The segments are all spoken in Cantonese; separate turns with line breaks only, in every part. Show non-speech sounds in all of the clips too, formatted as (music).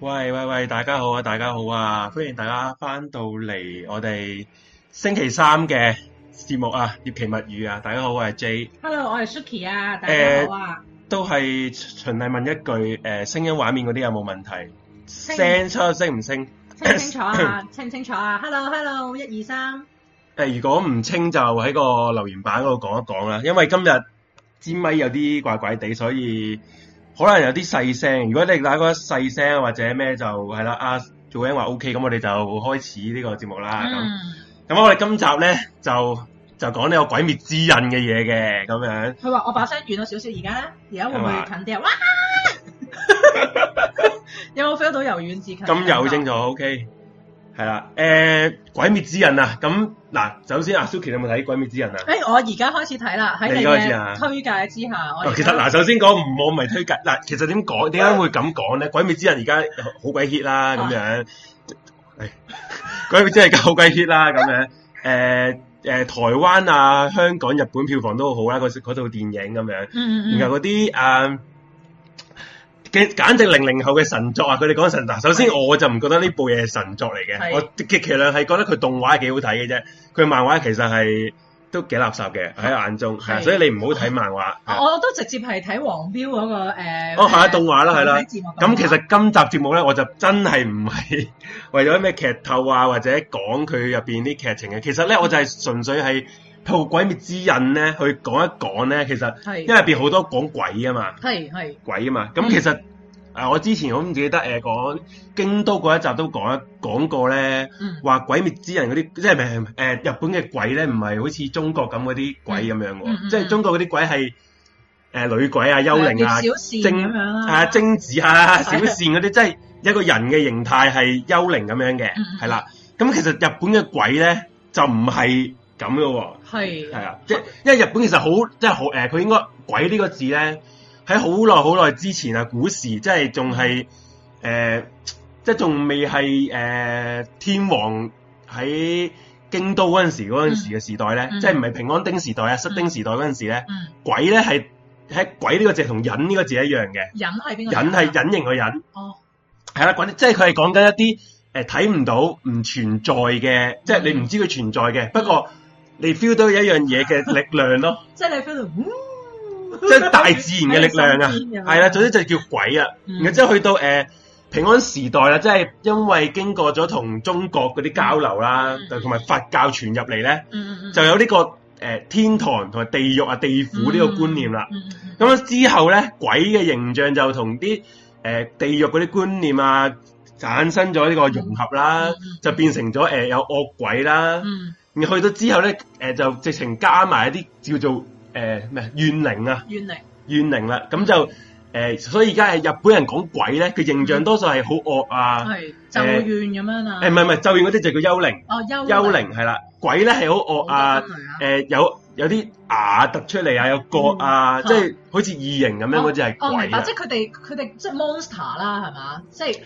喂喂喂，大家好啊，大家好啊，歡迎大家翻到嚟我哋星期三嘅節目啊，《獵奇物語》啊，大家好，我係 J，
Hello，我係 Suki 啊，大家好啊，
都係循例問一句，誒、聲音畫面嗰啲有冇問題？
清
聲出聲唔清？
清
誒、
唔清楚
(coughs)
啊，清唔清楚啊，Hello，Hello，一二三，
如果唔清就喺個留言板嗰度講一講啦，因為今日支咪有啲怪怪地，所以可能有啲細聲。如果你大家覺得細聲或者咩就係啦，阿做 N 話 OK，咁我哋就開始呢個節目啦，咁、
嗯，
咁我哋今集咧就就講呢個《鬼滅之刃》嘅嘢嘅咁樣，
佢話我把聲遠咗少少，而家而家會唔會近啲啊？哇！
(laughs)
有冇 feel 到由遠
啊
至近？啊
咁有清楚，OK，係啦，誒、鬼滅之刃》啊，咁嗱，首先阿 Suki 你有冇睇《鬼滅之刃》啊？
誒，我而家開始睇啦，喺你
你而家開始啊
嘅推介之下，我
哦其實嗱，首先講唔我唔係推介嗱，其實點講？點解會咁講咧？《鬼滅之刃》而家好鬼 hit 啦，咁樣，唉鬼滅之刃》而家好鬼 hit 啦，咁樣，誒、誒、台灣啊、香港、日本票房都好好啦，嗰嗰套電影咁樣。
嗯嗯
然
嗯，
後嗰啲誒嘅簡直零零後嘅神作啊！佢哋講神嗱，首先我就唔覺得呢部嘢係神作嚟嘅，
係
我極其量係覺得佢動畫係幾好睇嘅啫，佢漫畫其實係都幾垃圾嘅喺我眼中，係啊
係
所以你唔好睇漫畫。
哦
係啊
我我都直接係睇黃標嗰個誒，
哦，係啊，動畫啦，係啦。咁其
實
實今集節目咧，我就真係唔係 (laughs) 為咗咩劇透啊，或者講佢入邊啲劇情嘅。其實咧，我就係純粹係透過《鬼滅之刃》咧去講一講咧。其實
係
因為入邊好多講鬼啊嘛。
係係
鬼啊嘛。咁
嗯
其實啊，我之前我唔記得誒講京都嗰一集都講一講過咧，
嗯
話鬼滅之刃嗰啲即係誒日本嘅鬼咧，唔係好似中國咁嗰啲鬼咁樣喎，
嗯嗯
即係中國嗰啲鬼係誒、呃女鬼啊、幽靈啊
葉、呃小倩
精
咁樣啦，
啊、精
(laughs)
子啊、小倩嗰啲，即係一個人嘅形態係幽靈咁樣嘅
嗯嗯，
係啦。咁其實日本嘅鬼咧就唔係咁嘅喎。
係
係啊，即係因為日本其實好，即係好誒，佢、應該鬼呢個字咧，喺好耐好耐之前啊，古時即係仲係誒，即係仲未係誒天皇喺京都嗰陣時嗰陣時嘅時代咧，
嗯
即係唔係平安丁時代啊、室町時代嗰陣時咧，
嗯，
鬼咧係喺鬼呢個字同忍呢個字一樣嘅，
忍係邊個？啊
忍係隱形嘅忍，
哦，
係啦，鬼即係佢係講緊一啲誒睇唔到、唔存在嘅，即係你唔知佢存在嘅，不過你 feel 到有一樣嘢嘅力量咯。
即係你嗯 feel 到，
即係大自然嘅力量啊，係啦，總之就叫鬼啊。
嗯
然後之後去到誒、呃平安時代啦，即係因為經過咗同中國嗰啲交流啦，
嗯
同埋佛教傳入嚟咧，
嗯嗯嗯，
就有呢、個呃天堂同埋地獄啊、地府呢個觀念啦。
嗯，嗯
咁、樣之後咧，鬼嘅形象就同啲誒地獄嗰啲觀念啊，產生咗呢個融合啦
嗯嗯，
就變成咗誒、呃有惡鬼啦。
嗯，
然後去到之後咧，誒、就直情加埋一啲叫做誒咩、怨靈啊。
怨靈，
怨靈啦，咁就誒、呃所以而家係日本人講鬼咧，佢形
嗯
象多數係好惡啊，
係咒怨咁樣啊，
誒唔係唔係，咒怨嗰啲就叫幽靈，
哦幽哦
幽靈係啦，鬼咧係好惡啊，誒、有有啲牙突出嚟啊，有角啊，
嗯
即係好似異形咁樣嗰只係
哦，
鬼
明白，
啊
即，係佢哋佢哋即係 monster 啦，係嘛？即係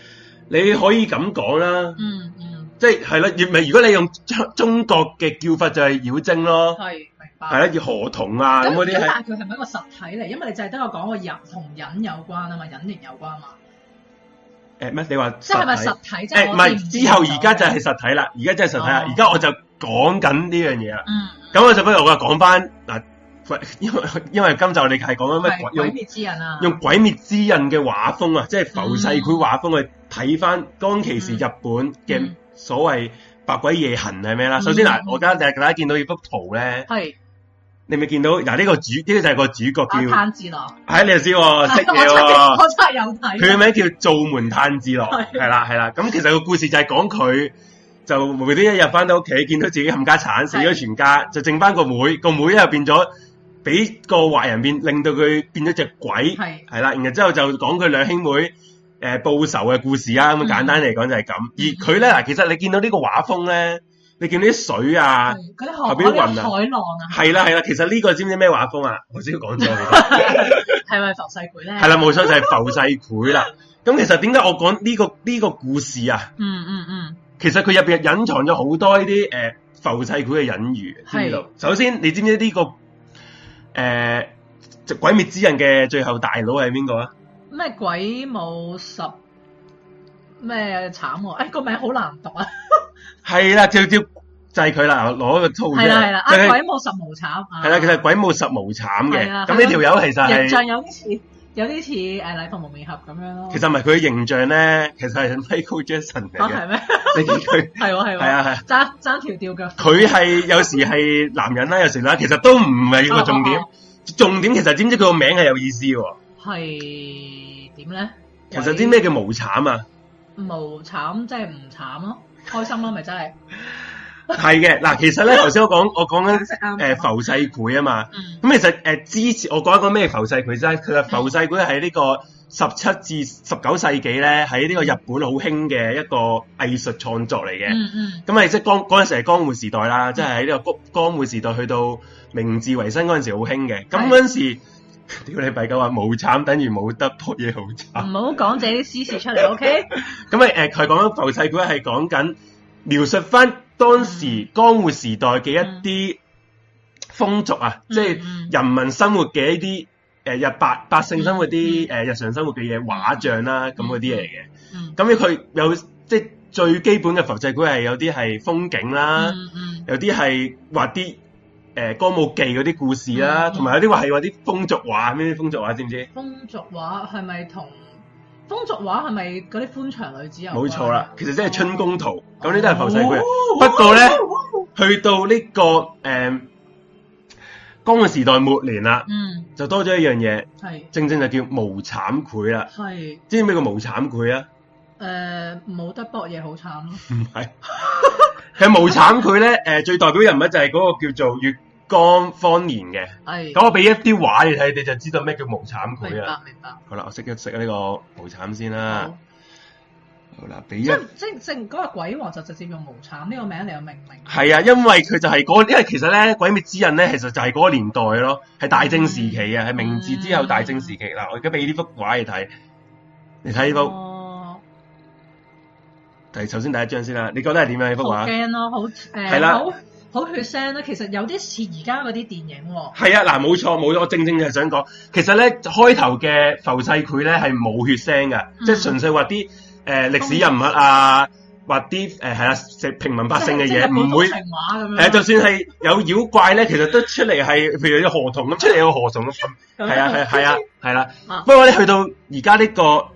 你可以咁講啦，
嗯嗯
即係係啦，如咪如果你用中中國嘅叫法就係妖精咯，
係明白。
係啦，要河童啊咁
咁
嗰
咁
啲係。
但係佢係咪一個實體嚟？因為你就係得我講個人同忍有關啊嘛，隱形有關啊嘛，
誒咩？你話
即係咪
實體
實體？即
誒
係
唔
我知
係，
唔知
之後而家就係實體啦，而家真係實體啦，
哦
而家我就講緊呢樣嘢啦。
嗯，
咁啊我就不如我又講翻嗱，喂因為 (laughs) 因為今集我哋係講緊
係
乜
鬼
用
滅之嗯刃啊，
用鬼滅之刃嘅畫風啊，即係浮世繪畫風去睇翻當其時日本嘅
嗯
所謂百鬼夜行係咩啦？首先嗱，我而家大家見到呢幅圖咧，
係
你咪見到嗱呢個主呢個就係個主角
阿
叫，
炭治郎，
係你又
(laughs)
知
我
喎，識
真
嘢
係
喎。
我真係有睇，
啊
佢嘅名叫做門炭治郎，
哎係
係啦係啦。咁其實個故事就係講佢就無端端一日翻到屋企，見到自己冚家鏟，死咗全家，就剩翻個妹，個妹又變咗俾個壞人變，令到佢變咗隻鬼，
係
係啦。然後之後就講佢兩兄妹誒、呃、報仇嘅故事啦。咁啊
嗯
簡單嚟講就係咁。而佢咧嗱，其實你見到呢個畫風咧，你見到啲水啊，
係嗰啲
後
海
邊啲雲啊
嗰啲海浪啊，
係啦係啦。其實呢個知唔知咩畫風啊？我先講咗
(laughs)
你。
係咪浮世繪咧？
係啦，冇錯就係浮世繪啦。咁其實點解我講呢、個呢、個故事啊？
嗯嗯嗯，
其實佢入邊隱藏咗好多呢啲誒浮世繪嘅隱喻，知唔知道？首先，你知唔知呢、個誒、呃鬼滅之刃》嘅最後大佬係邊個啊？
咩鬼舞十
咩慘喎？哎，個名好難讀啊！
係啦，照照就係佢啦，攞個套
係啦係啦，
就
啊
係
鬼冇十毛慘啊！
係啦，其實鬼舞十無慘嘅
係，啊
咁呢條友其實
形
係
象有啲似有啲似誒禮服蒙面俠咁樣咯。
其實唔係佢嘅形象咧，其實係 Michael Jackson 嚟
啊
嘅，
係咩？ (laughs)
(laughs) 你見佢
係喎係
係
喎，
啊係啊，
爭爭條吊腳。
佢係有時係男人啦，有時啦，其實都唔係個重點
哦，
重點其實知唔知佢個名係有意思喎？
係點咧？
其實知咩叫無慘啊？
無慘即係唔慘咯，開心咯咪真係。
係嘅，嗱，其實
(laughs)
咧頭先我講我講緊
食啱
啊誒浮世繪啊嘛。
嗯
咁其實誒、呃之前我講一個咩浮世繪啫，其實浮世繪係呢個十七至十九世紀咧，喺呢個日本好興嘅一個藝術創作嚟嘅。
嗯嗯
咁啊、即係江嗰陣時係江戶時代啦，即係喺呢個江江戶時代去到明治維新嗰陣時好興嘅。咁嗰陣時， (laughs) 屌你弊鳩話冇慘等於冇得撲嘢好慘。
唔好講自己啲私事
(laughs)
出嚟，OK？
咁啊誒，佢講緊浮世繪係講緊描述翻當
嗯
時江戶時代嘅一啲風俗啊，即係。
嗯
人民生活嘅一啲誒日百百姓生活啲誒、日常生活嘅嘢畫像啦，咁嗰啲嚟嘅。
嗯
咁佢有即係最基本嘅浮世繪係有啲係風景啦，
嗯嗯
有啲係畫啲誒歌舞伎嗰啲故事啦，
嗯
同埋、有啲話係畫啲風俗畫，咩風俗畫知唔知？
風俗畫係咪同風俗畫係咪嗰啲寬長女子有關？啊哦
冇錯啦，其實即係春宮圖，咁呢啲都係
係
浮世繪。啊
繪
不過咧去到呢、個誒、江嘅時代末年啦，
嗯
就多咗一樣嘢，
係
正正就叫無慘繪啦。
係
知唔知咩叫無慘繪啊？
誒冇得搏嘢好慘咯，
唔
(laughs)
係，佢無慘佢咧，诶、最代表人物就係嗰個叫做月光方年嘅。
係
咁我俾一啲畫你睇，你就知道咩叫無啊慘
明
佢啦。
白明白。
好啦，我識一識呢個無慘先啦
好。
好啦，俾一
即
係
即即嗰個鬼王就直接用無慘呢個名，你又明唔明？
啊，因為佢就係嗰、因為其實咧《鬼滅之刃》咧，其實就係嗰個年代咯，係大正時期啊
嗯
嘅，係明治之後大正時期。嗱，我而家俾呢幅畫你睇，你睇呢幅，
哦
第首先第一張先啦。你覺得係點樣啊呢幅
好
畫？
驚咯，好誒，
係啦
好好血腥啦。其實有啲似而家嗰啲電影喎，
係啊，嗱，冇錯冇錯，我正正就係想講，其實咧開頭嘅浮世繪咧係冇血腥嘅，
嗯哦
即係純粹畫啲誒歷史人物啊，畫啲誒係啊食平民百姓嘅
即係
嘢，
日本
唔會
情話咁樣。
誒就算係有妖怪咧，其實都出嚟係譬如有啲河童咁，出嚟有個河童咁，
咁樣
係啊
(laughs)
係係啊係啦
啊。
不過咧去到而家呢個誒、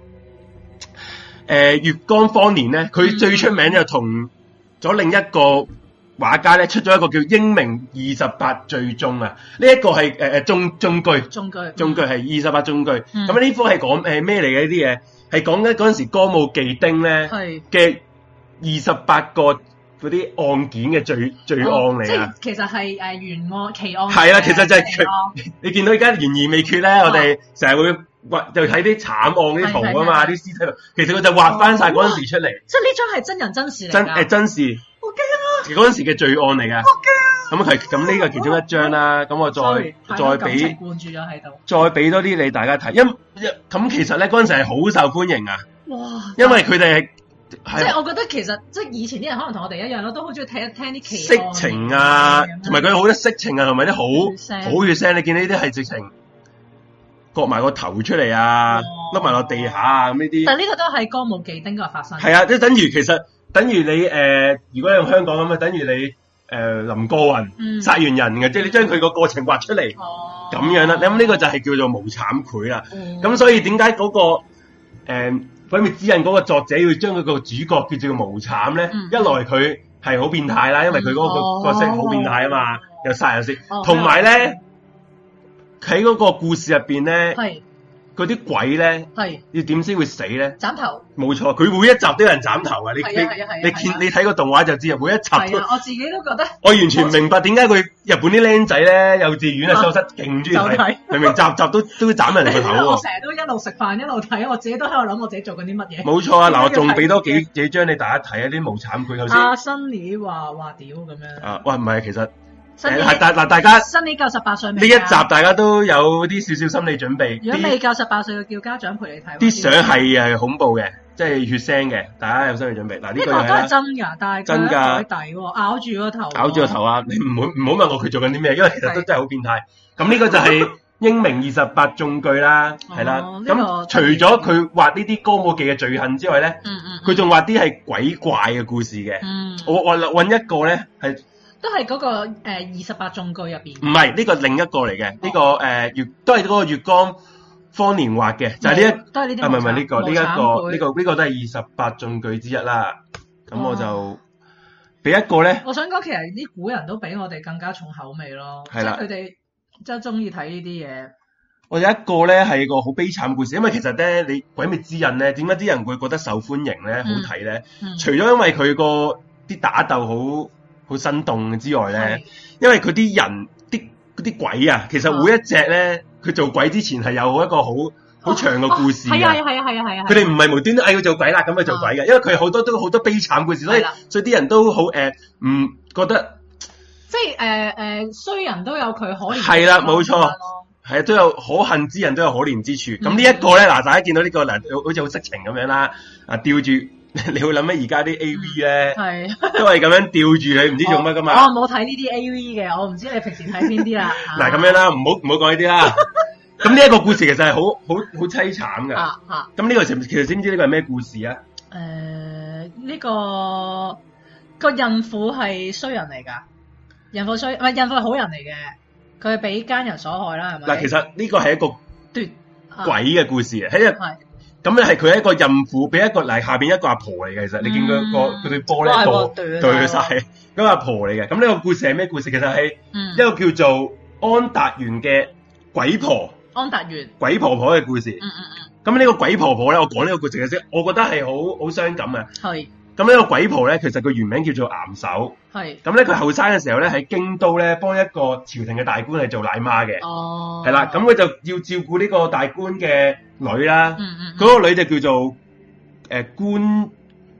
呃月光方年咧，佢
嗯
最出名就同咗另一個畫家咧出咗一個叫《英明二十八最終》啊，呢、一個係誒誒中中句
中句
中句係二十八中句。
嗯
咁呢幅係講誒咩嚟嘅呢啲嘢？係講緊嗰陣時歌舞伎町咧
係
嘅二十八個嗰啲案件嘅罪罪案
哦
嚟
即
啊
係！其實係誒原案奇案。
係啦其實就係
奇案
你見到而家懸而未決
哦
咧，我哋成日會畫，就睇啲慘案啲圖啊嘛，
係係哦
啲屍體圖，其實佢就畫翻晒嗰陣時出嚟，
即係呢張係真人真事嚟
真
㗎
誒真事
好驚啊
嗰陣時嘅罪案嚟㗎。咁佢咁呢個其中一張啦，咁我
啊！sorry，
再
太
再
多感情
俾
灌注咗喺度。
再俾多啲你大家睇，因因咁其實咧嗰陣時係好受歡迎啊，
哇！
因為佢哋
即
係
係我覺得其實即係以前啲人可能同我哋一樣咯，都好中意睇聽啲奇
色
案
情啊
咁樣，
同埋佢有好多色情啊，同埋啲
血腥
好好血腥，你見呢啲係直情割埋個頭出嚟啊，
哇
笠埋落地下啊，咁呢啲。
但呢個都係歌舞伎町嗰日發生。
係啊，即係等於其實等於你誒、呃如果用香港咁啊，等於你誒、呃林過雲
嗯
殺完人嘅，即係你將佢個過程畫出嚟
哦
咁樣啦。你諗呢個就係叫做無慘繪啦。
嗯
咁所以點解嗰個誒、呃鬼滅之刃》嗰個作者要將佢個主角叫做無慘咧？
嗯
一來佢係好變態啦，因為佢嗰
嗯
個角色好變態啊嘛
哦，
又殺人先
哦，
同埋咧喺嗰個故事入邊咧，
係
嗰啲鬼咧
係
要點先會死咧？
斬頭。
冇錯，佢每一集都有人斬頭啊！你
係啊係啊係啊
你你
係啊
見你睇個動畫就知啊，每一集
係
都
啊，我自己都覺得
我完全唔明白點解佢日本啲僆仔咧幼稚園啊
啊
收失勁中意
就
睇
睇，
明明集集都都斬人
(laughs)
哋個頭
我
喎。
成日都一路食飯一路睇，我自己都喺度諗我自己做緊啲乜 (laughs) 嘢。
啊冇錯啊！嗱，我
點解要
仲俾多
睇
幾幾張你大家睇啊，啲無慘佢頭先
阿新李話話屌咁樣，
啊，喂唔係，其實
新
誒
李
係大嗱大家呢
新李夠十八歲未？啊
一集大家都有啲少少心理準備，
如果未
啲
夠十八歲，就叫家長陪你睇。
啲相啊係
啊
係恐怖嘅，即係血腥嘅，大家有心理準備。嗱呢個
呢個
又
都
係
係
啦，
真㗎，但係
真
佢
㗎
喺海底喎，咬住個頭喎，啊
咬住個頭啊！你唔好唔好問我佢做緊啲咩，因為其實都
係
真係好變態。咁呢個就係英明二十八中句啦，
哦
係啦。
呢個
咁除咗佢畫呢啲高武記嘅罪行之外咧，
嗯嗯，
佢仲畫啲係鬼怪嘅故事嘅。
嗯
我我揾一個咧係
都係嗰個誒二十八中句入邊
唔。係呢個另一個嚟
哦
嘅？呢個誒月都係嗰個月光方年畫嘅，就係呢一。
都係呢啲
啊，唔係唔係呢個呢一個呢
個。
個呢個都係二十八進句之一啦。咁我
哦
就俾一個咧，
我想講其實啲古人都比我哋更加重口味咯，即
係啦
係佢哋即係中意睇呢啲嘢。
我有一個咧係個好悲慘故事，因為其實咧你《鬼滅之刃》咧，點解啲人會覺得受歡迎咧、好
嗯
睇咧？
嗯
除咗因為佢個啲打鬥好好生動之外咧，因為佢啲人啲嗰啲鬼啊，其實
哦
每一隻咧，佢做鬼之前係有一個好好長嘅故事
哦係啊係
嘅。
啊係啊係啊係啊！啊
佢哋唔係無端哎端嗌佢做鬼啦，咁佢做鬼嘅，因為佢好多都好多悲慘故事，所以
係啦
所以啲人都好誒，嗯唔、覺得
即係誒誒，衰人都有佢可啊憐。
係啦冇錯。係都有可恨之人都有可憐之
嗯
處。咁呢一個咧，嗱，大家見到呢、個嗱，好好似好色情咁樣啦，啊吊住， (laughs) 你會諗起而家啲 A V 咧，
係。
都係咁樣吊住你，唔知做乜噶嘛。
我我冇睇呢啲 A V 嘅，我唔知你平時睇邊
(laughs)
啲啦。
嗱咁、樣啦，唔好唔好講呢啲
(laughs)
啦。咁呢一個故事其實係好好好凄慘
樣
噶。
啊啊
咁呢個其實其實知唔知呢個係咩故事啊？
誒呢個個孕婦係衰人嚟㗎，孕婦衰唔係孕婦係好人嚟嘅，佢係俾奸人所害啦，係咪？啊
嗱，其實呢個係一個
實奪
鬼嘅故事，啊係一個
係
咁咧係佢係一個孕婦俾一個嚟下邊一個阿婆嚟嘅，其實你見佢個
嗯
佢對波咧
哇係
倒
喎斷
對
咗
晒，咁阿婆嚟嘅。咁呢個故事係咩故事？其實係
嗯
一個叫做安達園嘅鬼婆、
安達園，
鬼婆婆嘅故事。
嗯嗯
咁呢個鬼婆婆咧，我講呢個故事嘅啫，我覺得係好好傷感啊
嗯，。係
咁呢個鬼婆咧，其實佢原名叫做岩手。
係
咁咧佢後生嘅時候咧，喺京都咧幫一個朝廷嘅大官係做奶媽嘅，
哦，
係啦。咁佢就要照顧呢個大官嘅女啦。
嗯嗯嗯
嗰個女就叫做诶、呃官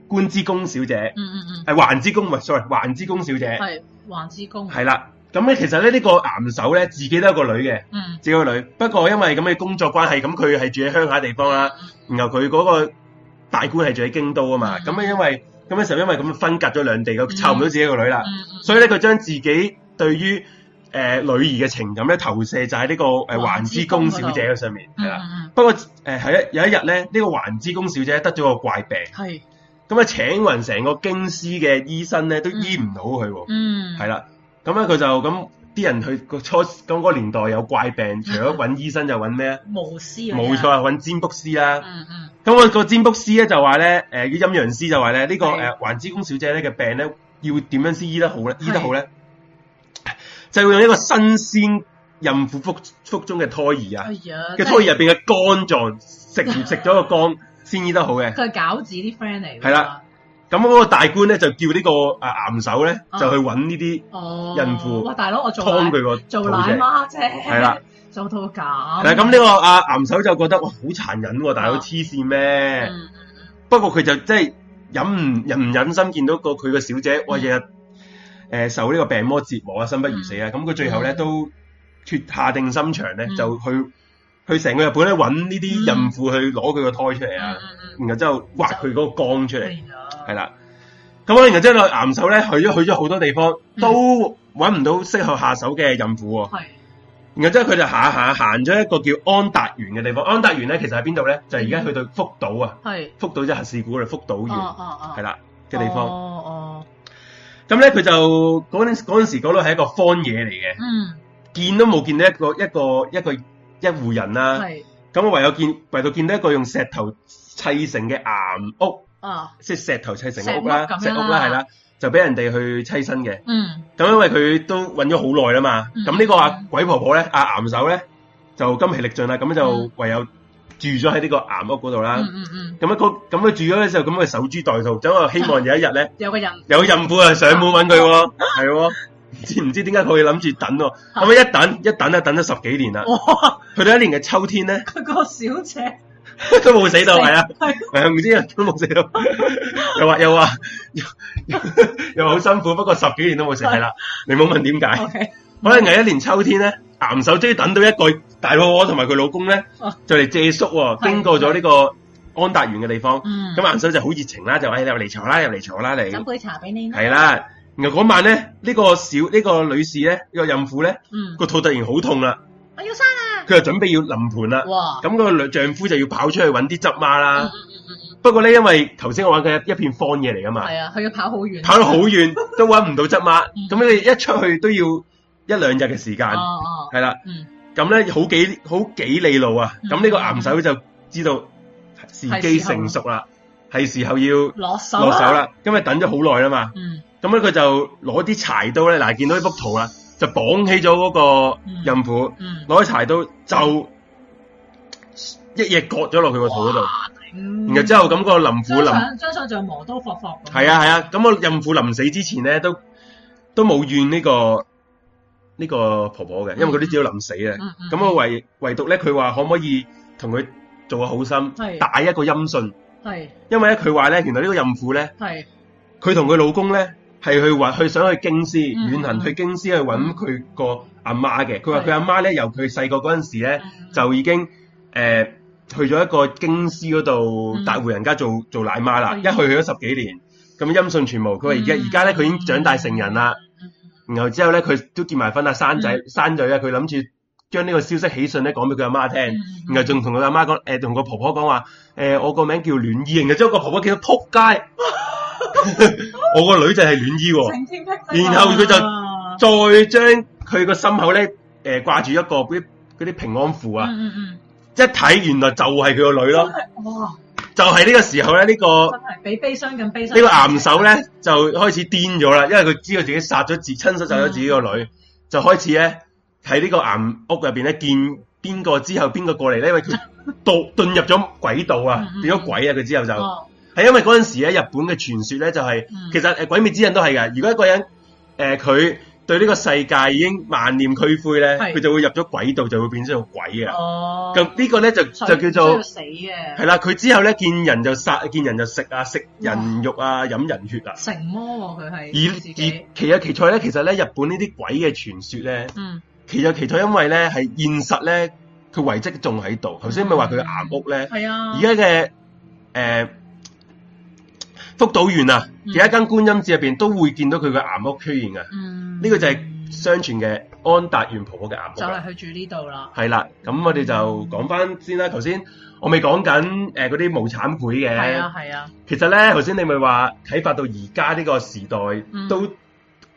官之公小姐，
嗯嗯
係環之公，唔係 sorry，環之公小
嗯
姐，
係環之公，
係啦。咁咧其實咧呢、個岩手咧自己都有個女嘅，
嗯
自己有個女。不過因為咁嘅工作關係，咁佢係住喺鄉下地方啦，然後佢嗰個大官係住喺京都啊嘛。
嗯
咁咧因為咁嘅時候，因為咁分隔咗兩地，佢湊唔到自己個女啦，
嗯嗯
所以咧佢將自己對於诶、呃女兒嘅情感咧投射就喺呢、個个诶、呃、
環
環之
之
公
公
小姐嘅上面，係啦。
嗯嗯
不過誒係啊一有一日咧，呢、個環之公小姐得咗個怪病，
係
咁啊請暈成個京師嘅醫生咧都醫唔到佢喎，
嗯
係啦、咁啊咧佢就咁啲人去個初咁嗰個年代有怪病，除咗揾醫生就揾咩啊？
無私嗯嗰啲啊
冇錯，啊，揾占卜師啦。
嗯嗯
咁我個占卜師咧就話咧，誒、啲陰陽師就話咧，呢、個誒、
係
環之公小姐咧嘅病咧，要點樣先醫得好咧？醫得好咧，就要用呢個新鮮孕婦腹腹中嘅胎兒啊
哎，呀
嘅胎兒入邊嘅肝臟食唔食咗個肝先醫得好嘅。
佢係餃子啲 friend 嚟㗎
係啦，咁嗰個大官咧就叫呢個啊岩手咧
啊
就去揾呢啲
哦，
孕婦
哇大佬我做
劏
奶
佢個
做
肚
奶
啫。
媽啫，
係啦，
做到咁，
係啦，咁呢個啊岩手就覺得哇好殘忍喎，大佬
啊
黐線咩？
嗯嗯
不過佢就即係忍唔忍唔忍心見到個佢個小姐，哇
嗯
日日誒受呢個病魔折磨啊，生不如死啊！咁佢最後咧
嗯
都決下定心腸咧，
嗯
就去去成個日本咧揾呢啲
嗯
孕婦去攞佢個胎出嚟啊，
嗯
然後之後挖佢嗰個肝出
嗯，
嚟。
係啊
系啦。咁我然後之後岩手咧去咗去咗好多地方，
嗯
都揾唔到適合下手嘅孕婦喎。
係
然後之後佢就下下行咗一個叫安達園嘅地方。安達園咧其實喺邊度咧？就係而家去到福島啊，
係，
福島即係核事故嘅福島縣
哦哦哦，
係啦嘅地方。
哦哦，
咁咧佢就嗰陣嗰陣時嗰度係一個荒野嚟嘅，
嗯
見都冇見到一個一個一個一户人啦、
係
咁我唯有見唯獨見到一個用石頭砌成嘅岩屋，
啊，
即係石頭砌成嘅屋啦，石
石屋咁樣
屋
啦
啦係啦，就俾人哋去砌身嘅。
嗯
咁因為佢都揾咗好耐啦嘛，
嗯
咁呢個阿鬼婆婆咧，阿岩手咧就筋疲力盡啦，咁就
嗯
唯有住咗喺呢個岩屋嗰度
嗯
啦。
嗯嗯，
咁樣啊佢咁佢住咗嘅時候，咁佢守株待兔，咁啊我希望有一日
(laughs)
咧
有個人
有孕婦啊上門揾佢喎，係喎，唔知唔知點解佢會諗住等
(laughs)
喎，咁樣一等一等啊等咗十幾年啦，
哇，
去到一年嘅秋天咧 (laughs)
佢個小姐
都冇死到，係啊。 (laughs)
係
係啊唔知啊都冇死到，又話又話又又話好辛苦，不過十幾年都
(laughs)
冇食係啦。你冇問點解？
OK，
可能係一年秋天咧，岩手終於等到一個大老婆同埋佢老公咧
哦，
就嚟借宿喎，
係
經過咗呢個安達園嘅地方，
嗯，
咁岩手就好熱情啦，就誒入嚟坐啦，入嚟坐啦你，
斟杯茶俾你啦，
係啊啦。然後嗰晚咧，呢個小呢個女士咧，呢個孕婦咧，
嗯，
個肚突然好痛啦，
我要生啦，
佢就準備要臨盤啦。
嗯哇！
咁個女丈夫就要跑出去揾啲執媽
嗯
啦。不過咧，因為頭先我玩嘅一片荒嘢嚟噶嘛，
係啊，佢要跑好遠，
跑到好遠都揾唔到執媽
嗯。
咁你一出去都要一兩日嘅時間，
哦哦，
係啦。
嗯，
咁咧好幾好幾里路啊。咁呢個岩手就知道時機成熟啦，係時候要
落手
落手，啦。因為等咗好耐啦嘛。
嗯
咁咧佢就攞啲柴刀咧，嗱見到呢幅圖啦，就綁起咗嗰個孕婦，
嗯，
攞起柴刀就一嘢割咗落佢個肚嗰度，然後之後咁個林
嗯
婦
張
臨
相張相就磨刀霍霍咁，
係啊係啊，咁個孕婦臨死之前咧都都冇怨呢個呢個婆婆嘅，因為佢都知道臨死啊嘅。
嗯，嗯
咁我唯唯獨咧，佢話可唔可以同佢做個好心，
係
打一個音訊，
係
因為咧佢話咧原來呢個孕婦咧。
係
佢同佢老公咧係去揾，去想去京師
嗯
遠行去京師去揾佢個阿媽嘅。佢話
係
佢阿媽咧由佢細個嗰陣時咧
嗯
就已經誒、呃去咗一個京師嗰度
嗯
大戶人家做做奶媽啦，
係
一去去咗十幾年，咁音訊全無。佢話而家
嗯
而家咧佢已經長大成人啦，然後之後咧佢都結埋婚啦，生仔
嗯
生女啊，佢諗住將呢個消息喜訊咧講俾佢阿
嗯
媽聽。然後仲同佢阿媽講，誒同個婆婆講話，誒我個名叫暖衣，然後之後個婆婆見到撲街， (laughs) 我個女就係暖衣
(laughs)
喎，
晴天霹靂啊
然後佢就再將佢個心口咧誒、掛住一個嗰啲嗰啲平安符啊，
嗯嗯
一睇原來就係佢個女咯，
嗯，哇！
就係、呢個時候咧，呢、個
(laughs) 真係比悲傷更悲傷。
呢、個岩手咧就開始癲咗啦，因為佢知道自己殺咗自親手殺咗自己個
嗯
女，就開始咧喺呢個岩屋入邊咧見邊個之後邊個過嚟咧，因為佢 (laughs) 到遁入咗軌道啊
嗯，嗯
變咗鬼啊！佢之後就係
哦，
因為嗰陣時咧，日本嘅傳說咧就係、
嗯
其實誒鬼滅之刃都係嘅。如果一個人誒佢、對呢個世界已經萬念俱灰咧，
係
佢就會入咗軌道，就會變咗做鬼嘅。
哦，
咁、呢個咧就
所
就
以
叫
需要
做
死嘅，
係啦。佢之後咧見人就殺，見人就食啊，食人肉啊，飲人血啊。
成魔喎佢係
而而
自己，
其有其在咧，其實咧日本呢啲鬼嘅傳說咧，
嗯
其有其在，因為咧係現實咧佢遺跡仲喺度。頭先咪話佢嘅
嗯
岩屋咧。
係啊，
而家嘅誒福島縣啊，
嗯
而家間觀音寺入邊都會見到佢嘅岩屋出現嘅。
嗯
呢、個就係相傳嘅安達縣婆婆嘅岩屋
就
啦。
係去住呢度啦，
係啦，咁我哋就講翻先啦。頭先我未講緊誒呃嗰啲無產會嘅，
係啊係啊，
其實咧頭先你咪話啟發到而家呢個時代、
嗯
都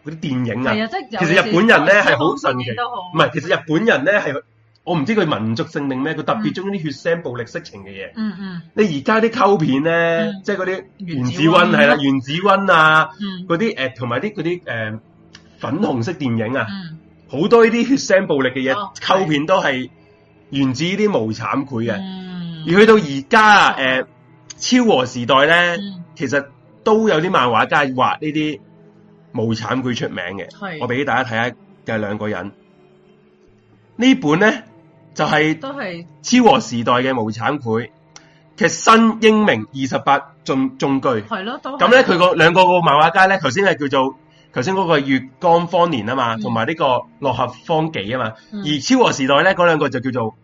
嗰啲電影啊，
係啊，即係有
其實
時
日本人咧係好神奇
都好
唔係其實日本人咧係我唔知佢民族性定咩，佢特別中意啲血腥暴力色情嘅嘢。
嗯嗯
你而家啲溝片咧，
嗯
即係嗰啲原
原
子
子
溫
溫
係啦，原子溫啊，
嗯
嗰啲誒同埋啲嗰啲誒粉紅色電影啊，
嗯
好、多呢啲血腥暴力嘅嘢，
哦
溝片都係源自呢啲無慘繪嘅。
嗯
而去到而家誒超和時代咧，
嗯
其實都有啲漫畫家畫呢啲無慘繪出名嘅。
係
我俾大家睇下，就係兩個人呢本咧就係、
都係
超和時代嘅無產繪嘅新英明二十八中中句。
係咯都係
咁咧，佢個兩個個漫畫家咧，頭先係叫做頭先嗰個月光方年啊嘛，
嗯
同埋呢個落合方紀啊嘛。
嗯
而超和時代咧，嗰兩個就叫做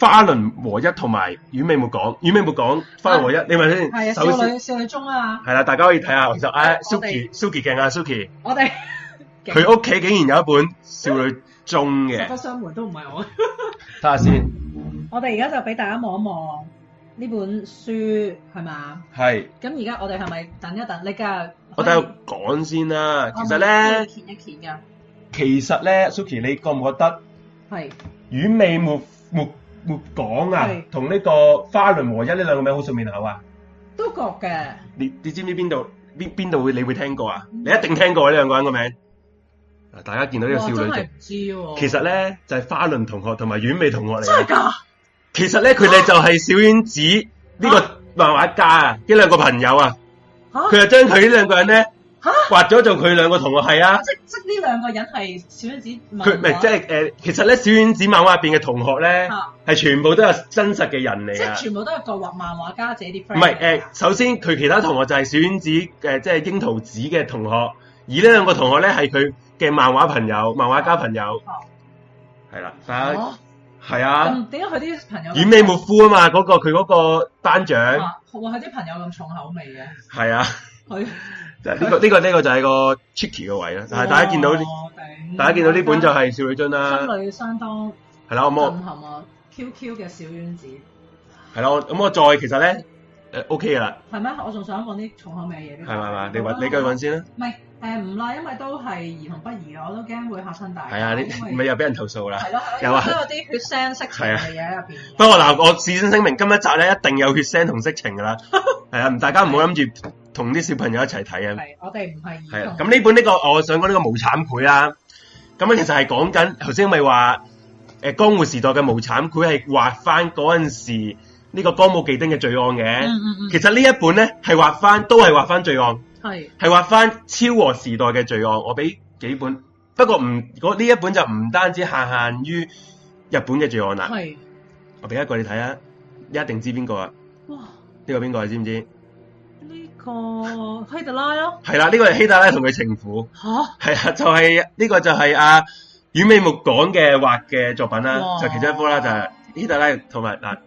花輪和一同埋丸尾末講，丸尾末講花輪和一，你咪
係啊
先。
少
首先
女少女中啊，
係啦，大家可以睇下。其實唉
我哋
，Suki Suki 勁啊，Suki
我哋
(laughs) 佢屋企竟然有一本少女中嘅
實，不相瞞都唔係我。 (laughs)
睇下先。
我哋而家就俾大家望一望呢本書係嘛？
係，
咁而家我哋係咪等一等？你嘅
我等下講先啦。其實咧。
我哋揭一揭㗎，
其實咧，Suki，你覺唔覺得
係
丸尾末末末講啊
係，
同呢個花輪和一呢兩個名好熟面口啊？
都覺嘅。
你你知唔知邊度邊邊度會你會聽過啊？
嗯
你一定聽過呢兩個人個名。嗱，大家見到呢個少
哇真
女
係
像
唔，知喎。
其實咧就係、花輪同學同埋丸尾同學嚟
真係
嘅。
㗎，
其實咧，佢哋就係小丸子呢個漫畫家啊，呢兩個朋友啊，
嚇
佢就將佢呢 (laughs) 兩個人咧
嚇
畫咗做佢兩個同學係啊。
即即呢兩個人係小丸子漫
佢
畫
唔係即係誒，其實咧小丸子漫畫入邊嘅同學咧，
啊
係全部都係真實嘅人
即
嚟啊
係！全部都係個畫漫畫家自己啲 friend
唔
嚟
係
㗎。
誒，首先佢其他同學就係小丸子誒，呃即係櫻桃子嘅同學，而呢兩個同學咧係佢嘅漫畫朋友、漫畫家朋友，
哦
係啦，大家
哦
係啊，
咁點解佢啲朋友咁
遠尾末夫啊嘛，嗰個佢嗰個班長
啊哇！佢啲朋友咁重口味嘅，
係啊，
佢
就係呢個呢個呢個就係個
哦
tricky 嘅位啦。但係大家見到呢
哇頂哦
大家見到呢本就係少女津啦，
心裏相當
係啦，咁我
震撼我 QQ 嘅小丸子
係啦，我咁我再其實咧誒 OK 嘅啦，
係咩？我仲想講啲重口味嘅嘢俾
係
你。
咪係咪？你
哦
揾你繼續揾先啦。
唔係誒唔啦，因為都係兒童不宜，
啊
我都驚會嚇親大家。
係啊，你 (laughs)
因
咪
為
又俾人投訴啦。
係咯，
又
又
話
話都有啲血腥色情嘅嘢喺入邊。
不過嗱，我事先聲明，今一集咧一定有血腥同色情噶 (laughs) 啦，係啊，唔大家唔好諗住同啲小朋友一齊睇啊，
係，我哋唔
係
係兒
啦。
童。
咁呢本呢、個我想講呢個無慘繪啦，咁啊咧其實係講緊頭先咪話誒江湖時代嘅無慘繪係畫翻嗰陣時呢個歌舞伎町嘅罪案嘅，
嗯嗯嗯
其實呢一本咧係畫翻都係畫翻罪案，
係
係畫翻超和時代嘅罪案，我俾幾本，不過唔嗰呢一本就唔單止限限於日本嘅罪案啦。
係，
我俾一個你睇啊，你一定知邊個啊？
哇！
呢、個邊個你知唔知？
呢個希特拉咯
係啦，呢、個係希特拉同佢情婦，
吓？
係啊，就係、呢、個就係阿、啊、阮美木講嘅畫嘅作品啦，
哇
就其中一幅啦，就係、希特拉同埋嗱，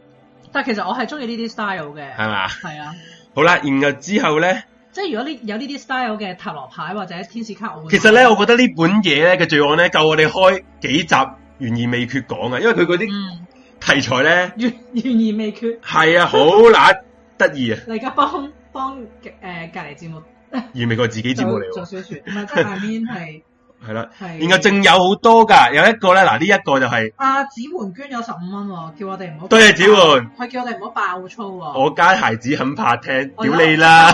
但係其實我係中意呢啲 style 嘅，
係嘛？
係啊，
好啦，然後之後咧，
即係如果呢有呢啲 style 嘅塔羅牌或者天使卡，我會
其實咧，我覺得呢本嘢咧嘅罪案咧，夠我哋開幾集懸而未決講啊，因為佢嗰啲
嗯
題材咧
懸懸而未決。
係啊，好乸得意啊，
你而家幫幫誒隔離節目
而美國自己節目嚟
做
喎，
小説，唔係即係下面係
係啦， (laughs)
係。
然後仲有好多㗎，有一個咧，嗱呢一個就係、
阿子媛捐咗十五蚊喎，叫我哋唔好。
多謝子哦媛，
佢叫我哋唔好爆粗喎。
我家孩子很怕聽，
我
屌你啦！！ (laughs)
啊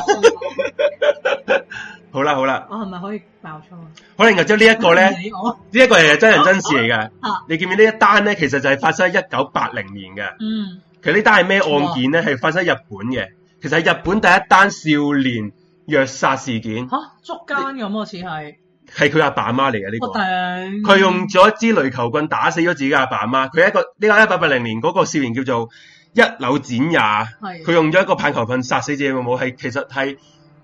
好啦好啦，
我哦係咪可以爆粗啊？
可能就將呢一個咧，呢
你我
一個係真人真事嚟嘅
嗯啊。
你見唔見呢一單咧？其實就係發生喺一九八零年嘅。
嗯
其實呢單係咩案件咧？係發生喺日本嘅。其實係日本第一單少年虐殺事件，
吓捉奸咁喎，似係
係佢阿爸阿媽嚟嘅呢
我
個。
頂。
佢用咗一支雷球棍打死咗自己阿爸阿媽。佢一個呢個一八八零年嗰個少年叫做一柳展也。
係
佢用咗一個棒球棍殺死自己老母，係其實係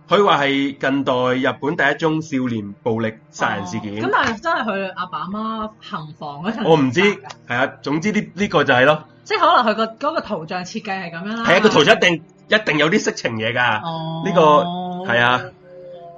佢話係近代日本第一宗少年暴力殺人事件
哦咁、。但係真係佢阿爸阿媽行房嗰陣，
我唔知，係啊，總之呢呢、個就係咯，
即係可能佢個嗰個圖像設計係咁樣啦。
係一個圖像一定一定有啲色情嘢㗎。
哦，
呢個係啊，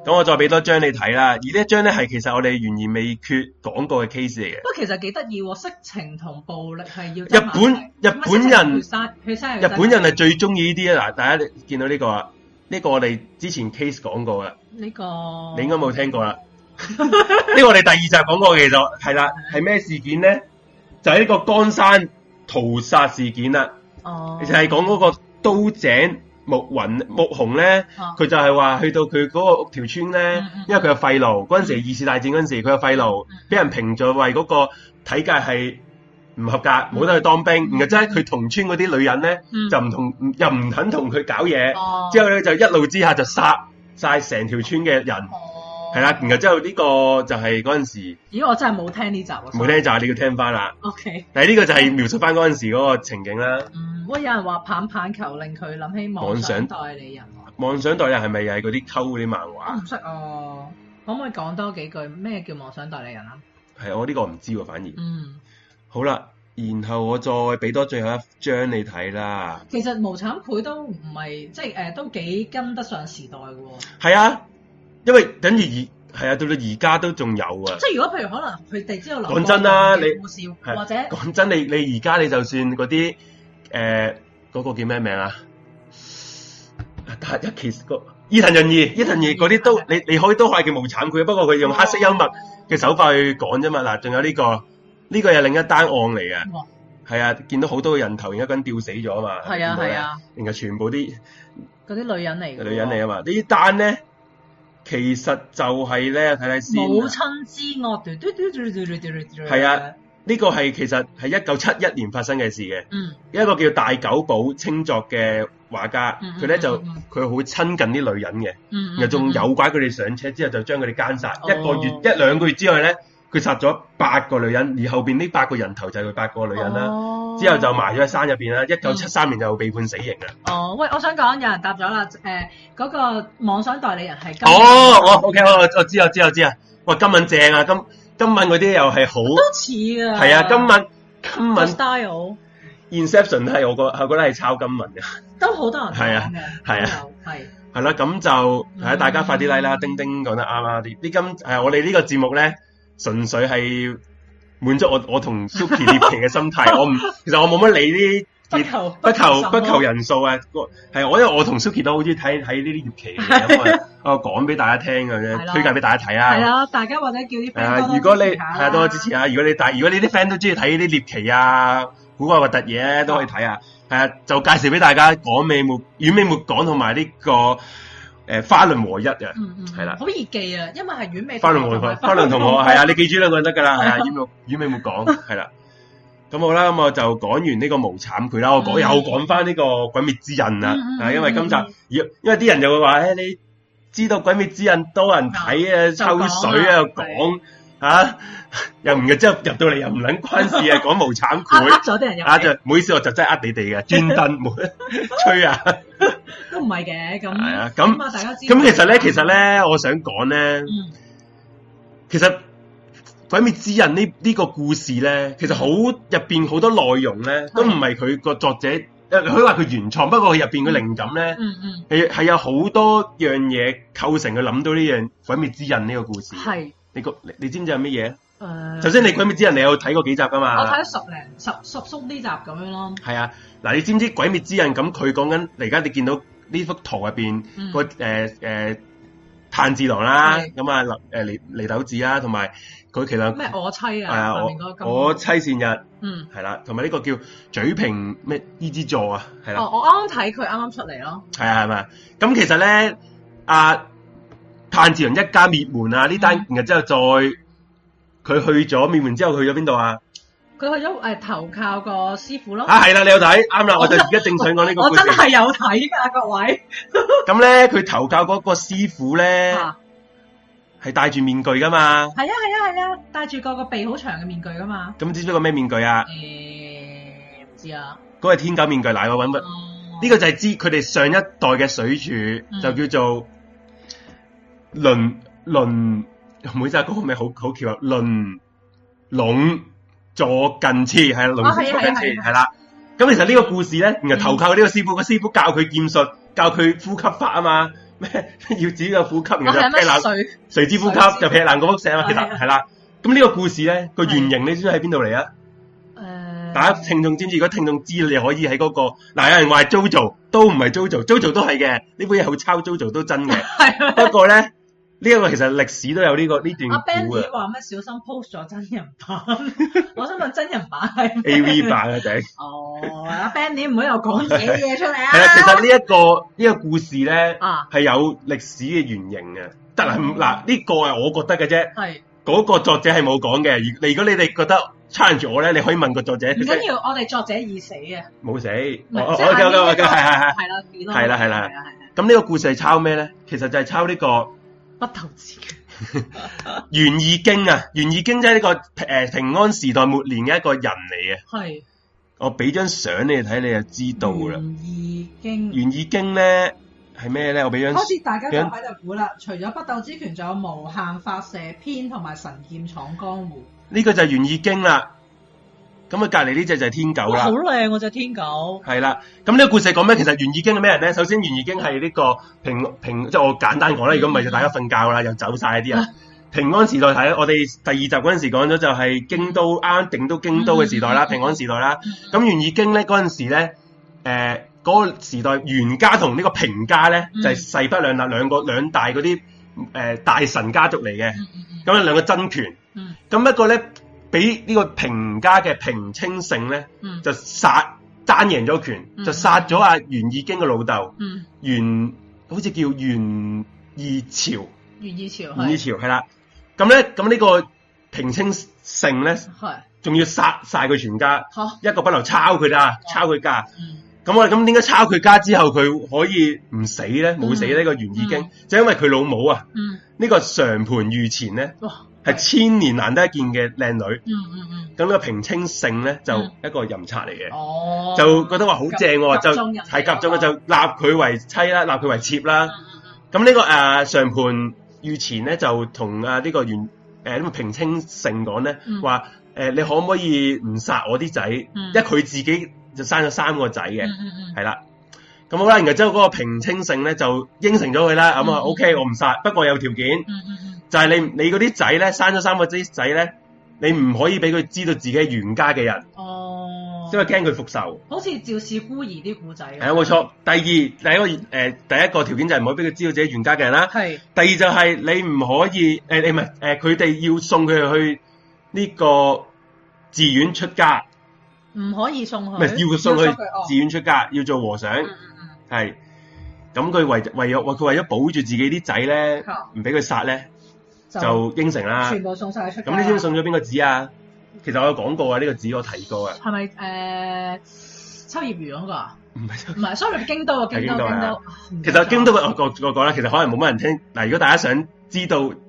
咁我再俾多張你睇啦。而呢一張咧係其實我哋懸而未決講過嘅 case 嚟嘅。
不過其實幾得意喎，色情同暴力係要
日
執埋
本
一齊
日本人
唔係色情血生血
日
生
本人係最中意呢啲啊！嗱，大家見到呢、個啊，呢、個我哋之前 case 講過啦，
呢個
(laughs) 你應該冇聽過啦。呢哦個我哋第二集講過嘅，其實係啦，係咩事件咧？就係、呢個江山屠殺事件啦。
哦，
就係講嗰個刀井木雲木紅咧，
啊
佢就係話去到佢嗰個條村咧
嗯嗯，
因為佢有肺痨，嗰陣時二次大戰嗰陣時佢有肺痨，俾人評咗為嗰個體格係唔合格，冇得去當兵。然後即係佢同村嗰啲女人咧，
嗯
就唔同又唔肯同佢搞嘢，
哦
之後咧就一怒之下就殺晒成條村嘅人，係
哦
啦。然後之後呢個就係嗰陣時
咦，我真係冇聽呢集喎，
冇聽就係你要聽翻啦。
O K，
但係呢個就係描述翻嗰陣時嗰個情景啦。
嗯，喂，有人話棒棒球令佢諗起妄想代理人喎，
妄想代理人係咪又係嗰啲溝嗰啲漫畫？
我唔識哦，可唔可以講多幾句咩叫妄想代理人啊？
系我呢個唔知喎，反而
嗯。
好啦，然後我再俾多最後一張你睇啦。
其實無產配都唔係即係誒、都幾跟得上時代嘅喎。
係啊，因為等於而係啊，到到而家都仲有啊
即。係如果譬如可能佢哋知道劉
講真啦
國華嘅
你
故事
係
或者
講真，你你而家你就算嗰啲诶嗰個叫咩名啊？但係一其個伊藤潤二，伊藤潤二嗰啲都你你可以都係叫無慘佢，不過佢用黑色幽默嘅手法去講啫嘛。嗱，仲有呢、個呢、個又另一單案嚟嘅，
哇
係啊，見到好多個人頭，然後一個人吊死咗啊嘛。
係啊
見到咧
係啊，
然後全部啲。
嗰啲女人嚟嘅喎
女人嚟啊嘛。呢單咧，其實就係咧，睇睇先
母
啊。
親之惡，嘟嘟嘟嘟嘟嘟嘟嘟
係啊，呢個係其實係一九七一年發生嘅事嘅。
嗯
一個叫大久保清作嘅畫家
嗯，嗯
佢咧就
嗯嗯
佢好親近啲女人嘅，
嗯，
然後仲
嗯
誘拐佢哋上車之後就將佢哋奸殺。
哦
一個月一兩個月之內咧，佢殺咗八個女人，而後邊呢八個人頭就係佢八個女人啦。
哦
之後就埋咗喺山入邊啦。一九七三年就被判死刑啊啦。
哦，喂，我想講有人答咗啦，誒、嗰、個妄想代理人係金
哦，我 OK，我我知我知我知啊。哇，今晚正啊，今今晚嗰啲又係好。
都似㗎，
係啊，今晚今
個
晚
style
Inception 係我個，我覺得係抄今文嘅，
都好多人
係啊
講嘅，
係啊
都有，係
係啦，咁就係啊，
嗯
大家快啲啊 like 啦，丁丁講得啱啦，呢呢今係我哋呢個節目咧，純粹係滿足我我同 Suki 獵情嘅心態。我唔其實我冇乜理呢
不
啲
求
不求
什麼
不求人數啊，個係我因為我同 Suki 都好中意睇睇呢啲獵
(laughs)
奇嘅嘢，咁啊我講俾大家聽嘅
係
啫，
啦
推介俾大家睇啊
係。啦，大家或者叫啲
係啊
friend 多，多
如果你
支持下
係
啦
啊多支持下，如果你大，如果你啲 friend 都中意睇呢啲獵奇啊、古怪核突嘢咧，都可以睇啊。係啊，就介紹俾大家港美末、遠美末港同埋呢個誒、呃花輪和一啊，
嗯嗯，
係啦
好易記啊，因為係丸尾
花輪和一花輪同學係啊，你記住兩個就得
(laughs)
㗎啦，係啊，遠美遠美末港係啦。咁好啦，咁我就講完呢個無慘佢啦，我講
嗯
又講翻呢個鬼滅之刃啦，
嗯嗯
啊，因為今集
嗯嗯
因因為啲人就會話誒你知道鬼滅之刃多人睇啊，
就講啦
抽水啊，又講吓，又唔即係入到嚟又唔撚關事啊，講無慘
呃 (laughs) 呃
佢
咗啲人入
啊，就
嚟，
唔好意思，我就真係呃你哋嘅，專登
(laughs)
冇吹啊，
都唔係嘅咁。
係啊咁
啊，大家知道
咁其實咧，其實，咧，我想講咧，
嗯
其實《鬼滅之刃》呢呢個故事咧，其實好入邊好多內容
嗯
咧，都唔係佢個作者，誒佢話佢原創，不過佢入邊嘅靈感咧。
嗯嗯，
係係有好多樣嘢構成佢諗到呢樣《鬼滅之刃》呢個故事。
係
你個你你知唔知係乜嘢？
誒，
首先你《鬼滅之刃》你有睇過幾集噶
嗯我
嘛？
睇咗十零十十叔呢集咁樣咯，
係啊，嗱，你知唔知《鬼滅之刃》咁佢講緊而家你見到呢幅圖入邊
嗯
個誒誒呃炭治郎啦，
係
咁啊誒離離豆子啦，同埋佢其實
咩我妻
係
啊，
啊
下面嗰個
我我妻善日
嗯，
係啦，同埋呢個叫嘴平咩伊之助啊，係啦
哦，。我啱啱睇佢啱啱出嚟咯，
係啊，係咪？咁其實咧，阿炭治郎一家滅門啊，呢單
嗯，
然後之後再佢去咗滅門之後去咗邊度啊？
佢去咗誒投靠個師傅咯。
啊，係啦，你有睇啱啦，我就而家正想講呢個
哦我
故事
真。係有睇㗎，各
(laughs)
位。
咁咧，佢投教嗰個師傅咧，
啊，
係戴住面具噶嘛？
係啊，係啊，係啊，戴住個個鼻好長嘅面具㗎嘛。
咁知唔知個咩面具
嗯
啊？
誒，唔知啊。
嗰個係天狗面具，嗱，我揾揾
哦
呢個就係知佢哋上一代嘅水柱
嗯
就叫做輪輪，唔好意思啊，嗰個名好好巧啊，輪籠坐近次係輪
哦
籠
係啊
坐近次
係啊係啊
係啦。咁其實呢個故事咧，然後投靠呢個師傅，個師傅教佢劍術，教佢呼吸法啊嘛，咩 (laughs) 要自己嘅呼吸，
我
然後
哦係
就劈
乜
爛
水？
垂之呼吸
垂直
就劈爛個輻射啊嘛，其
係
實
啊
係啦。咁呢個故事咧個
係
原型你知唔知喺邊度嚟啊？
誒，
大家聽眾知唔知？如果聽眾知，你可以喺嗰、個嗱，有人話係 JoJo 都唔係 JoJo，JoJo 都係嘅，呢本嘢好抄 JoJo 都真
(laughs)
嘅。(laughs)
係啊
不過咧，呢、一個其實歷史都有呢、個呢
阿
段啊古
Benny
嘅
話咩？小心 post 咗真人
(laughs)
版，我想問真人版係咩
A V 版啊，
(laughs)
頂
哦，阿 Benny 唔好又講自己啲嘢出嚟
係啦。其實
啊！
呢、一個呢、個故事咧
啊，
係有歷史嘅原型嘅。得啦，
嗯
唔嗱呢個係我覺得嘅啫，
係
嗰、個作者係冇講嘅。如如果你哋覺得 challenge 我咧，你可以問個作者。
唔緊要，我哋作者已死嘅，
冇死。
唔
我
係
我
即
OK
係
OK
阿
OK，係係係。
Benny 係啦，幾多
係啦係啦
係啦，
咁呢個故事係抄咩咧？其實就係抄呢、個。
不投資嘅，
《源義經》啊，《源義經》即係呢個诶平安時代末年嘅一個人嚟嘅。
係
我俾張相你哋睇，你就知道啦。
嗯已經
《源義經》咧係咩咧？我俾張
開始大家就喺度估啦。除咗北斗之拳，仲有無限發射篇同埋神劍闖江湖。
呢個就係《源義經》啦。咁啊，隔離呢只就係天狗啦。
靚喎只天狗。
係啦，咁呢個故事講咩？其實《源義經》係咩人咧？首先，《源義經》係呢個平平，即係我簡單講
嗯
啦。如果唔係就大家瞓覺啦，又走晒啲人。平安時代睇，我哋第二集嗰陣時講咗就係京都啱啱定都京都嘅時代啦，
嗯
平安時代啦。咁《源義經》咧嗰陣時咧，誒、嗰、個時代袁家同呢個平家咧、
嗯
就係勢不兩立，兩個兩大嗰啲誒大臣家族嚟嘅，
嗯嗯嗯
咁啊兩個爭權。
嗯
咁一個咧，俾呢個平家嘅平清盛咧
嗯
就殺單贏咗權，
嗯
就殺咗阿袁義經嘅老豆
嗯，
袁，好似叫袁義朝，
袁以朝
袁義
係
朝係啦。咁咧，咁呢個平清盛咧，
係
仲要殺晒佢全家，
嚇
一個不留抄佢
哦
啦，抄佢家。
嗯
咁我哋咁點解抄佢家之後佢可以唔死咧？冇死呢、個袁義經，
嗯
就因為佢老母啊，
嗯
呢、個常盤御前咧
哇
係千年難得一見嘅靚女。
嗯嗯嗯
咁呢個平清盛咧就
嗯
一個淫賊嚟嘅，
哦
就覺得話好正喎，就
夾中人哋
係夾咗佢就立佢為妻啦，立佢為妾
嗯
啦。
嗯嗯
咁呢、個誒常盤御前咧就同啊呢個袁誒呢個平清盛講咧
嗯
話誒你可唔可以唔殺我啲仔？
嗯
因為佢自己就生咗三個仔嘅。
嗯嗯嗯
系啦。咁好啦，然後之後嗰個平清盛咧就應承咗佢啦，咁啊
嗯
OK，我唔殺，不過有條件，
嗯嗯嗯
就係、你你嗰啲仔咧生咗三個仔仔咧，你唔可以俾佢知道自己係袁家嘅人，
哦，
因為驚佢復仇。
好似趙氏孤兒啲古仔咁。
係啊，冇錯。第二，第一個誒，第一個條件就係唔可以俾佢知道自己係袁家嘅人啦。
係
第二就係你唔可以誒、你唔係誒，佢哋要送佢去呢個寺院出家，
唔可以送
唔
佢，
係要佢送去
哦
寺院出家，要做和尚
嗯嗯
係。咁佢為為咗佢為咗保住自己啲仔咧
嚇，
唔俾佢殺咧，
嗯，
就應承啦。
全部送晒出街啦。
咁你知唔知送咗邊個紙啊？其實我有講過啊，呢、個紙我提過啊，
係咪誒秋葉原嗰個啊？
唔係。
唔係，sorry，京都啊，
係
京都，
京都
京
啊
都。
其實京都
(laughs)
嘅我講我講啦，其實可能冇乜人聽。嗱，如果大家想知道 (laughs)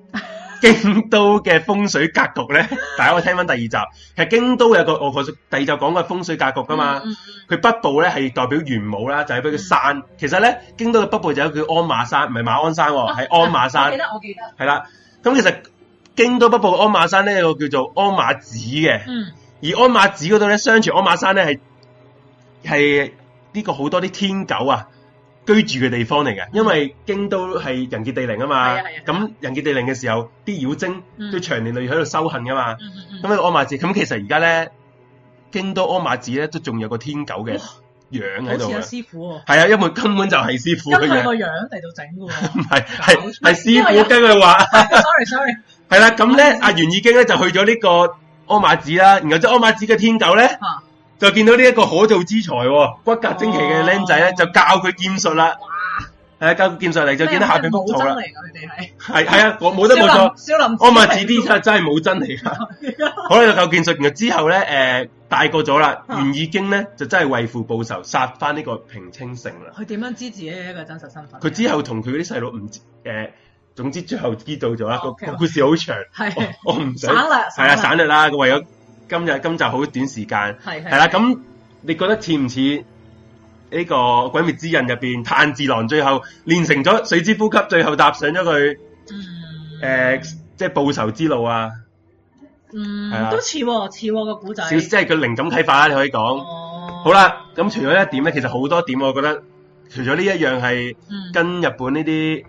京都嘅風水格局咧，大家可以聽翻第二集。其實京都有個我我第二集講過風水格局噶啊嘛。
嗯，嗯
佢北部咧係代表玄武啦，就係俾佢
嗯
山。其實咧，京都嘅北部就有叫安馬山，唔係馬鞍山
(laughs)
喎、哦係安馬
啊我
山
記。得，我記得。
係啦，咁其實京都北部嘅安馬山咧有個叫做安馬寺嘅。
嗯，
而鞍馬寺嗰度咧，相傳鞍馬山咧係係呢個好多啲天狗啊居住嘅地方嚟嘅，因為京都係人傑地靈啊嘛
嗯係啊係啊，
咁人傑地靈嘅時候，啲妖精
嗯
都長年累月喺度修行噶嘛，
嗯嗯
咁
嗯。
喺鞍馬寺，咁其實而家咧京都鞍馬寺咧都仲有個天狗嘅樣喺
好
度
似有
嘅，
師傅喎，
係啊，因為根本就係師傅
跟
嘅
佢個
樣，
樣嚟到整嘅
唔 (laughs)
喎。
係
搞
係
錯
係師
因為有哦
傅跟佢話。 (laughs)
Sorry，sorry。
系啦，咁咧，阿袁已經咧就去咗呢個鞍馬寺啦，然後即係鞍馬寺嘅天狗咧
啊，
就見到呢一個可造之才喎，骨骼精奇嘅僆仔咧，
哦
就教佢劍術啦。係啊，教佢劍術嚟就見到下邊幅圖
咩
啦
武僧。嚟㗎，佢哋
係
係。
係啊，我冇得冇錯，
少林
鞍馬寺啲真真係冇真啊嚟噶。好啦，就教劍術，然後之後咧，诶，大個咗啦，
啊
袁已經咧就真係為父報仇，殺翻呢個平清盛啦。
(laughs) 佢點樣知自己係一個真實身份？
佢之後同佢嗰啲細佬唔知诶，總之最後知道咗啦。個
OK，
個故事好長，
係
我我唔
省
想。
略，
係啊，省略啦。為咗今日今集好短時間，
係係
係啦。咁你覺得似唔似呢個《鬼滅之刃》入邊炭治郎最後練成咗水之呼吸，最後踏上咗佢
嗯
誒即係報仇之路啊？係
嗯
啊
都似喎，似喎個古仔
少。即係佢靈感啟發啦，你可以講。
哦
好，啦，咁除咗呢一點咧，其實好多點，我覺得除咗呢一樣係
嗯
跟日本呢啲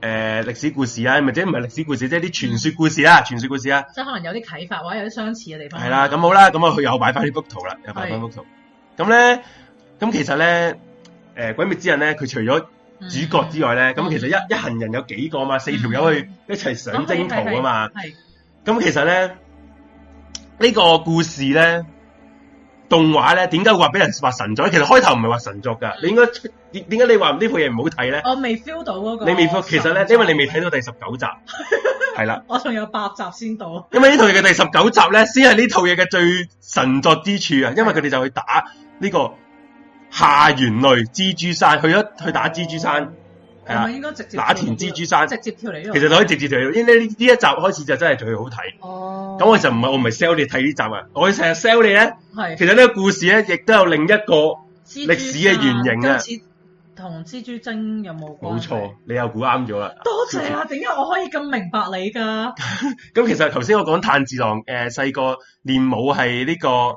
嗯，
誒歷史故事啊，或者唔係歷史故事，即係啲傳說故事
嗯
啦，傳說故事啊，
即係可能有啲啟發或者有啲相似嘅地方。
係啦，咁好啦，咁啊佢又擺翻呢幅圖啦，又擺翻幅圖。咁咧，咁其實咧，誒、鬼滅之刃》咧，佢除咗
嗯，
主角之外咧，咁、
嗯
其實一一行人有幾個嘛，四條友去一齊上征途啊嘛。
哦係，
咁其實咧，呢、呢個故事咧，動畫咧，點解會話俾人話神作咧？其實開頭唔係話神作噶，你應該點點解你話呢部嘢唔好睇咧？
我哦未 feel 到嗰個。
你未其實咧，因為你未睇，到第十九集，係啦。
我仲有八集先到。
因為呢套嘢嘅第十九集咧，先係呢套嘢嘅最神作之處啊！因為佢哋就去打呢個下元類蜘蛛山，去咗去打蜘蛛山，係
係
啦
咪應該直接
打田蜘蛛山
直接跳嚟呢度？
其實就可以直接睇到，因為呢呢一集開始就真係最好睇。
哦，
咁我其實唔係我唔係 sell 你睇呢集啊，我成日 sell 你咧，
係
其實呢個故事咧亦都有另一個
歷
歷史嘅原型啊
同蜘蛛精有冇關
冇
係？
錯，哦你又估啱咗啦。
多謝啊！點解我可以咁明白
(laughs)
你㗎？嗯
咁其實頭先我講炭治郎呃誒細個練武係呢個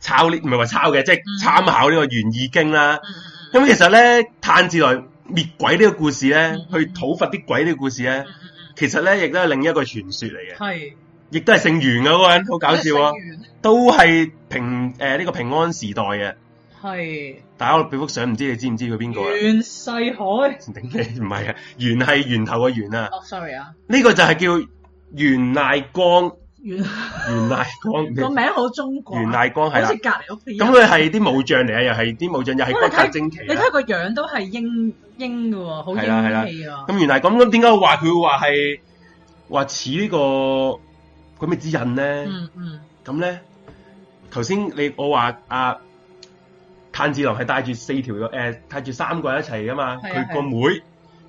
抄呢，唔係話抄嘅，即係
嗯
參考呢個《源義經》啦。
嗯嗯
咁其實咧，炭治郎滅鬼呢個故事咧
嗯，
去討伐啲鬼呢個故事咧
嗯，嗯嗯
其實咧亦都係另一個傳說嚟
嗯，
嘅，
係
亦都係姓袁嘅嗰個人，好搞笑
(laughs)
啊！都係平呃誒呢、個平安時代嘅，
係
大家我俾幅相，唔知你知唔知佢邊個啊？
袁世海。
(laughs) 頂你唔係啊，袁係源頭嘅源啊，
哦，sorry 啊，
呢、個就係叫袁賴光，
袁
袁賴光，
個名好中國啊，
袁賴光係
好
啦
似。隔離屋企人。
咁佢係啲武將嚟啊，又係啲武將，又係
哇
骨
你睇
骼精奇
你
啦。
睇個樣都係英英嘅喎，好
係啦係啦
英氣啊！
咁原來咁，咁點解我話佢話係話似呢個鬼滅之刃咧？
嗯嗯，
咁咧、頭先你我話啊，炭治郎係帶住四條誒、呃帶住三個人一齊噶嘛，
係啊
佢個妹，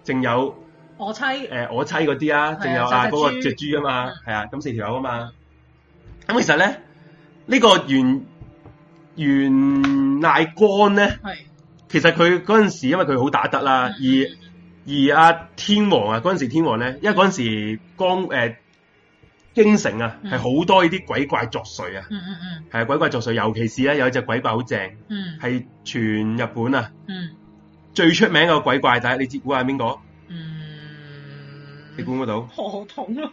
仲有
我妻
誒、呃我妻嗰啲啊，仲有啊
就隻
嗰個
豬嗯
隻豬啊嘛，係啊，咁四條友啊嘛。咁其實咧，呢、個原原賴光咧。
係
其實佢嗰陣時，因為佢好打得啦，
嗯
而而阿天王啊，嗰陣時天王咧，因為嗰陣時江誒、呃京城啊，
嗯
係好多呢啲鬼怪作祟啊，
嗯嗯嗯
係啊鬼怪作祟，尤其是咧有一隻鬼怪好正，
嗯
係全日本啊
嗯
最出名嘅鬼怪，但係你知估下係邊個？
嗯， (laughs)
你估唔估到？
何同啊？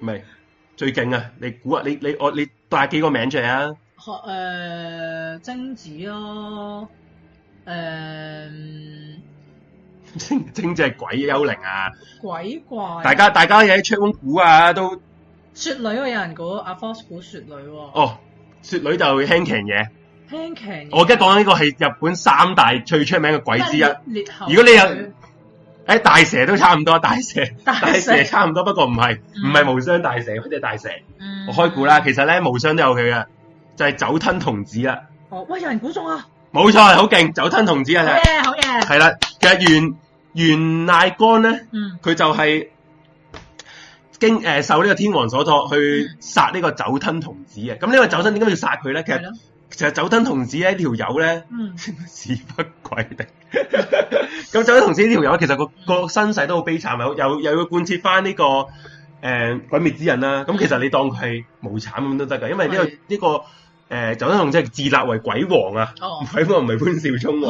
唔係最勁啊！你估下，你你我你帶幾個名出嚟啊？ (laughs)
學誒、呃、精子咯，呃誒、
精精只鬼幽靈啊！
鬼怪。
大家大家喺 check room 估啊，都
雪女喎，有人估阿 Force 估雪女喎、
哦，雪女就輕騎嘢。
輕騎。
我而家講緊呢個係日本三大最出名嘅鬼之一。誒、
一。裂口
如果你有大蛇都差唔多，大蛇
大
大
蛇
蛇差唔多，不過唔係唔
嗯
係無雙大蛇，嗰只大蛇。
嗯
我開估啦，其實咧無雙都有佢嘅，就係、酒吞童子啦。
哦，喂，有人估中啊！
冇錯，好勁，酒吞童子
好
啊！
嘢，好嘢。
係啦，其實原原賴干咧。
嗯
佢就係經誒、呃受呢個天王所託去
嗯
殺呢個酒吞童子啊嘅。咁呢個酒吞點解要殺佢咧？其
係
實
咯，
其實酒吞童子呢 (laughs) 條友咧
嗯
屎不鬼定。 (laughs) 咁酒吞童子呢條友其實個個身世都好悲慘，又又又要貫徹翻呢個誒、呃鬼滅之刃啦。咁其實你當佢係無慘咁都得㗎，因為呢、個
嗯係
呢、個誒、呃酒吞童子係自立為鬼王
(laughs)
啊，，
哦
鬼王唔係潘少聰
(laughs)
喎，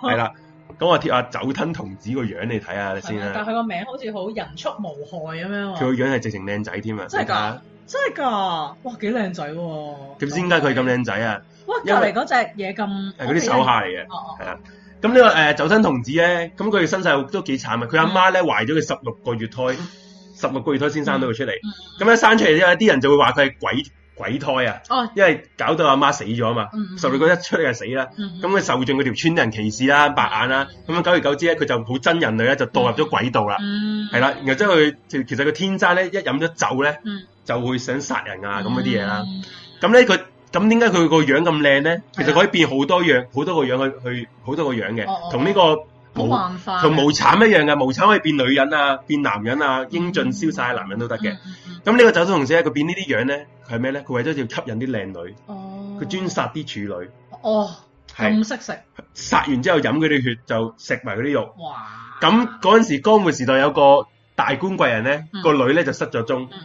係
係
啦。咁我貼下酒吞童子個樣你睇下先啦。
但係佢個名好似好人畜無害咁
佢
樣喎
個。樣係直情靚仔添啊！
哦真係㗎
你睇下？
真係㗎，哇幾靚仔喎！
咁先點解佢咁？靚仔啊？
哇，隔
因為
離嗰隻嘢咁
係嗰啲手下嚟嘅。
哦哦，
咁呢、個誒酒吞童子咧，咁佢嘅身世都幾慘啊！佢阿媽咧懷咗佢十六個月胎，
嗯
十六個月胎先生到佢出嚟。咁咧生出嚟之後，啲人就會話佢係鬼鬼胎啊，
哦，
因為搞到阿媽死咗啊嘛。
嗯
十六個一出嚟就死啦，
嗯
咁佢受盡佢條村人歧視啦、白眼啦，咁樣久而久之咧，佢就好憎人類咧，就墮入咗鬼道啦。
嗯
啊係啦，然後之後佢其其實佢天生咧一飲咗酒咧
嗯，
就會想殺人啊咁嗰啲嘢啦。
嗯
咁咧佢咁點解佢個樣咁靚
啊
咧？其實佢可以變好多樣，好多個樣去去好多個樣嘅
哦哦，
同呢個
好
無
幻化
同無慘一樣嘅，無慘可以變女人啊，變男人啊，英俊瀟灑嘅男人都得嘅。。
嗯嗯嗯
咁呢個酒同事咧，佢變呢啲樣咧，佢係咩咧？佢為咗要吸引啲靚女，
哦，
佢專殺啲處女，
哦，
係
咁識食，
殺完之後飲佢啲血就食埋佢啲肉。
哇！
咁嗰陣時江戶時代有個大官貴人咧，
嗯
個女咧就失咗蹤。
嗯嗯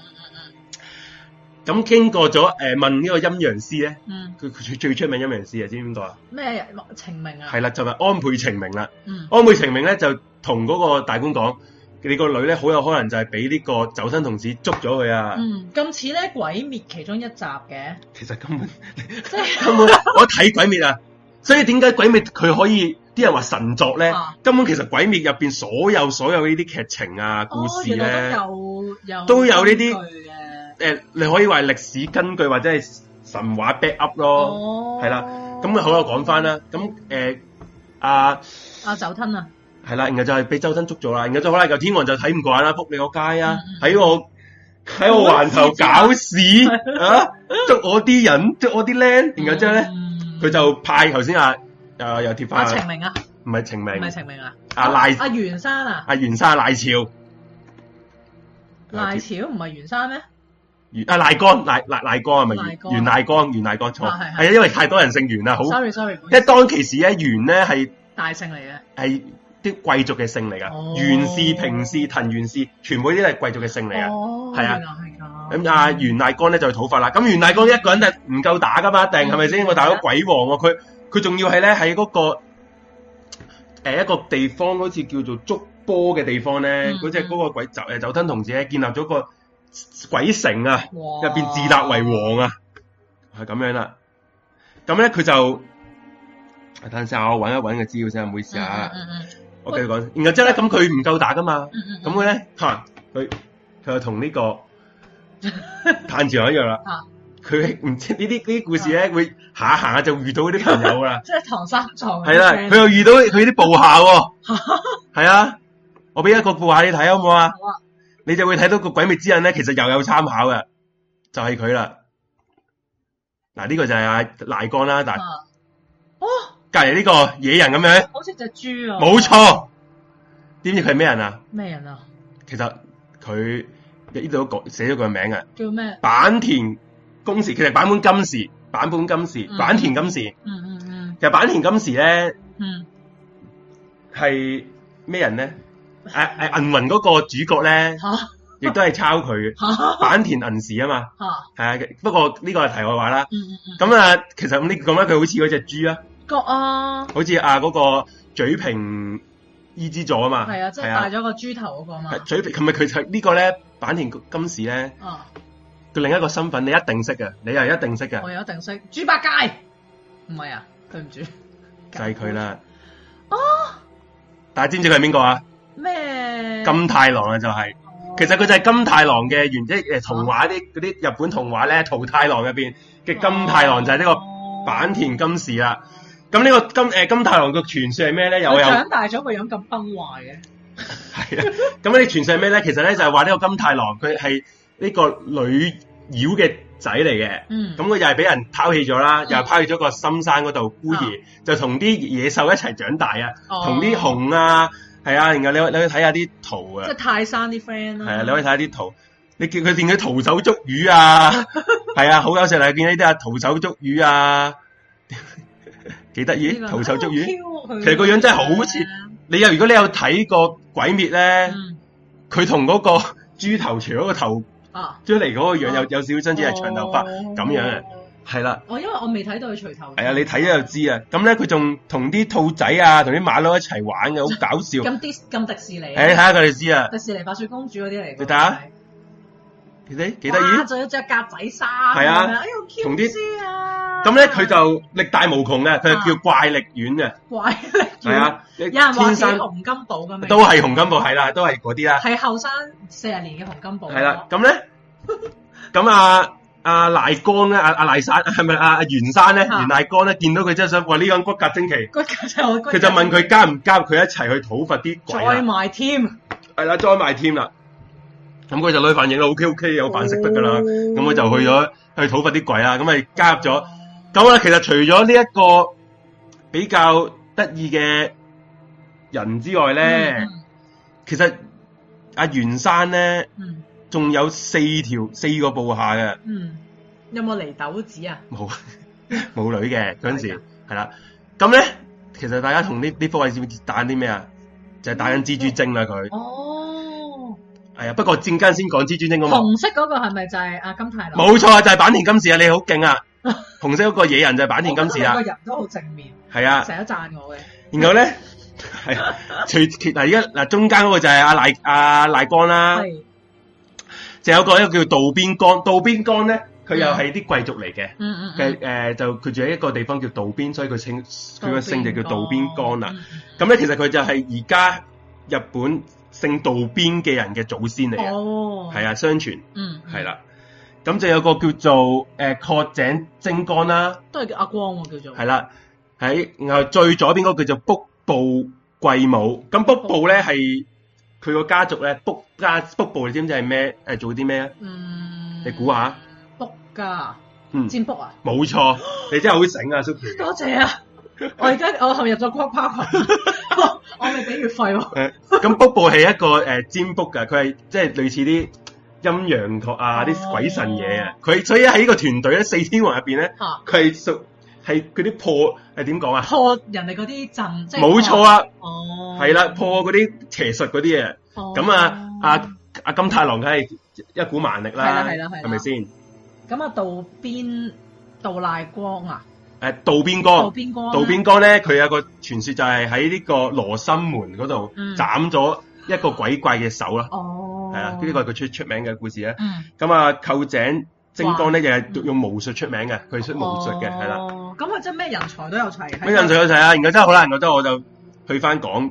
咁經過咗誒問呢個陰陽師咧，
嗯嗯
佢佢最最出名陰陽師啊，知唔知邊個啊？
咩情明啊？
係啦，就係、安倍晴明啦。
嗯
安倍晴明咧就同嗰個大官講：你個女咧好有可能就係俾呢個酒吞童子捉咗佢啊！
嗯，咁似咧鬼滅其中一
(laughs)
集嘅，
其實根本
即係
根本 (laughs) 我睇鬼滅啊，所以點解鬼滅佢可以啲人話神作咧？
啊
根本其實鬼滅入邊所有所有呢啲劇情啊故
哦，
事
原來
咧，
都有有
都有呢啲
根據嘅，
誒、你可以話係歷史根據或者係神話 back up 咯。
哦，
係啦咁啊好啦，講翻啦。咁誒啊。
阿酒吞啊，
係啦，然後就係俾周身捉咗啦，然後就好啦，由天王就睇唔慣啦，仆你個街啊
嗯嗯，
喺我喺我環頭搞事
(laughs)
啊，捉我啲人，捉我啲僆，然後之後咧，
嗯
佢就派頭先啊，誒又貼
阿
翻
晴
啊，
明啊，
唔係晴明
唔，係晴明啊，
阿賴
阿袁山啊，
阿袁山賴朝，
賴朝唔係袁山咩？
袁啊賴江賴賴賴江係咪
賴
袁
江
袁賴江袁賴江錯？
啊係係
係啊，因為太多人姓袁啦，好，因
sorry sorry，
為當其時咧袁咧係
大姓嚟嘅，
係啲貴族嘅姓嚟噶
哦，
袁氏、平氏、藤原氏，全部呢啲係貴族嘅姓嚟噶。
哦，
係啊
原來係咁，
咁啊，袁大江咧就去討伐啦。咁袁大江一個人就唔夠打噶嘛，一定係咪先？我大佬鬼王喎、佢佢仲要係咧喺嗰個誒、一個地方，好似叫做竹波嘅地方咧，
嗯
嗰只嗰個鬼酒誒酒吞童子咧建立咗個鬼城啊，
入
入邊自立為王啊，係咁樣啦。咁咧佢就等陣先啊，我揾一揾個資料先，唔好意思啊，
嗯嗯
我繼續講。然後之後咧，咁佢唔夠打噶嘛。
嗯嗯，
咁佢咧，嚇佢佢就同呢
(laughs)
個炭治郎一樣啦
啊。。
佢唔知呢啲呢啲故事咧，會行下行下就遇到嗰啲朋友啦
即係唐三藏
係啦，佢又遇到佢啲部下喎。係啊，我俾一個部下你睇好唔好啊？
好啊
你就會睇到個鬼滅之刃咧，其實又有參考嘅，就係佢啦。嗱，呢個就係阿賴江啦，但
啊哦，
隔離呢個野人咁樣，
好似隻豬啊，
冇錯。點知佢係咩人啊？
咩人啊？
其實佢呢度都講寫咗佢嘅名啊。
叫咩？
坂田公時，其實坂本金時，坂本金時，
嗯
坂田金時。
嗯嗯嗯
其實坂田金時咧
嗯，
係咩人咧？誒誒，銀魂嗰個主角咧，
吓
亦都係抄佢嘅
吓吓
坂田銀時啊嘛。
嗯
係啊，不過呢個係題外話啦。
嗯嗯，
咁啊，其實咁呢咁咧，佢好似嗰只豬啊，
角啊，
好似啊嗰個嘴平伊之助啊嘛。
係啊，即係戴咗個豬頭嗰個嘛哦
係，嘴平，係咪佢就係呢個咧？坂田金時咧，
啊，
佢另一個身份你一定識嘅，你又一定識嘅，
我有一定識豬八戒，唔係啊，對唔住，
就係佢。啦。
哦，
但係知唔知佢係邊個啊？
咩？
金太郎啊，就係、
哦
其實佢就係金太郎嘅原即係誒童話啲嗰啲日本童話咧，桃太郎入邊嘅金太郎就係呢個
哦
坂田金時啦。咁呢個金誒、金太郎嘅傳說係咩咧？又
佢
有
長大咗個樣咁崩壞嘅，
係啊，咁呢傳世咩咧？其實咧就係話呢個金太郎佢係呢個女妖嘅仔嚟嘅，
嗯，
咁佢又係俾人拋棄咗啦，
嗯啊
又係拋棄咗個深山嗰度孤兒，就同啲野獸一齊長大啊，
哦
同啲熊啊，係啊，然後你可你去睇下啲圖啊
即係，泰山啲 friend 啦。
係啊，你可以睇下啲圖，你見佢見佢徒手捉魚
(laughs)
啊，係啊，好有食啊，見呢啲啊徒手捉魚啊， (laughs) 幾得意
呢個，
徒手捉魚。
啊好 Q 啊佢
其實個樣真係好似你有如果你有睇過鬼滅咧？
嗯
佢同嗰個 (laughs) 豬頭除咗個頭
啊，
出嚟嗰個樣，
哦
有有少少真似係長頭髮，
髮
咁樣嘅係啦，
哦我因為我未睇到佢除頭。
係啊，你睇咗就知啊。咁咧，佢仲同啲兔仔啊，同啲馬騮一齊玩嘅，好搞笑。誒，
咁迪咁迪士尼
你
啊，
睇下佢哋知啊，
迪士尼白雪公主嗰啲嚟㗎。
你睇下你睇幾得意。
哇仲有着格仔衫。係
啊
哎呦
同
Q
啲
啲啊！
咁咧，佢就力大無窮嘅，佢
啊
係叫怪力丸啊，
怪
係，啊，
有人話
天
似
生
洪金寶咁樣，
都係紅金寶，係啦，都係嗰啲啦，
係後生四十年嘅洪金寶。
係啦。，咁
(laughs)
咧，咁啊。阿賴光咧，阿阿賴山 (laughs) 係咪阿阿袁山咧？
啊
袁賴光咧，見到佢真係想，哇！呢個人骨骼精奇，
佢就佢
佢就問佢加唔加入佢一齊去討伐啲鬼
再
啦，
埋添，
係啦，栽埋添啦。咁佢就女飯影啦，OK OK，有飯食得噶啦。咁
咁
佢就去咗去討伐啲鬼啊啦，咁咪加入咗。咁啊咧，其實除咗呢一個比較得意嘅人之外
嗯
咧，其實阿袁山咧
嗯，
仲有四條四個部下嘅，
嗯嗯，有冇嚟豆子啊？
冇 (laughs) 冇女嘅嗰陣
係㗎啊
時係啦。咁咧，其實大家同呢呢科位打緊啲咩啊？就係打緊蜘蛛精啦，
嗯
佢。
哦，
係啊，不過陣間先講蜘蛛精嗰幕，
紅色嗰個係咪就係阿金太郎？
冇錯啊，就係、坂田金時啊，你好勁啊！紅色嗰個野人就係坂田金時
(laughs) 我
啊
覺，得佢個人都好正面，
係啊，
成日都讚我嘅。
然後咧係啊
(laughs)
除其嗱而家嗱中間嗰個就係阿賴阿賴光啦，
係，
就有個一個叫渡邊光，渡邊光咧佢又係啲貴族嚟嘅。
嗯嗯嗯
嘅
嗯，
誒、就佢住喺一個地方叫渡邊，所以佢姓
哦
佢個姓就叫渡邊光啦。
嗯。
咁咧、其實佢就係而家日本姓渡邊嘅人嘅祖先嚟嘅，
哦，
係、，啊，相傳。
嗯，
係，啦。咁就有個叫做誒確井精光啦，
都係叫阿光喎，叫做
係啦，喺然後最左邊嗰個叫做卜部貴母。咁卜部咧係佢個家族咧，卜家卜部你知唔知係咩？誒做啲咩啊？
嗯，
你估下？
卜㗎，
嗯，
占卜啊！
冇錯，你真係好醒啊，Suki。
多謝啊！ (laughs) 我而家我陷入咗 group 群，
(laughs)
我我未俾月費喎。
誒 (laughs) 咁卜部係一個誒占卜㗎，佢係即係類似啲陰陽學啊、啲鬼神嘢啊。佢所以喺呢個團隊咧，四天王入邊咧，
嚇
佢係屬係嗰啲破係點講啊？
破人哋嗰啲陣，即係
冇錯啊！
哦，
係啦，破嗰啲邪術嗰啲嘢，
哦。
咁啊啊阿金太郎梗係一股蠻力啦，
係啦係啦係啦
係咪先？
咁啊，渡邊渡賴光啊，
誒渡邊
渡
哥，
邊光啊，
渡哦邊哥咧，佢有個傳說就係喺呢個羅生門嗰度
嗯
斬咗一個鬼怪嘅手啦，
哦，
係啊，呢個係佢出出名嘅故事啦。
嗯
咁啊，臼井精光咧又係
嗯
用巫術出名嘅，佢出巫術嘅係啦。
哦，咁啊，即係咩人才都有齊。
咁印象有齊啊，然後真係好啦，然後真係我就去翻講，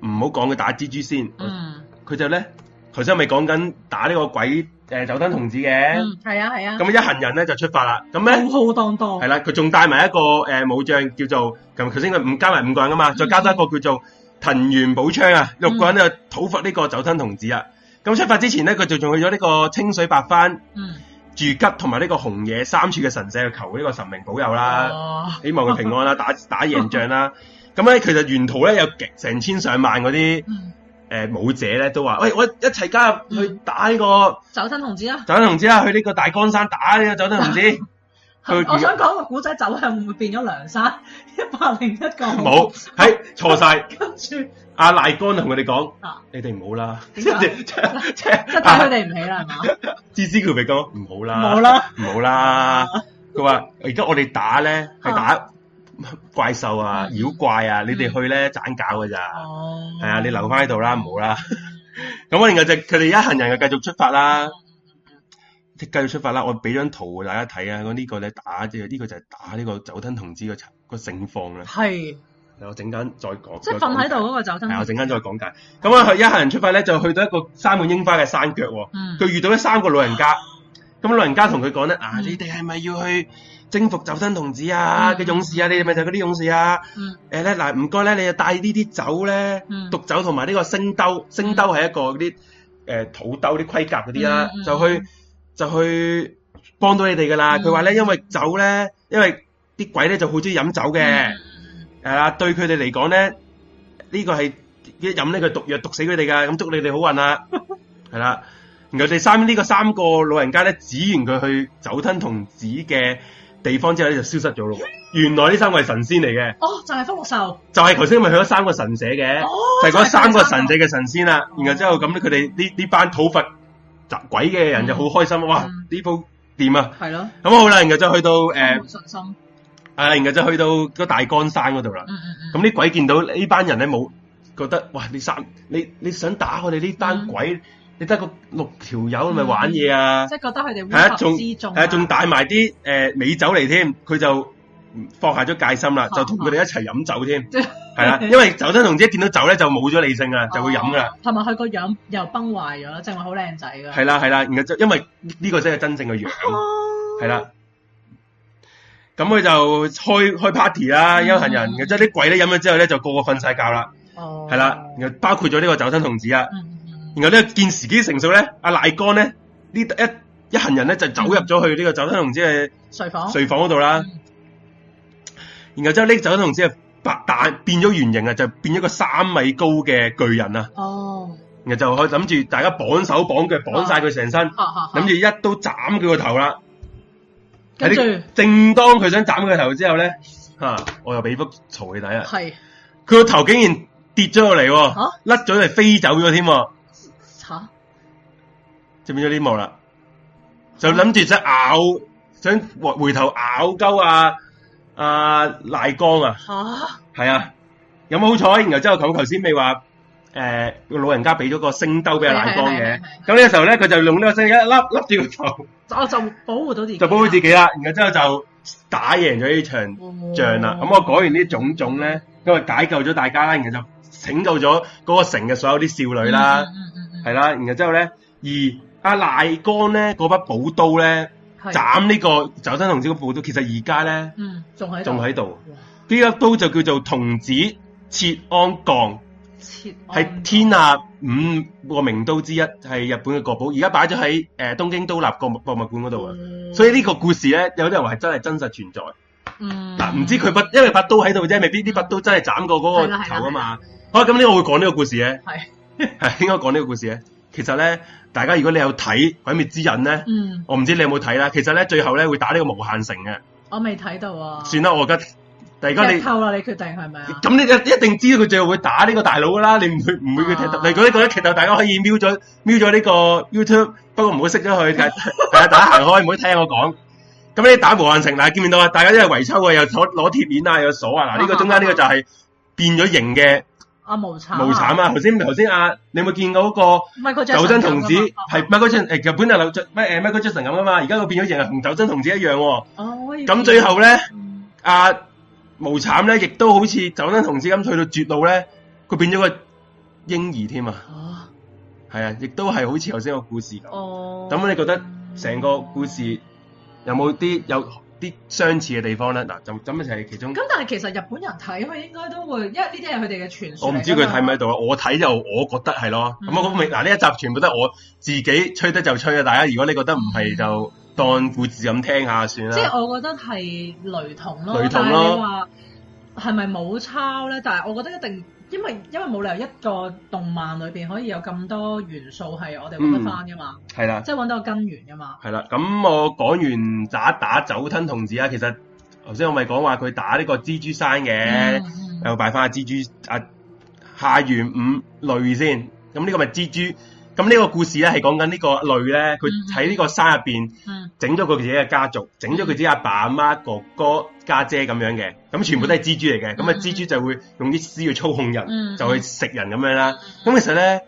唔好講佢打蜘蛛先，
嗯
佢就咧頭先咪講緊打呢個鬼誒酒吞童子嘅。
嗯，係啊係啊，
咁一行人咧就出發啦。咁咧
浩浩蕩蕩
係啦，佢仲帶埋一個誒、呃武將叫做，咁頭先佢五加埋五個人噶嘛，再加多一個叫做藤原寶昌啊，六個人咧討伐呢個酒吞童子啊。咁出發之前咧，佢就仲去咗呢個清水白番、
嗯
住吉同埋呢個紅野三處嘅神社去求呢個神明保佑啦，
哦
希望佢平安啦，打打贏仗啦。咁咧，其實沿途咧有極成千上萬嗰啲
嗯，
誒武者咧都話：喂，我一齊加入去打呢個
酒吞童子啊！
酒吞童子啦，去呢個大江山打呢個酒吞童子。佢
我想講個古仔走向會唔會變咗
(laughs)
梁山一百零一個？
(laughs) 冇，，喺錯晒。
跟住
阿賴光同佢哋講
啊：
你哋唔好啦，即
點
(laughs) 係
解
即係即
即係打
係。
佢哋唔起啦，係嘛？
芝芝佢咪講唔好啦，
冇，啦，
唔好啦。佢話：而家我哋打咧係打怪獸啊、
啊嗯
妖怪啊，你哋去咧盞搞㗎咋。
哦，
係啊，你留 (laughs)
嗯
翻喺度啦，唔好啦。咁我然後就佢哋一行人就繼續出發啦。即繼續出發啦！我俾張圖大家睇啊，咁呢個咧打即係呢個就係打呢個酒吞同志個情個盛況啦。啊
係，
我陣間再講，
即係瞓喺度嗰個酒
係我
吞，
啊陣間再講解。咁啊，一行人出發咧，就去到一個三滿櫻花嘅山腳喎。
嗯，
佢遇到咗三個老人家，咁老人家同佢講咧：啊，
嗯
你哋係咪要去征服酒吞童子啊
嗯
嘅勇士啊？你哋咪就係嗰啲勇士啊？
嗯
誒咧嗱，唔該咧，你就帶呢啲酒咧，
嗯
毒酒同埋呢個星兜，星兜係一個嗰啲誒土兜啲盔甲嗰啲啦
嗯嗯，
就去就去幫到你哋噶啦。
嗯
佢話咧，因為酒咧，因為啲鬼咧就好中意飲酒
嗯
嘅，係啦，對佢哋嚟講咧，呢個係一飲呢個毒藥毒死佢哋噶，咁祝你哋好運
(laughs)
啦，係啦。然後第三呢個三個老人家咧，指完佢去酒吞童子嘅地方之後咧，就消失咗咯喎。原來呢三個係神仙嚟嘅，
哦，就係福祿壽，
就係頭先咪去咗三個神社嘅。
哦，
就係嗰三個神
仔
社嘅神仙啦。然後之後咁咧，佢哋呢呢班討伐雜鬼嘅人就好開心，哇！
嗯
呢鋪掂啊！
係咯，
咁好啦，然後就去到
誒，
誒
信心，
啊，然後就去到個大江山嗰度啦。
嗯 (laughs) 嗯
咁啲鬼見到呢班人咧，冇覺得哇！你三你你想打我哋呢
嗯
班鬼，你得個六條友咪玩嘢啊
嗯，！即係覺得佢哋
係
烏
啊，
合
仲
之眾啊，
係啊，仲帶埋啲誒美酒嚟添，佢就嗯放下咗戒心啦，就同佢哋一齊飲酒添，係
(laughs)
啦，因為酒吞同志一見到酒咧就冇咗理性啊，就會飲噶啦。
哦，同埋佢個樣又崩壞咗，正話好靚仔噶，
係啦係啦，然後就因為呢個先係真
(laughs)
正嘅樣，
哦
係，啦。咁佢就開開 party 啦，
嗯
休閒人，然後即係啲鬼咧飲咗之後咧，就個個瞓晒覺啦，
哦，
係啦，然後包括咗呢個酒吞童子啊，
嗯，嗯嗯
然後呢個見時機成熟咧，阿賴江咧呢一一行人咧就走入咗去呢個酒吞童子
睡房
嘅，睡房嗰度啦，
嗯
然後之後呢個酒吞童子係白蛋變咗原形啊，就變咗個三米高嘅巨人啊，
哦，
然後就可以諗住大家綁手綁腳綁晒佢成身，
嚇嚇嚇
諗住一刀斬佢個頭啦。
跟住
喺呢正當佢想斬佢個頭之後咧，吓、我又俾幅嘈你睇啊！
係
佢個頭竟然跌咗落嚟喎，
嚇
甩咗嚟飛走咗添喎，
嚇，
就變咗呢幕啦。就諗住想咬，想回回頭咬鳩啊啊賴江啊，
吓，
係啊，有冇好彩？然後之後佢頭先咪話誒個老人家俾咗個星兜俾阿賴江嘅
係係係係，
咁呢個時候咧佢就用呢個星一笠笠住個頭，
我就保護到自己，啊
就保護自己啦。然後之後就打贏咗呢場。仗啦。咁我講完呢種種咧，因為解救咗大家啦，然後就拯救咗嗰個城嘅所有啲少女啦，
嗯，嗯嗯嗯
係啦，然後之後咧，而阿賴江咧嗰把寶刀咧
嗯，係，
斬呢個酒吞童子嗰把寶刀，其實而家咧
嗯，仲喺度
仲喺度。
哇
呢把刀就叫做童子切安鋼，
切
係天下五個名刀之一，係日本嘅國寶，而家擺咗喺
嗯
誒東京都立國博物館嗰度啊。所以呢個故事咧，有啲人話係真係真實存在。
嗯
嗱，唔知佢把，因為把刀喺度啫，未必啲把刀真係斬過嗰
係啦
個
係啦
頭啊嘛。好，咁呢個我會講呢個故事咧，
係
(laughs) 係應該講呢個故事咧。其實咧，大家如果你有睇《鬼滅之刃》咧，
嗯，
我唔知你有冇睇啦。其實咧，最後咧會打呢個無限城嘅。
我未睇到啊。
算啦，我而家，但而家
劇
你
透啦，你決定係咪啊？
咁你一一定知道佢最後會打呢個大佬噶啦，你唔會唔會去踢
啊
頭？你如果你覺得劇透，大家可以瞄咗瞄咗呢個 YouTube，不過唔好熄咗佢，係係啊，大家 (laughs) 行開，唔好聽我講。咁你打無限城嗱，見唔見到啊？大家因為圍抽啊，又攞攞鐵鏈啊，又鎖啊，嗱呢個中間呢個就係變咗形嘅
阿無慘，
無慘，啊！頭先頭先啊，你有冇見到嗰個？
唔係佢啊
酒真童子係 Michael Jackson 誒，日本係劉咩誒 Michael Jackson 咁啊嘛，而家佢變咗形係同酒真童子一樣喎。
哦，
咁最後咧，
嗯
阿、無慘咧，亦都好似酒吞童子咁去到絕路咧，佢變咗個嬰兒添啊，
啊
係啊，亦都係好似頭先個故事咁。
哦，
咁你覺得成個故事有冇啲有啲相似嘅地方咧？嗱，就咁就係其中，
咁但係其實日本人睇佢應該都會，因為呢啲係佢哋嘅傳說嚟㗎
我
嘛。
唔知佢睇唔睇到啊。我睇就我覺得係咯。咁
嗯
我明嗱呢一集全部都係我自己吹得就吹啊，大家如果你覺得唔係就當故事咁聽下算
嗯即
啦。
係我覺得係雷同咯，
雷同
但係你
咯
話係咪冇抄咧？但係我覺得一定，因為因為冇理由一個動漫裏邊可以有咁多元素係我哋揾得翻噶嘛，
係啦。
即係揾到個根源噶嘛。
係啦，咁我講完打打酒吞童子啊，其實頭先我咪講話佢打呢個蜘蛛山嘅，
嗯
又擺翻阿蜘蛛啊下元五類先，咁呢個咪蜘蛛，咁呢個故事咧係講緊呢個類咧，佢
嗯
喺呢個山入邊
嗯
整咗佢自己嘅家族，整咗佢自己阿爸阿媽哥哥家姐咁樣嘅，咁全部都係蜘蛛嚟嘅，咁啊
嗯
蜘蛛就會用啲絲去操控人，
嗯
就去食人咁樣啦。咁其實咧，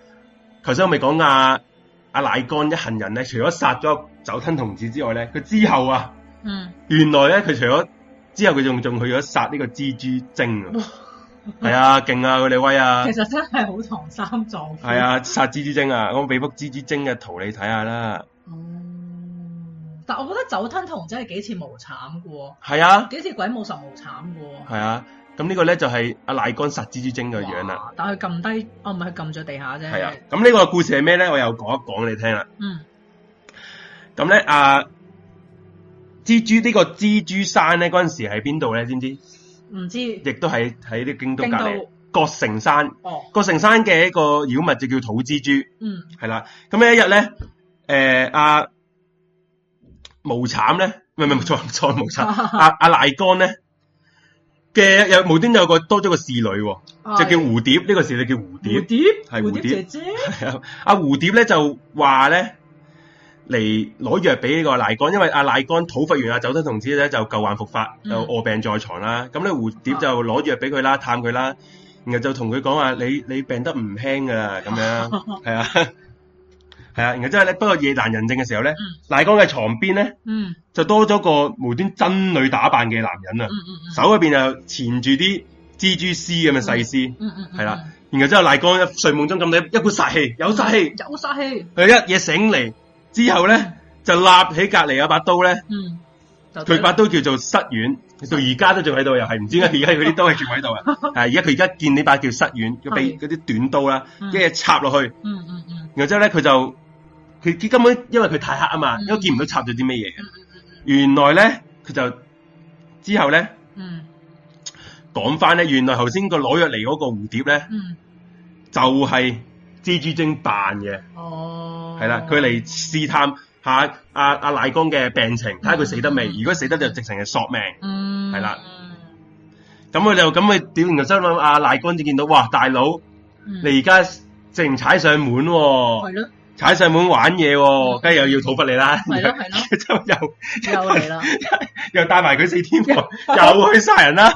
頭先我咪講啊，阿奶干一行人咧，除咗殺咗酒吞童子之外咧，佢之後啊，
嗯，
原來咧佢除咗之後佢仲仲去咗殺呢個蜘蛛
(laughs)
精啊，係啊，勁啊，佢哋威啊
嗯其，實真係好唐三藏。
係，啊，殺蜘蛛精啊，我俾幅蜘蛛精嘅圖你睇下啦，
哦，但我覺得酒吞童真係幾似無慘嘅喎，
係啊，
幾似鬼舞神無慘嘅喎。
係啊，咁呢個咧就係阿奶干殺蜘蛛精嘅樣啦，
哇但係佢撳低，哦唔係佢撳咗地下啫。
係啊，咁呢個故事係咩咧？我又講一講你聽啦。
嗯，
咁咧啊，蜘蛛呢、個蜘蛛山咧，嗰陣時喺邊度咧？知唔知？
唔知
亦都係喺呢個京都隔
京
離
都
葛城山。
哦，
葛城山嘅一個妖物就叫土蜘蛛，
嗯
係啦。咁呢一日咧，诶、啊，無慘咧，唔係唔係錯錯無慘，阿阿賴干咧嘅有無端有個多咗個侍女喎，就叫蝴蝶。呢、個侍女叫蝴蝶
蝴。蝶，
係
蝴
蝴
蝶姐
蝶
姐。
係啊，阿蝴蝶咧就話咧嚟攞藥俾呢個賴干，因為阿賴干討伐完阿酒吞童子咧就舊患復發，
嗯啊
就卧病在床啦。咁咧蝴蝶就攞藥俾佢啦，探佢啦，然後就同佢講話：你你病得唔輕噶啦，咁
(laughs)
樣係啊，係啊。然後之後咧，不過夜闌人靜嘅時候咧
嗯，
賴干嘅床邊咧
嗯
就多咗個無端真女打扮嘅男人啊
嗯，嗯嗯，
手入邊就纏住啲蜘蛛絲咁嘅細絲。
嗯嗯嗯
係啦，然後之後賴干一睡夢中咁到一股殺氣，有殺氣。
有殺氣，
佢一嘢醒嚟之後咧，就立起隔離有把刀咧，
嗯，就對
佢
啦
把刀叫做失丸，到而家都仲喺度，又係唔知點解而家佢啲刀係仲喺度
(laughs)
啊！係而家佢而家見呢把叫失丸，個
係
柄嗰啲短刀啦，
嗯
一嘢插落去，
嗯嗯嗯
然後之後咧佢就佢佢根本因為佢太黑啊嘛，
嗯
因為見唔到插咗啲咩嘢嘅，原來咧佢就之後咧
嗯
講翻咧，原來頭先個攞藥嚟嗰個蝴蝶咧
嗯，
就係、蜘蛛精扮嘅。
哦，
係啦，佢嚟試探下阿阿賴光嘅病情，睇下佢死得未。
嗯
如果死得就直情係索命。
嗯，
係啦，咁佢就咁佢屌，然後心諗阿賴光就見到，哇大佬，
嗯，
你而家淨踩上門喎，
係咯，
踩上門玩嘢喎，梗係又要討伐你啦。
係嗯咯，係咯，
(laughs) 之後又
又嚟啦，
又帶埋佢四天
(laughs)
王，又去殺人啦，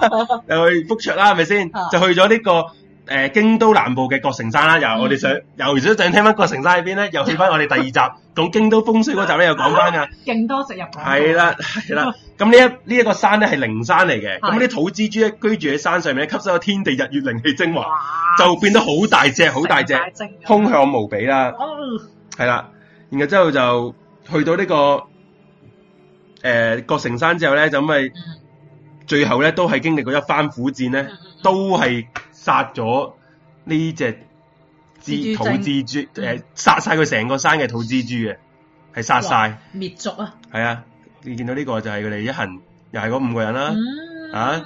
又去覆卓啦，係咪先？
哦啊
就去咗呢、個呃京都南部嘅葛城山啦。
嗯
又我哋想，又如果想聽翻葛城山喺邊咧，又去翻我哋第
(laughs)
二集講京都風水嗰集咧，又啊講翻㗎。
勁多食入廣告
係，啦，係啦。咁呢一呢一個山咧係靈山嚟
係
嘅，咁啲土蜘蛛咧居住喺山上面咧，吸收咗天地日月靈氣精華，
哇，
就變得好大隻，好大隻，
隻
兇悍無比啦。
哦，
係啦，然後之後就去到呢、個誒郭城山之後咧，就因為
嗯
最後咧都係經歷過一番苦戰咧，
嗯嗯
都係殺咗呢只
蜘
蜘
蛛
土蜘蛛誒殺晒佢成個山嘅土蜘蛛嘅，係殺晒。
滅族啊，
系啊，你見到呢個就係佢哋一行，又係嗰五個人啦，
嗯
啊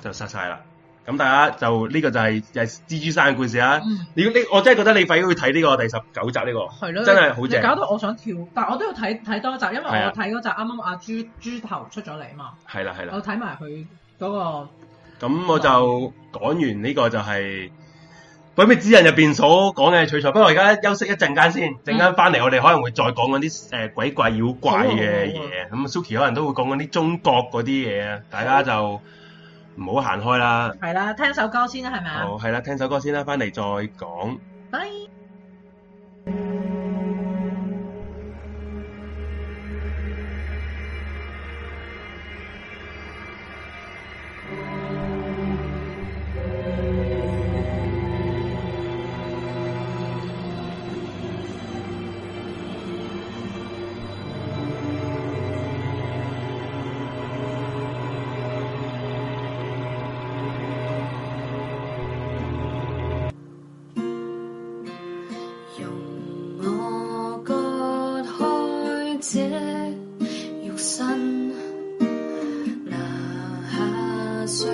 就殺晒啦。咁大家就呢、個就係就係蜘蛛山嘅故事啦。
嗯
你呢，我真係覺得你快啲去睇呢個第十九集呢、個，
係咯，
真係好正
你搞到我想跳，但我都要睇睇多集，因為我
係啊
睇嗰集啱啱阿豬豬頭出咗嚟嘛，
係啦係啦
我。睇埋佢嗰個
咁我就講完呢個就係《鬼滅之刃》入邊所講嘅取材。不過我而家休息一陣間
嗯
先，陣間翻嚟我哋可能會再講嗰啲誒鬼怪妖怪
好啊
嘅嘢。咁 Suki 可能都會講嗰啲中國嗰啲嘢啊，大家就唔好行開啦。
係啦，聽首歌先啦，係咪啊？
好，係啦，聽首歌先啦，翻嚟再講。
拜。
容我割開這肉身，拿下碎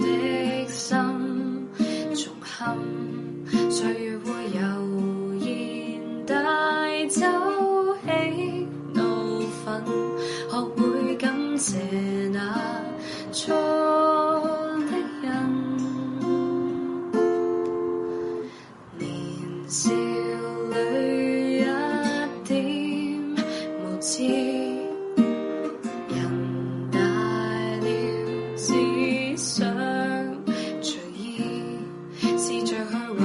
的心，重堪歲月會悠然帶走喜怒憤，學會感謝那初的人。年少裏一點無知，人大了只想隨意，試着去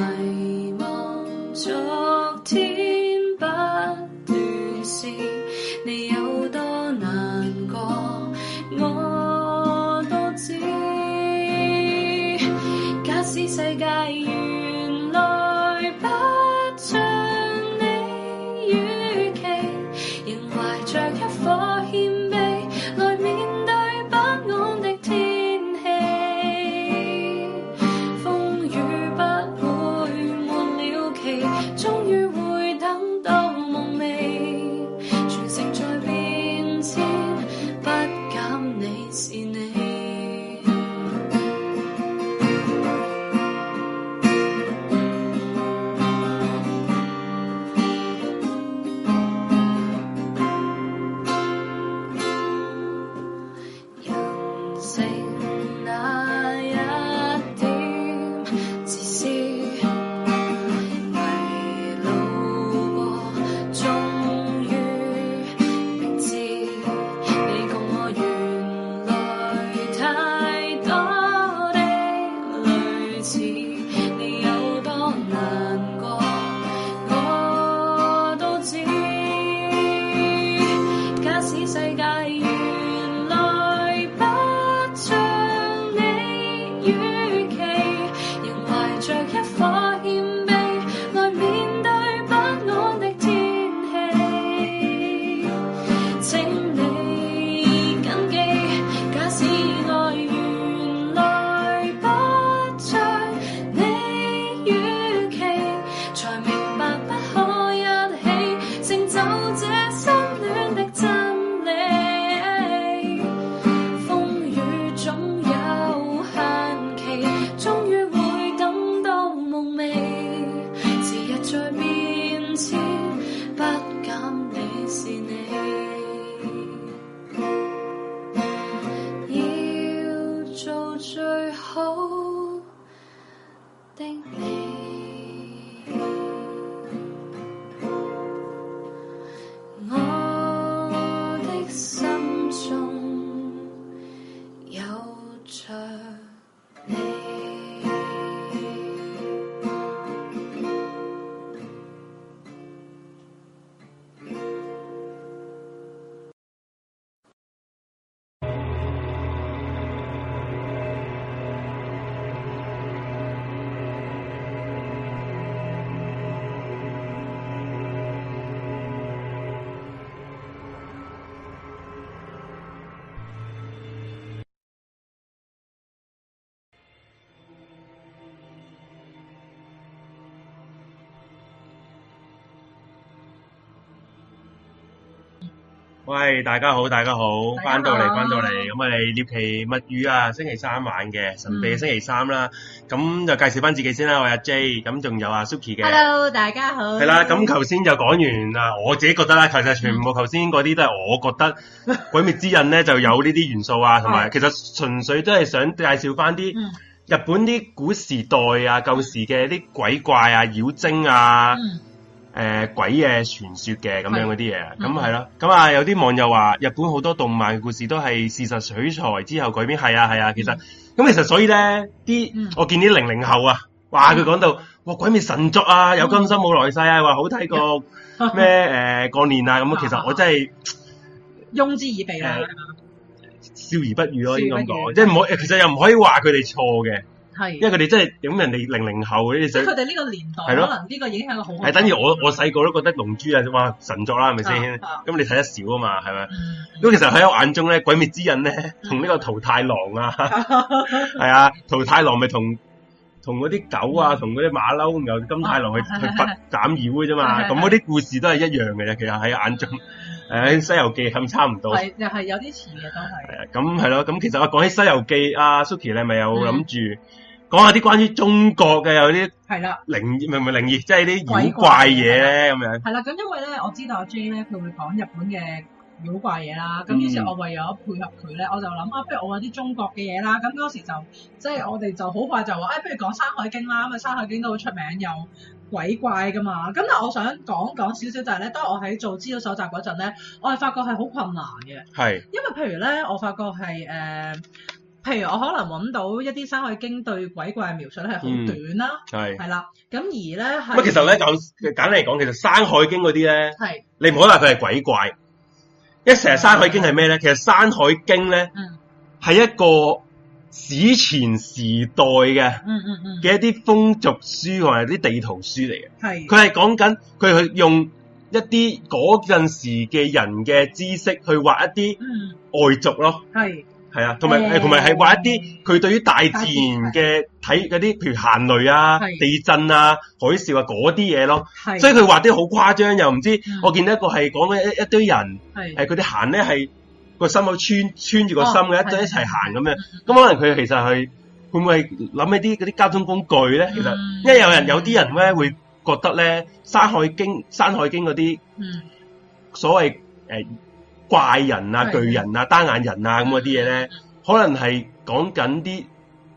使世界原來不像你預期，仍懷着一顆謙卑來面對不安的天氣。風雨不會沒了期，終於會等到夢寐。全城在變遷，不減你是你。人性那一點自私，迷路過，終於明知你共我原來太多的類似，你有多難過，我都知。假使世界原來不像你預期，仍懷着一顆謙卑來面對不安的天氣。請你謹記，假使愛原來不像你預期，才明白不可一起成就這相戀的真理。風雨總有限期，終於會等到夢寐。時日在變遷，不減你是你。要做最好的你。我的心中有着你。
喂，大家好，大家好，
大家好
翻到嚟，翻到嚟，咁我哋獵奇物語啊，星期三晚嘅神秘嘅
嗯
星期三啦，咁就介紹翻自己先啦，我係阿 J，咁仲有阿 Suki 嘅。
Hello，大家好。嗯
係啦，咁頭先就講完啦，我自己覺得啦，其實全部頭先嗰啲都係我覺得
(laughs)
《鬼滅之刃》咧就有呢啲元素啊，同埋其實純粹都係想介紹翻啲
嗯
日本啲古時代啊、舊時嘅啲鬼怪啊、妖精啊、誒、
嗯
呃鬼嘅傳說嘅咁樣嗰啲嘢，
嗯
咁係咯，咁啊有啲網友話日本好多動漫故事都係事實取材之後改編，係啊係啊，其實咁其實所以咧啲、
嗯
我見啲零零後啊，哇佢講到哇鬼滅神作啊，
嗯
有今生冇來世啊，話好睇過
(laughs)
咩誒、呃、過年啊咁，其實我真係
庸之以鼻啦，
笑而不語咯，應該
笑而
咁
不語
講，即係唔可以其實又唔可以話佢哋錯嘅，
係。
因為佢哋真係咁人哋零零後嗰
(laughs)
啲
即係
想
佢。哋呢個年代，
係咯
可能呢個已經係一個好
係等於我我細個都覺得《龍珠》啊，哇神作啦，係咪先？
啊啊
咁你睇得少啊嘛，係咪？
嗯
咁其實喺我眼中咧，《鬼滅之刃》咧，同呢個桃太郎啊，
(laughs)
係啊，桃太郎咪同同嗰啲狗啊，同嗰啲馬騮，然後金太郎去
哦
去拔斬妖嘅啫
(laughs)
嘛。
係係
咁嗰啲故事都係一樣嘅啫，其實喺
(laughs)
眼中，誒《西遊記》咁差唔多。係
係又係有啲似嘅都係。
啊，咁係咯，咁其實我講起《西遊記》，啊阿 Suki 你咪有
嗯
諗住講下啲關於中國嘅有啲
係啦，
靈異，唔係唔係靈異，即係啲
鬼
妖
怪
怪嘢咧咁樣。
係啦。咁因為咧，我知道阿 J 咧，佢會講日本嘅妖怪嘢啦。咁
嗯
於是，我為咗配合佢咧，我就諗啊，不如我揾啲中國嘅嘢啦。咁嗰時就即係我哋就好快就話，哎誒，不如講《山海經》啦。咁啊，《山海經》都好出名，又鬼怪噶嘛。咁但係我想講講少少就係咧，當我喺做資料搜集嗰陣咧，我係發覺係好困難嘅。
係。
因為譬如咧，我發覺係誒、呃譬如我可能揾到一啲《山海經》對鬼怪嘅描述咧係好
嗯
短啦，
係。
係啦、咁而咧係
咁啊其實咧，簡簡單嚟講，其實《山海經》嗰啲咧，
係
你唔好話佢係鬼怪。一成日《山海經》係咩咧？其實《山海經》咧
嗯
係一個史前時代嘅
嗯嗯嗯，
嘅一啲風俗書同埋啲地圖書嚟嘅。
係
佢係講緊佢去用一啲嗰陣時嘅人嘅知識去畫一
嗯
啲外族咯，
係
係啊，同埋
嗯
誒同埋係畫一啲佢對於大自然
大自然
嘅睇嗰啲，譬如行雷啊、
係
地震啊、海嘯啊嗰啲嘢咯。
係，
所以佢畫啲好誇張，又唔知
嗯
我見到一個係講緊一一堆人。
係
誒佢哋行咧係個心口穿穿住個心
哦
嘅，一
係啊
一齊行咁樣。咁可能佢其實係會唔會係諗起啲嗰啲交通工具咧？其實
嗯
因為有人有啲人咧會覺得咧《山海經》《山海經》嗰啲
嗯
所謂誒、呃怪人啊、
係嗯
巨人啊、單眼人啊咁嗰啲嘢咧，可能係講緊啲。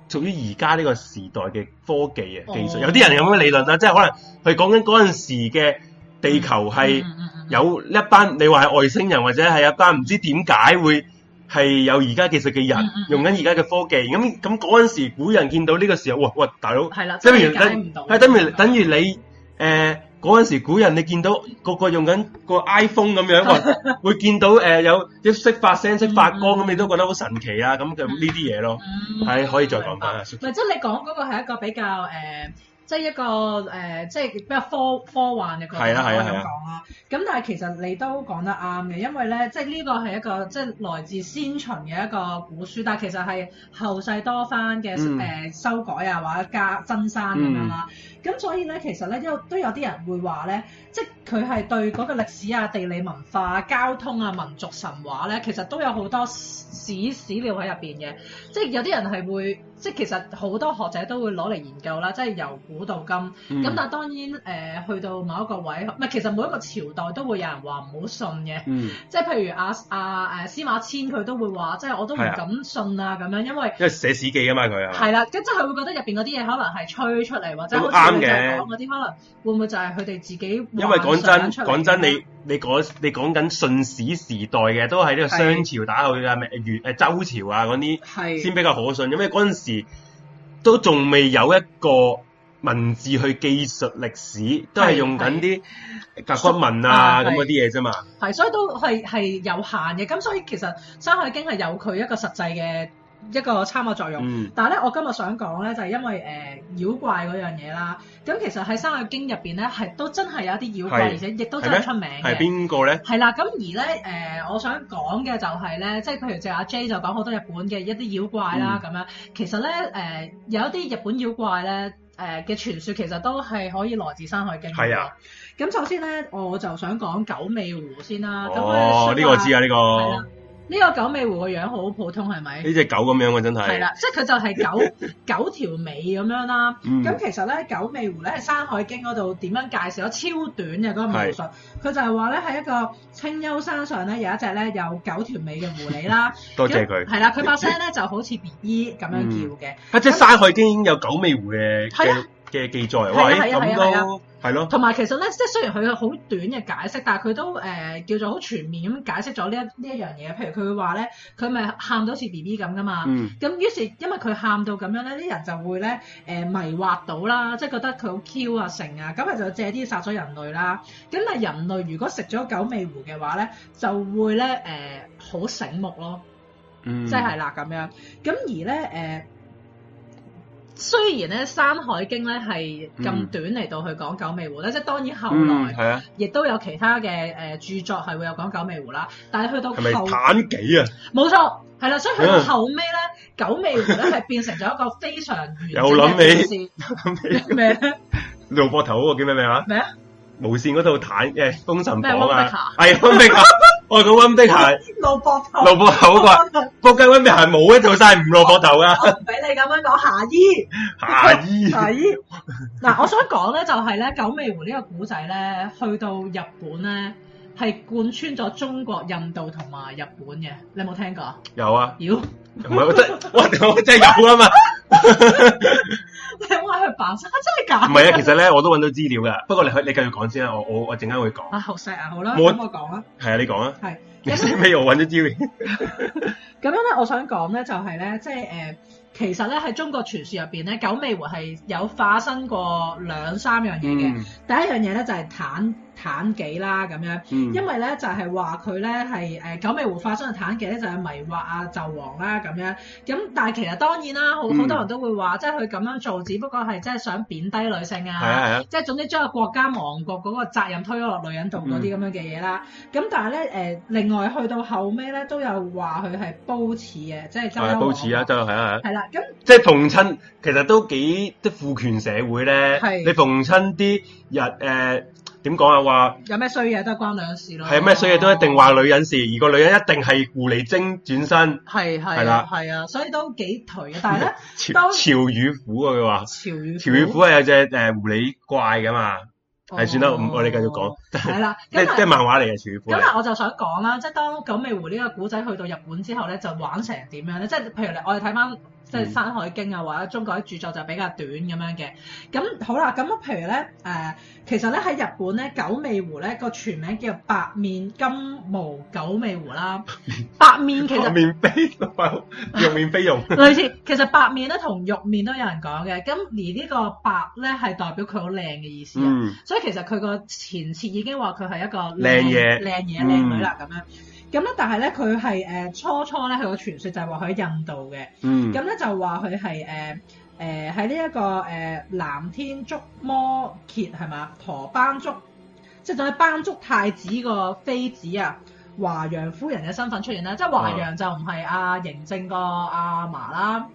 屬於而家呢個時代嘅科技啊技術，
哦
有啲人有咁嘅理論啦，啊即係可能佢講緊嗰陣時嘅地球係
嗯嗯嗯嗯
有一班你話係外星人或者係一班唔知點解會係有而家技術嘅人、
嗯嗯
用緊而家嘅科技，咁咁嗰陣時古人見到呢個時候，哇哇大佬，
係啦，
即係
真
譬
係
如
解
等
唔到，
係等於等於你誒嗰陣時古人你見到個個用緊個 iPhone 咁樣，
(laughs)
哇會見到誒、呃有啲識發聲識發光咁，你都覺得好神奇啊！咁咁呢啲嘢咯，
嗯
係可以再講翻啊。
唔係，即係你講嗰個係一個比較誒、呃即係一個誒、呃即係比較科科幻嘅角度
係啊係啊
可以
係啊
咁講啦。咁但係其實你都講得啱嘅，因為咧，即係呢個係一個即係來自先秦嘅一個古書，但係其實係後世多番嘅
嗯
誒修改啊，或者加增刪咁樣啦。
嗯
咁、所以咧，其實咧，因為都有啲人會話咧，即係佢係對嗰個歷史啊、地理文化啊、交通啊、民族神話咧，其實都有好多史史料喺入邊嘅。即係有啲人係會，即係其實好多學者都會攞嚟研究啦，即係由古到今。咁、
嗯
但係當然誒、呃去到某一個位，唔係其實每一個朝代都會有人話唔好信嘅。
嗯，
即係譬如阿阿誒司馬遷佢都會話，即係我都唔
係啊
敢信啊咁樣，因為
因為寫史記啊嘛，佢啊，
係啦，咁即係佢會覺得入邊嗰啲嘢可能係吹出嚟，或者
咁
好似你
啱嘅
就係講嗰啲可能會唔會就係佢哋自己
因為講真
幻想出嚟
講真，
咁樣
你你講你講緊信史時代嘅，都係呢個商朝打後啊，咩元誒周朝啊嗰啲
係
先比較可信，因為嗰陣時都仲未有一個文字去記述歷史，都係用緊啲甲骨文啊
係
咁嗰啲嘢啫嘛。
係，所以都係係有限嘅。咁所以其實《山海經》係有佢一個實際嘅一個參考作用。
嗯，
但係咧，我今日想講咧，就係、因為誒、呃妖怪嗰樣嘢啦。咁其實喺《山海經》入邊咧，係都真係有一啲妖怪，
係
而且亦
係
都真
咩
係出名
係
嘅。
邊個咧？
係啦，咁而咧誒、呃我想講嘅就係咧，即係譬如就阿 J 就講好多日本嘅一啲妖怪啦，
嗯
咁、樣其實咧誒、呃有一啲日本妖怪咧誒嘅傳說其實都係可以來自《山海經》嘅
係啊。
咁首先咧，我就想講九尾狐先啦。咁
哦，呢個我知
啊。
啊，呢
係
個
啦，呢個九尾狐個樣好普通係咪？
呢只狗咁樣嘅真
係
係。
啦，即係佢就係九
(laughs)
九條尾咁樣啦。
嗯
咁其實咧，九尾狐咧喺《山海經》嗰度點樣介紹咗超短嘅嗰個描述，佢就係話咧喺一個清幽山上咧有一隻咧有九條尾嘅狐狸啦。
(laughs) 多謝佢
咁。係啦，佢把聲咧就好似 B B 咁樣叫嘅，
啊，即係《山海經》已經有九尾狐嘅
係啊
嘅嘅記載啊，
係啊
哇！
係啊
咦咁
係啊
都係咯。
同埋其實咧，即係雖然佢好短嘅解釋，但係佢都誒、呃叫做好全面咁解釋咗呢一呢一樣嘢。譬如佢會話咧，佢咪喊到好似 B B 咁噶嘛。
嗯，
咁於是因為佢喊到咁樣咧，啲人就會咧誒、迷惑到啦，即係覺得佢好 Q 啊成啊，咁佢就借啲殺咗人類啦。咁但係人類如果食咗九尾狐嘅話咧，就會咧誒好醒目咯，
嗯
即係啦咁樣。咁而咧誒、雖然咧《山海經》咧係咁
嗯
短嚟到去講九尾狐咧，即係當然後
嗯，
來
係啊，
亦都有其他嘅誒、著作係會有講九尾狐啦，但係去到
係咪
後
坦幾啊？
冇錯，係啦，所以去到
嗯
後尾咧，九尾狐咧係變成咗一個非常完整
又諗
嘅故事 (laughs) 咩咧？
盧博頭嗰個叫咩名啊？
咩啊？
無線嗰套坦誒封神榜
咩溫碧
啊
霞，
係溫碧
(laughs)
霞，我係講溫碧霞，
露膊頭，
盧博頭嗰個啊，
我
仆街溫碧霞冇一做晒唔露膊頭啊，
(laughs) 唔俾你咁樣講夏衣。
(laughs) 夏衣，
係咦嗱，我想講咧就係咧，九尾狐呢個古仔咧，去到日本咧係貫穿咗中國、印度同埋日本嘅，你有冇聽過啊？
有啊，
妖， (laughs)
唔係我真，我我真係有啊嘛，
你有冇去扮生？啊真係假？
唔係啊，其實咧我都揾到資料噶，不過你去你繼續講先啊啦，我我我陣間會講，
啊，好細啊，好啦，咁
我 (laughs)
我講啦，
係啊，你講啊，
係。
你識 (laughs) 咩？我揾咗資
(laughs)
料，
咁樣咧，我想講咧就係咧，即係誒、呃其實咧喺中國傳說入邊咧，九尾狐係有化身過兩三樣嘢嘅。
嗯，
第一樣嘢咧就係坦妲己啦咁樣。
嗯
因為咧就係話佢咧係誒九尾狐化身嘅妲己咧就係迷惑啊紂王啦咁樣，咁但係其實當然啦，好
嗯
好多人都會話，即係佢咁樣做，只不過係即係想貶低女性
係啊
啊，
係啊，
即係總之將個國家亡國嗰個責任推咗落女人度嗰啲咁樣嘅嘢啦。
嗯
咁但係咧誒，另外去到後尾咧都有話佢係褒姒嘅，即係周
係啊
幽
褒姒啊，
王。
真係係啊係啊，
係啦，咁
即係逢親其實都幾即係父權社會咧
係，
你逢親啲人誒點講啊話。
有咩衰嘢都係關女人事咯。
係咩衰嘢都一定話女人事，而個女人一定係狐狸精轉身，
係
係
係
啦
啊係啊，所以都幾頹嘅。但係
(laughs)
咧
潮
當
潮與虎啊！佢話
潮語哦
潮與虎係有隻誒狐狸怪噶嘛，啊係算啦，唔我哋繼續講，
係啦，
(laughs) 即係
咁
即係
啊
漫畫嚟嘅潮與虎
咁
係，
啊，我就想講啦，即係當九尾狐呢個古仔去到日本之後咧，就玩成點樣咧？即係譬如你我哋睇翻即係
嗯
《山海經》啊，或者中國啲著作就比較短咁樣嘅。咁好啦，咁譬如咧誒、呃其實咧喺日本咧，九尾狐咧個全名叫白面金毛九尾狐啦。白面其
白
實
面飛 (laughs) 用面飛
(laughs)
用，
類似，其實白面咧同玉面都有人講嘅。咁而呢個白咧係代表佢好靚嘅意思啊。
嗯，
所以其實佢個前設已經話佢係一個
靚嘢
靚嘢
嗯
靚女啦咁樣。咁咧，但係咧，佢係誒初初咧，佢個傳說就係話佢喺印度嘅。
嗯，
咁咧就話佢係誒誒喺呢一個誒、呃、藍天竺摩羯係嘛，陀班竺，即係仲係班竺太子個妃子啊。華陽夫人嘅身份出現啦，即係華陽就唔係阿嬴政個阿嫲啦，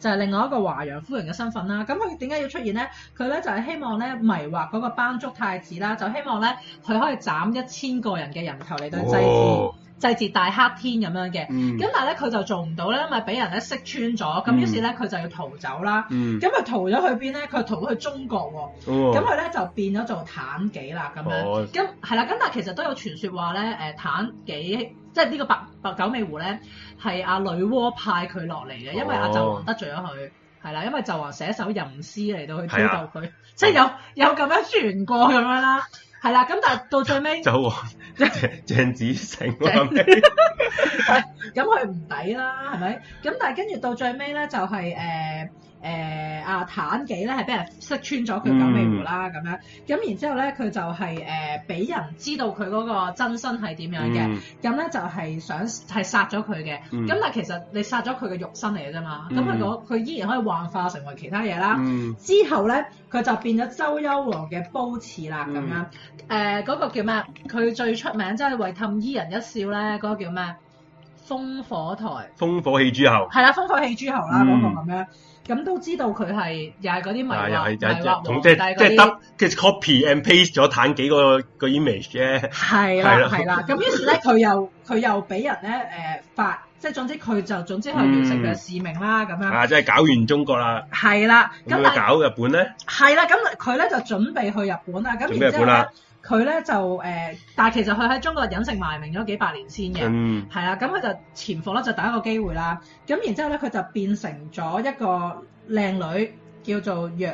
就係另外一個華陽夫人嘅身份啦。咁佢點解要出現咧？佢咧就係希望咧迷惑嗰個班竺太子啦，就希望咧佢可以斬一千個人嘅人頭嚟到祭祀、
哦，
祭祀大黑天咁樣嘅。
嗯
咁但係咧佢就做唔到咧，因為俾人咧識穿咗，咁於是咧佢就要逃走啦。
嗯，
咁佢逃咗去邊咧？佢逃咗去中國喎，咁
哦，
佢咧就變咗做妲己啦咁樣。
哦
咁係啦，咁但係其實都有傳說話咧，誒、妲己即係呢個白白九尾狐咧，係阿女媧派佢落嚟嘅，因為阿
哦
紂王得罪咗佢。係啦，因為紂王寫首淫詩嚟到去
係
挑
啊
逗佢，即係有有咁樣傳過咁樣啦。係啦，咁但係到最尾，咁
周
(laughs)
王鄭鄭子成啊，
鄭佢唔抵啦，係咪？咁但係跟住到最尾咧，就係誒誒阿妲己咧係俾人識穿咗佢九尾狐啦
嗯
咁樣。咁然之後咧，佢就係誒俾人知道佢嗰個真身係點樣嘅。
嗯
咁咧就係想係殺咗佢嘅，咁、
嗯
但係其實你殺咗佢嘅肉身嚟嘅啫嘛，咁
嗯
佢嗰佢依然可以幻化成為其他嘢啦。
嗯，
之後咧，佢就變咗周幽王嘅褒姒啦，
嗯
咁呃樣誒嗰、個叫咩？佢最出名即係為氹伊人一笑咧，嗰、個叫咩？烽火台
烽火戲諸侯，
係啦，烽火戲諸侯啦，嗰、
嗯
個咁樣，咁都知道佢係又係嗰啲迷
啊，又
惑
係
迷
又係
惑
同
皇
即
帝
係即係
嗰啲。
得嘅 copy and paste 咗彈幾個個 image 啫，
係
係啦
啦，係啦。咁於是咧，佢又佢又俾人咧誒、發，即係總之佢就總之佢完成佢嘅使命啦咁樣。
啊，真係搞完中國啦。
係啦，咁
咁
但
佢
係
搞日本咧，
係啦，咁佢咧就準備去日本啦。
準
咁
備
然
日本
之後
啦
咧，佢咧就誒、但係其實佢喺中國隱姓埋名咗幾百年先嘅。
嗯，
係啦，咁佢就潛伏啦，就等一個機會啦。咁然之後咧，佢就變成咗一個靚女，叫做若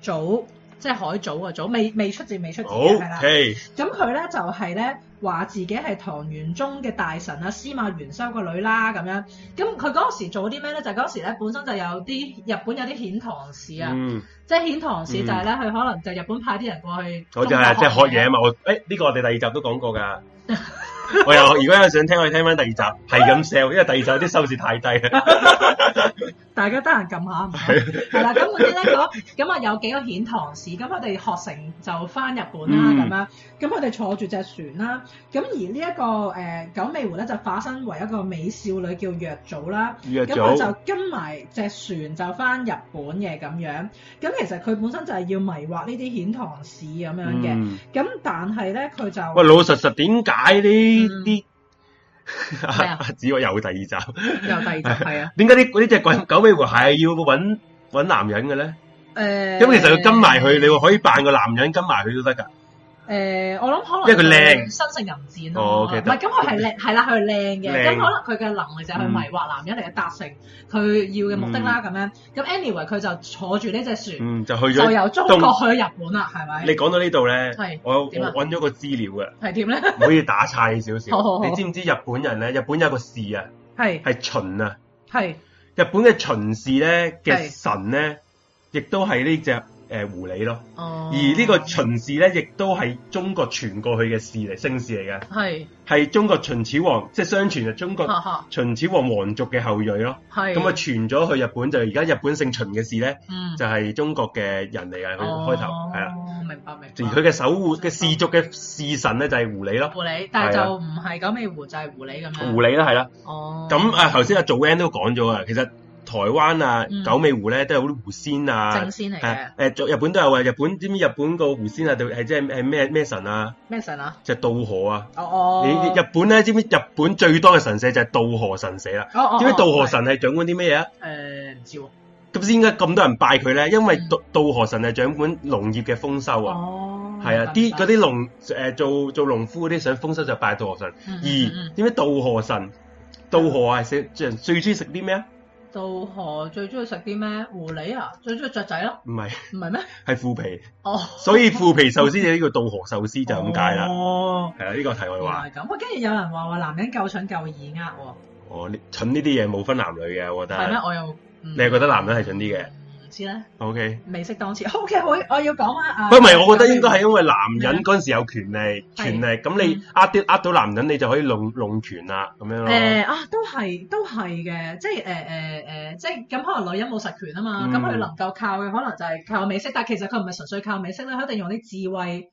祖，即係海藻嘅藻，未未出字未出字
好
嘅係啦。
，OK，
咁佢咧就係咧話自己係唐玄宗嘅大臣啊，司馬元修個女啦咁樣。咁佢嗰時做啲咩咧？就嗰時咧本身就有啲日本有啲遣唐使啊，
嗯，
即係遣唐使
嗯
就係咧佢可能就日本派啲人過去
我
中
就
國
係即係學嘢啊
嘢。
嘛，我誒呢個我哋第二集都講過
(laughs)
㗎。我又如果有想聽，可以聽翻第二集，係咁 sell，因為第二集啲收視太
(laughs)
低啦。
大家得閒撳
(laughs)
下唔該，係啦。咁嗰啲咧嗰咁啊有幾個遣唐使，咁佢哋學成就翻日本
嗯
啦咁樣。咁佢哋坐住只船啦。咁而呢、一個誒、呃九尾狐咧就化身為一個美少女叫若祖啦。
約
咁我
咗，
就跟埋隻船就翻日本嘅咁樣，咁其實佢本身就係要迷惑呢啲遣唐使咁樣嘅，
嗯，
咁、但係咧佢就
喂，老實實點解呢
嗯
啲
咩啊
(laughs) 阿子我有第二集？
又第二
(laughs)
集係啊，
點解啲呢只鬼九尾狐係要揾揾男人嘅咧？
誒
咁其實佢跟埋佢，你話可以扮個男人跟埋佢都得㗎。
誒，呃我諗可能
因為佢靚
身性淫賤
哦
咯，
，OK，
啊唔係咁佢係
(laughs)
靚係啦，佢係靚嘅，
靚嗯
咁可能佢嘅能力就係去迷惑男人嚟嘅達成佢要嘅目的啦，咁樣，咁 anyway 佢就坐住呢只船
嗯，就去
就
咗。
由中國去咗日本啦，係咪
你？講到呢度咧
係，
我我
點啊
揾咗個資料㗎。
係點咧？
唔可以打岔你少
(laughs)
少。
好好好
你知唔知日本人咧？日本有個氏啊，
(laughs) 係
係秦啊。
係
日本嘅秦氏咧嘅
係
神咧，亦都係呢只呃狐狸咯。
哦
而呢個秦氏咧，亦都係中國傳過去嘅氏嚟，姓氏嚟嘅，
係
係中國秦始皇，即係相傳係中
哈
國
哈
秦始皇皇族嘅後裔咯。
係
咁啊，傳咗去日本，就而家日本姓秦嘅氏咧，
嗯
就係中國嘅人嚟嘅，佢開頭係啦。
哦，明白明
而
白。
佢嘅守
哦
護嘅氏族嘅氏神咧，就係狐狸咯，
狐狸，
係
但係
啊
就唔係九尾狐，就係狐狸咁樣。
狐狸啦，係啦。
哦，
咁啊，頭先阿 Joanne 都講咗啊，其實台灣啊、
嗯
九尾狐咧都有啲狐仙啊
正，仙嚟
係
嘅
誒做日本都有啊。日本知唔知日本個狐仙啊？就係即係誒咩咩神啊？
咩神啊？
就係渡河啊！
哦哦，
你你日本咧，知唔知日本最多嘅神社就係渡河神社啦？
哦哦，
知唔知渡河
哦？
神係掌管啲咩嘢啊？
誒唔知喎。
咁先解咁多人拜佢咧，因為
嗯
渡渡河神係掌管農業嘅豐收啊。
哦，
係啊，啲
明白
嗰啲農誒做做農夫嗰啲想豐收就拜渡河神，
嗯
而
嗯嗯
點解渡河神？渡河係食最最中意食啲咩啊？
渡河最中意食啲咩？狐狸啊，最中意雀仔咯，
唔係， (laughs)
唔係咩？
係腐皮，
哦，
所以腐皮壽司就呢個渡河壽司就咁解啦。
哦，
係啊，呢個題外
原
話。
來咁。喂，跟住有人話話男人夠蠢夠易呃喎，
我哦呢蠢呢啲嘢冇分男女嘅，我覺
係咩
得。？
我又
你
你
係覺得男人係蠢啲嘅
唔知咧，
？OK。
未識 (laughs) 當次。O K，好，我要講翻啊。
不唔係，我覺得應該係因為男人嗰陣時有權利，
係
權利咁你
嗯
呃啲呃到男人，你就可以弄弄權啦，咁樣咯。
誒啊，都係都係嘅，即係誒誒誒，即係咁可能女人冇實權啊嘛，咁
嗯
佢能夠靠嘅可能就係靠美式，但係其實佢唔係純粹靠美式咧，佢一定用啲智慧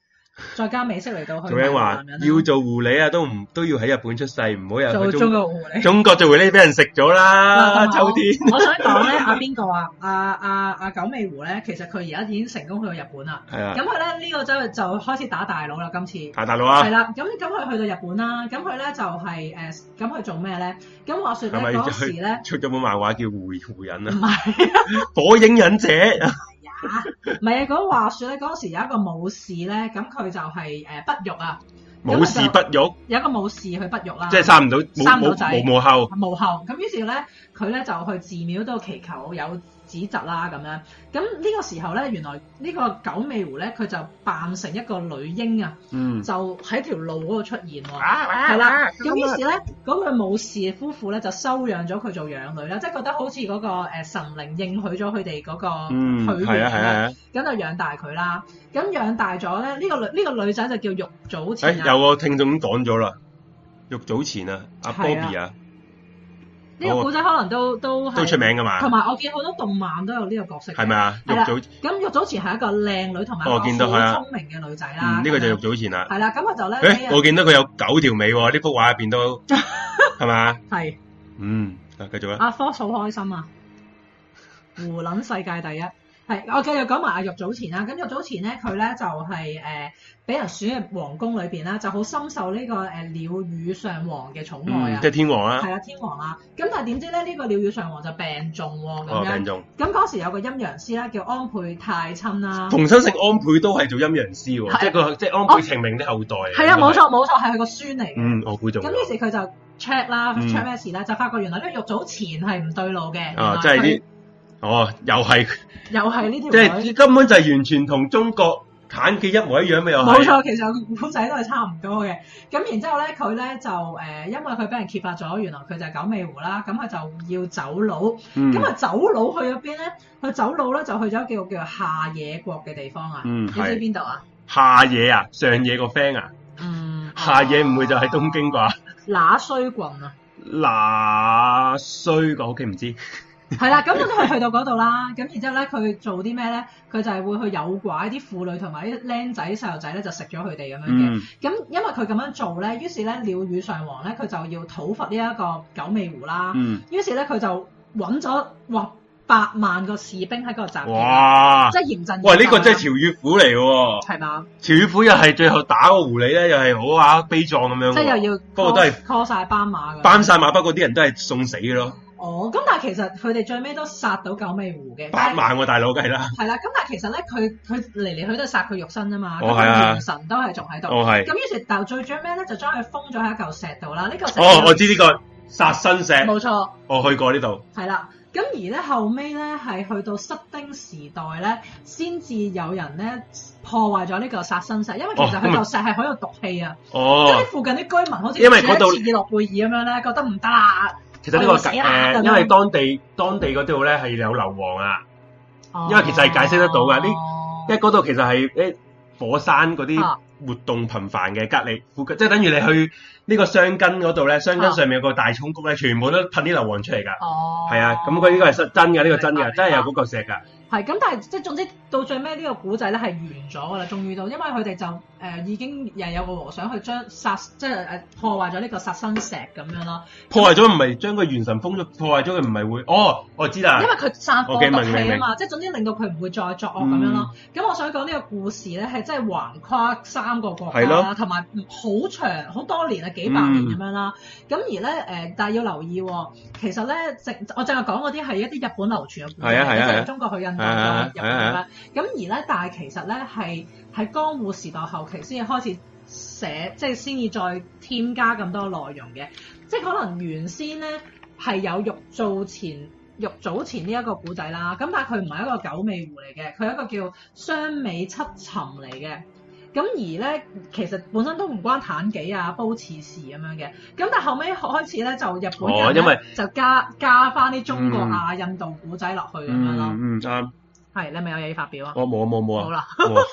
再加美式嚟到去。
做樣話要做狐狸啊，都唔都要喺日本出世，唔好有
做
去
中國狐狸。
中國做啊狐狸俾人食咗啦，
(laughs) 嗱
秋天。
我想講咧，阿邊個啊？阿阿阿九尾狐咧，其實佢而家已經成功去到日本啦。
係啊
咁，佢咧呢個周就開始打大佬啦，今次。
大大佬
係
啊，
啦，咁咁佢去到日本啦，咁佢咧就係、誒，咁佢做咩咧？咁話説
係咪
咧嗰時咧，
出咗本漫畫叫《狐狐忍》
唔
啊，
係啊
《 (laughs) 火影忍者》
唔係啊，嗰話説咧嗰時有一個武士咧，咁佢就係、誒、不育啊，
武士不育，
有一個武士去不育啦，
即係生唔到冇
生唔到
冇
仔
冇無後，
無後，咁於是咧，佢咧就去寺廟度祈求有子侄啦咁樣。咁呢個時候咧，原來呢個九尾狐咧，佢就扮成一個女嬰啊，
嗯，
就喺條路嗰度出現喎。
係
係啦，
啊
咁於是咧，嗰個武士夫婦咧就收養咗佢做養女啦，即係覺得好似嗰、個、呃、神靈應許咗佢哋嗰
嗯，
個許
係啊，係
願
啊，係
啦，
啊，
咁就養大佢啦。咁養大咗咧，呢、個女呢、個女仔就叫玉藻
誒，
前啊。
有個聽眾講咗啦，玉早前啊，阿
係啊
Bobby 啊，
呢個古仔可能都都係
都出名噶嘛
同，埋我見好多動漫都有呢個角色嘅。
係咪啊？玉
係啦
早，
咁玉藻前係一個靚女同埋一個
我見到佢啊
好聰明嘅女仔啦。
嗯，呢個就玉
咁樣
早前啦。
係啦，咁我就咧俾
誒，
人
哎我見到佢有九條尾喎，呢幅畫入邊
(laughs)
都係嘛？
係
嗯，啊繼續啦，
阿 Fox 好開心啊，胡撚世界第一。係，我繼續講埋阿玉藻前啦。咁玉藻前咧，佢咧就係誒俾人選入皇宮裏邊啦，就好深受呢、個誒鳥羽上皇嘅寵愛
嗯，
啊
即係。天王啦，
係啊，天皇啦。咁但係點知咧，呢、個鳥羽上皇就病重喎、
哦，
咁樣
病。重，
咁嗰時有個陰陽師啊啦，叫安倍太親啦。
馮生成安倍都係做陰陽師
係
喎，即係個即係安倍晴明啲後代嚟。
哦係啊，冇錯冇錯，係佢個孫嚟嘅。
嗯，我估中咗
咁於是佢就 check 啦
嗯
，check 咩事咧？就發覺原來呢個玉藻前係唔對路嘅，
啊，即係
原來
啲哦，又係
(laughs) 佢又係呢條
即
女。
係根本就係完全同中國產嘅一模一樣咪又
冇
係。
錯，其實個古仔都係差唔多嘅。咁然之後咧，佢咧就誒、呃因為佢俾人揭發咗，原來佢就係九尾狐啦。咁佢就要走佬。
嗯
咁啊、走佬去咗邊咧？佢走佬咧就去咗叫叫做下野國嘅地方啊。
嗯
你知
係
邊度啊？
下野啊，上野個 friend 啊，
嗯，
下野唔會就喺東京啩？
那須郡啊。
嗱，衰個 OK 唔知。
係啦，咁咁佢去到嗰度啦，咁然之後咧，佢做啲咩咧？佢就係會去誘拐啲婦女同埋啲僆仔細路仔咧，就食咗佢哋咁樣嘅。
嗯，
咁、因為佢咁樣做咧，於是咧鳥羽上皇咧，佢就要討伐呢一個九尾狐啦。
嗯，
於是咧，佢就揾咗哇百萬個士兵喺嗰度集結啦，
哇，
即係嚴陣以待啦。啊
喂，呢個真係潮語虎嚟喎。
係嘛？
潮語虎又係最後打個狐狸咧，又係好啊悲壯咁樣喎。
即係又要
不過都係
call 晒斑馬㗎。
搬晒馬，不過啲人都係送死嘅咯，
哦，咁但係其實佢哋最尾都殺到九尾狐嘅。
八萬喎、大佬梗係
(laughs)
啦。
係啦，咁但係其實咧，佢佢嚟嚟去都係殺佢肉身啊嘛，咁
哦係啊
元神都係仲喺度。
哦係，
咁於是但最最尾咧就將佢封咗喺一嚿石度啦。呢、嚿石
哦我知呢、個殺生石，
冇錯，
我去過呢度。
係啦。咁而咧後尾咧係去到室丁時代咧，先至有人咧破壞咗呢嚿殺生石，因為其實
哦
佢
咁咪
嚿石係好有毒氣啊。咁啲 (laughs)
哦，
附近啲居民好似
因為嗰度
住喺切爾諾貝爾咁樣咧，覺得唔得啦。
其實呢、個
我要死
誒、
啦咁樣
因為
哦
當地當地嗰度咧係有硫磺啊，因為其實係解釋得到㗎呢因為嗰度其實係誒火山嗰啲
啊
活動頻繁嘅，隔離附近即係等於你去呢個雙根嗰度咧，雙根
啊
上面有個大涌谷咧，全部都噴啲硫磺出嚟㗎。
哦，
係啊，咁佢呢個係實真嘅，呢個真
明
嘅，
白
真係有嗰嚿石㗎。
係咁，但係即係總之到最尾呢個古仔咧係完咗㗎啦，終於到，因為佢哋就誒、呃已經又有個和尚去將殺即係誒、呃破壞咗呢個殺生石咁樣啦，
破壞咗唔係將個元神封咗，破壞咗佢唔係會哦，我知啦
因為。佢散播
我
毒
記明
氣
明
啊
明嗯
嘛，即係總之令到佢唔會再作惡咁樣咯。咁、我想講呢個故事咧係真係橫跨三個國家
係
啦，
咯
同埋好長好多年啊，幾百年咁樣啦。
嗯
咁、而咧誒、呃但係要留意喎、其實咧，正我正係講嗰啲係一啲日本流傳嘅故事
係啊係
嚟
啊
嘅，即
係
係
啊
中國去印度
係
再
啊
去日本
係
咁樣
啊。
咁而咧，但係其實咧係喺江戶時代後期先至開始寫，即係先至再添加咁多內容嘅。即係可能原先咧係有玉造前玉藻前呢一個古仔啦，咁但係佢唔係一個九尾狐嚟嘅，佢係一個叫雙尾七沉嚟嘅。咁而咧，其實本身都唔關妲己啊、褒姒事咁樣嘅。咁但係後尾開始咧，就日本人
哦
呢
因為嗯
就加加翻啲中國啊、印度古仔落去咁樣咯。
嗯嗯啱，
係，你咪有嘢要發表啊？
我冇冇冇
好
啊。
啦， (laughs)
冇啊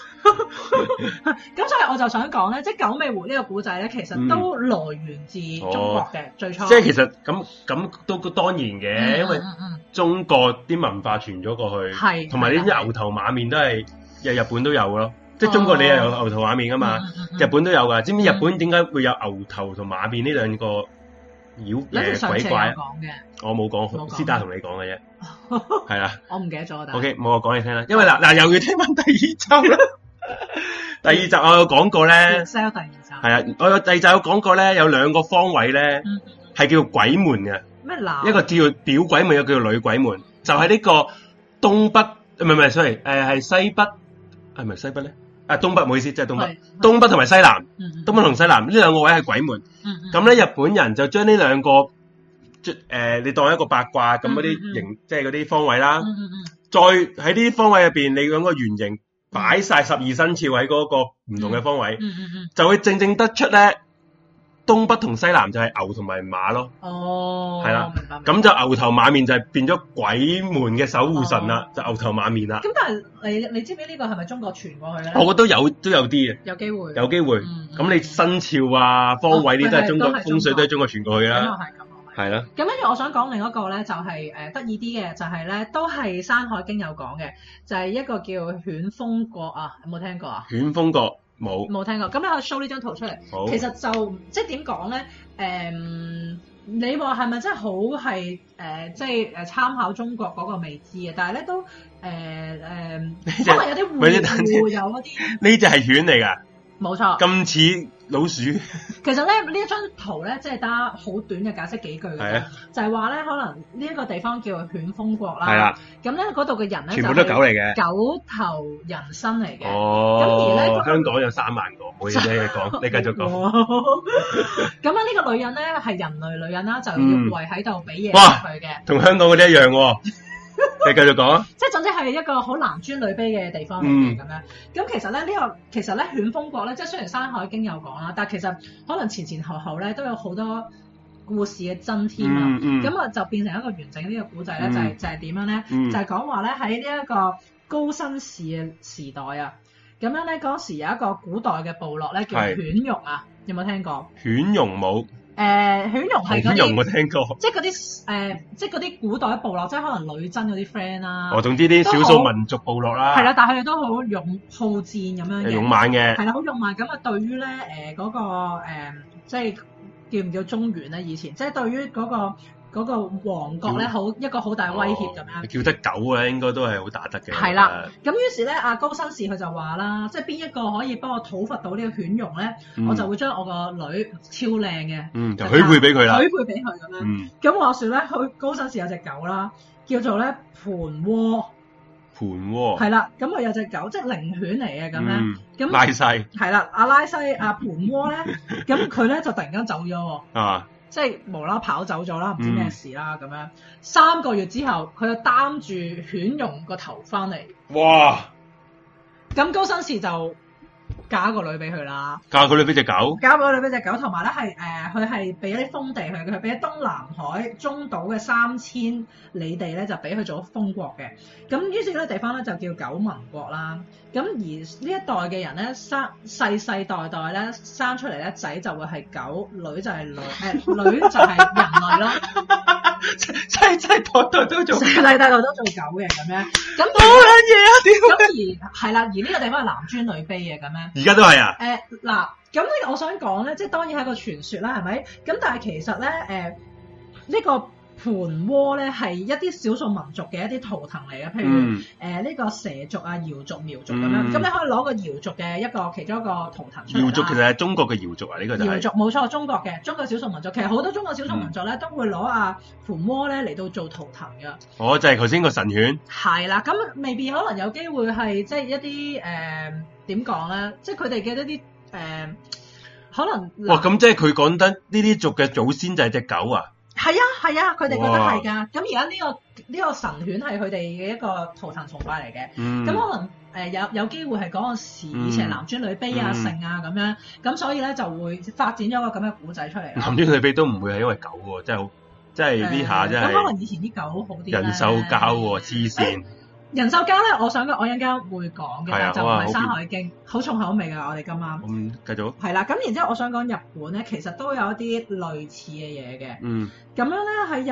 咁所以我就想講咧，即係九尾狐呢個古仔咧，其實都來源自中國嘅、最
嗯
初。
哦即係其實咁咁都都當然嘅，因為
嗯嗯
中國啲文化傳咗過
嗯
去，
係
同埋呢啲牛頭馬面都係日日本都有㗎咯。即係中國你又有牛頭馬面噶
啊
嘛，，
嗯嗯嗯
日本都有㗎。知唔知日本點解會有牛頭同馬面呢兩個妖
你好似
誒
上
鬼
次有
怪啊？
講嘅，
我冇
冇
講，
講
師打同你講嘅啫。
(laughs)
啊係啦
我唔記得咗，但係
，OK，冇我講你聽啦。因為嗱嗱又要聽翻第二集 (laughs) 啦。第
Ừ.
二集我有講過咧，
sell 第二集。
係啊，我有第二集有講過咧，有兩個方位咧
嗯
係叫鬼門嘅。
咩鬧？
一個叫表鬼門，一個叫女鬼門，就係、呢個東北，唔係唔係，sorry，誒、係西北，係咪西北咧？啊，東北唔好意思，即係東北，
係
東北同埋西南，
嗯嗯
東北同西南呢兩個位係鬼門。
嗯嗯
咁咧，日本人就將呢兩個，誒、呃你當一個八卦咁嗰
嗯嗯嗯
啲形，即係嗰啲方位啦。
嗯嗯嗯
再喺呢啲方位入邊，你用個圓形擺晒十二生肖喺嗰個唔同嘅方位，
嗯嗯嗯，
就會正正得出咧東北同西南就係牛同埋馬咯。
哦，
係啦
明白，明白
咁就牛頭馬面就係變咗鬼門嘅守護神
哦
啦，就牛頭馬面啦。
咁但係你你知唔知呢個係咪中國傳過去咧？
我覺得有都有啲嘅，
有機會，
有機會。
嗯
咁你生肖啊、方位呢都係中國
哦係係哦
風水都係中國傳過去
咁又
啦，
係咁又係。
係啦。
咁跟住我想講另一個咧，就係、誒、得意啲嘅，就係、咧都係《山海經》有講嘅，就係、一個叫犬風國啊，有冇聽過啊？
犬風國冇
冇聽過，咁你可以 show 呢張圖出嚟。
好，
其實就即係點講咧？誒、你話係咪真係好係誒、即係誒參考中國嗰個未知嘅？但係咧都誒
(laughs)
誒、
隻
可能有啲
咪呢單
互互有一啲
呢隻係犬嚟㗎，
冇錯。
(laughs) 咁似老鼠。
其實咧呢一張圖咧，即係得好短嘅解釋幾句
係
嘅啫
啊，
就係話咧，可能呢一個地方叫犬風國
係
啦。
啦，
咁咧嗰度嘅人咧
全部都係狗嚟嘅。
狗頭人身嚟嘅。 (laughs) 咁而呢
哦
嗰個，
香港有三萬個，唔好意思，你講，你繼續講。
哇咁啊，呢個女人咧係人類女人啦，就要
嗯
跪喺度俾嘢
哇
佢嘅，
同香港嗰啲一樣
(laughs)
喎，你繼續講啊。
即係總之係一個好男尊女卑嘅地方嚟嘅
嗯
咁樣。咁其實咧呢、呢個其實咧犬風國咧，即係雖然《山海經》有講啦，但係其實可能前前後後咧都有好多故事嘅增添啊。
嗯嗯，
咁啊就變成一個完整呢個古仔咧，
嗯
就係就係點樣咧？
嗯
就係講話咧喺呢一個高新市嘅時代啊，咁樣咧嗰時有一個古代嘅部落咧叫
係
犬戎啊，有冇聽過？
犬戎冇，
誒、犬戎係嗰
犬戎
啲
我聽過。
即係嗰啲誒，即係嗰啲古代部落，即係可能女真嗰啲 friend 啊啦
哦，，總之啲少數民族部落啦，
係啦，但係佢哋都好勇好戰咁樣
係
嘅，
啊勇猛嘅，
係啦，好用埋咁啊！對於咧誒嗰個、誒即係叫唔叫中原咧？以前即係對於嗰、個嗰、個王國咧，
嗯
好一個好大威脅咁樣。
叫得狗啊，應該都係好打得嘅。
係啦，咁於是咧，阿高新氏佢就話啦，即係邊一個可以幫我討伐到呢個犬戎咧，
嗯
我就會將我個女超靚嘅
嗯就許配俾佢啦。
許配俾佢咁樣。
嗯，
咁話説咧，佢高新氏有隻狗啦，叫做咧盤
哦
窩，
盤窩
係啦，咁佢有隻狗即係靈犬嚟嘅咁樣，
嗯
咁
拉晒
係啦，阿拉西阿盤窩咧，咁佢咧就突然間走咗喎，
啊，
即係無啦啦跑走咗啦，唔知咩事啦咁樣。三個月之後，佢就擔住犬戎個頭翻嚟，
哇！
咁高新士就嫁一個女俾佢啦。
教佢女俾只
(laughs)
狗，
交咗女俾只狗，同埋咧係誒，佢係俾啲封地佢，佢俾咗東南海中島嘅三千里地咧，就俾佢做封國嘅。咁於是呢個地方咧就叫九民國啦。咁而呢一代嘅人咧，生世世代代咧生出嚟咧，仔就會係狗，女就係女，誒、女就係人類咯。
真真代代都 (laughs) 做
世世代代都做狗嘅咁樣。咁
好撚嘢啊！
咁而係啦，而呢個地方係男尊女卑嘅咁樣。
屌，而家都係啊，
誒呃嗱，咁咧我想講咧，即係當然係一個傳說啦，係咪？咁但係其實咧，誒、呢、個盤窩咧係一啲少數民族嘅一啲圖騰嚟嘅，譬如誒呢、
嗯，
個蛇族啊、瑤族、苗族咁
嗯
樣，咁、你可以攞個瑤族嘅一個其中一個圖騰出嚟
瑤
啦
族其實係中國嘅瑤族啊，呢個就
瑤
係
嗯啊族冇錯，中國嘅中國少數民族，其實好多中國少數民族
嗯
咧、都會攞啊盤窩咧嚟到做圖騰㗎。
我哦就係頭先個神犬，
係啦，咁未必可能有機會係即係一啲誒點講咧，即係佢哋嘅一啲誒、可能
哇！咁即係佢講得呢啲族嘅祖先就係隻狗啊，
係啊係啊，佢哋覺得
哇
係㗎。咁而家呢個呢、個神犬係佢哋嘅一個圖騰崇拜嚟嘅。
嗯，
咁、可能誒、有有機會係講個時
嗯
成男尊女卑啊、
嗯
性啊咁樣，咁所以咧就會發展咗個咁嘅古仔出嚟啦。
(laughs) 男尊女卑都唔會係因為狗喎，真係好，真係呢下真
誒咁可
係
能以啊前啲狗好啲呢
人獸交喎，黐線，
(laughs) 人獸交咧，我想講我一陣間會講嘅，
係啊
但就唔
哇
係《山
好
海經》，好重口味㗎。我哋今晚
咁繼續，
係啦，咁然之後我想講日本咧，其實都有一啲類似嘅嘢嘅。
嗯，
咁樣咧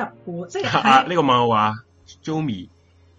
喺日本，即係
啊
喺
呢個網友話 Jomi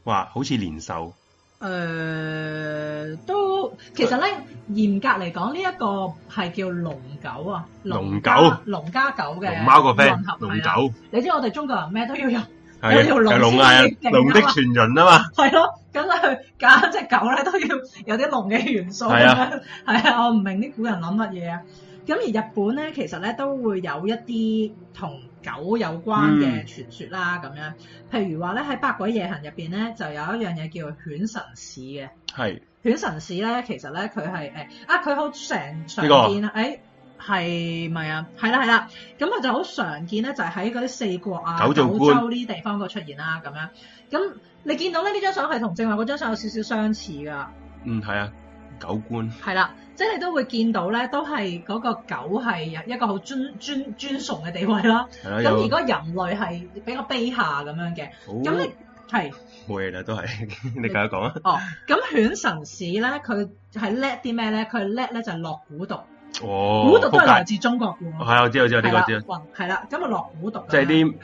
話好似年獸，
誒呃都其實咧嚴格嚟講，呢一個係叫龍狗啊，
龍
家
狗
龍家狗嘅
龍貓個 friend，
混合
龍。
係啦啊
狗
你知我哋中國人咩都要有，
係
有條龍
係龍啊
先至勁，啊
龍的傳人啊嘛，
(laughs) 係咯，咁佢揀只狗咧都要 (laughs) 有啲龍嘅元素咁
係啊
樣。係啊，我唔明啲古人諗乜嘢啊。咁而日本咧，其實咧都會有一啲同狗有關
嗯
嘅傳說啦，咁、樣。譬如話咧，喺《百鬼夜行》入邊咧，就有一樣嘢叫做犬神市嘅。
係
犬神市咧，其實咧佢係誒啊，佢好常
呢個
常見啊，誒係咪啊？係啦係啦，咁啊佢就好常見咧，就係喺嗰啲四國啊、
九
九
族觀
州呢啲地方個出現啦，咁樣。咁你見到咧呢張相係同正話嗰張相有少少相似㗎，
嗯係啊，狗官
係啦，即係你都會見到咧，都係嗰個狗係一個好尊尊尊崇嘅地位啦。
係啦，啊
咁
有
而嗰人類係比較卑下咁樣嘅，
好
咁你係。
冇嘢啦，都係 (laughs) 你繼續講啊，
哦，咁犬神市咧，佢係叻啲咩咧？佢係叻咧就係落古毒，
哦，
古毒都
仆
係
街
來自中國嘅
哦
喎。
係啊，我知我知我知
係
我
啦，
知，
雲係啦，咁啊落古毒咁樣。
即係啲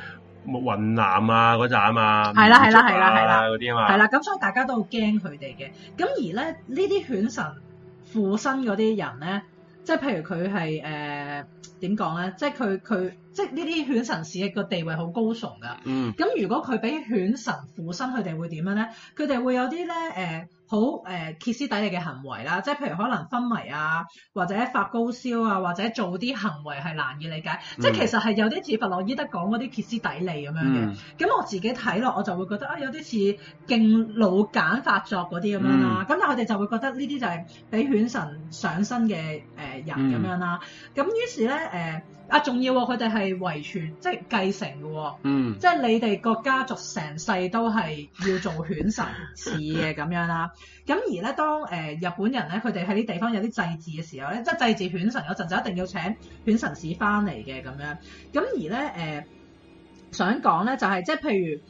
雲南啊嗰扎啊嘛，
係啦係
苗
啦
族啊
係啦係啦
嗰啲啊
係
嘛，
啦，咁所以大家都好驚佢哋嘅。咁而咧呢啲犬神附身嗰啲人咧，即係譬如佢係誒點講咧？即係佢佢即係呢啲犬神市嘅個地位好高崇㗎。
嗯
咁如果佢俾犬神附身，佢哋會點樣咧？佢哋會有啲咧誒好誒歇斯底里嘅行為啦，即係譬如可能昏迷啊，或者發高燒啊，或者做啲行為係難以理解，即係
嗯
其實係有啲似弗洛伊德講嗰啲歇斯底里咁樣嘅。
嗯
咁我自己睇落，我就會覺得啊，有啲似勁腦簡發作嗰啲咁樣
嗯
啦。咁、但係佢哋就會覺得呢啲就係俾犬神上身嘅誒、呃人咁樣啦。咁、於是咧誒、呃啊，仲要喎，佢哋係遺傳即係繼承嘅喎。
嗯
即係你哋個家族成世都係要做犬神事嘅咁樣啦。咁而咧，當誒、呃日本人咧，佢哋喺啲地方有啲祭祀嘅時候咧，即係祭祀犬神嗰陣就一定要請犬神使翻嚟嘅咁樣。咁而咧誒、呃想講咧就係、即係譬如。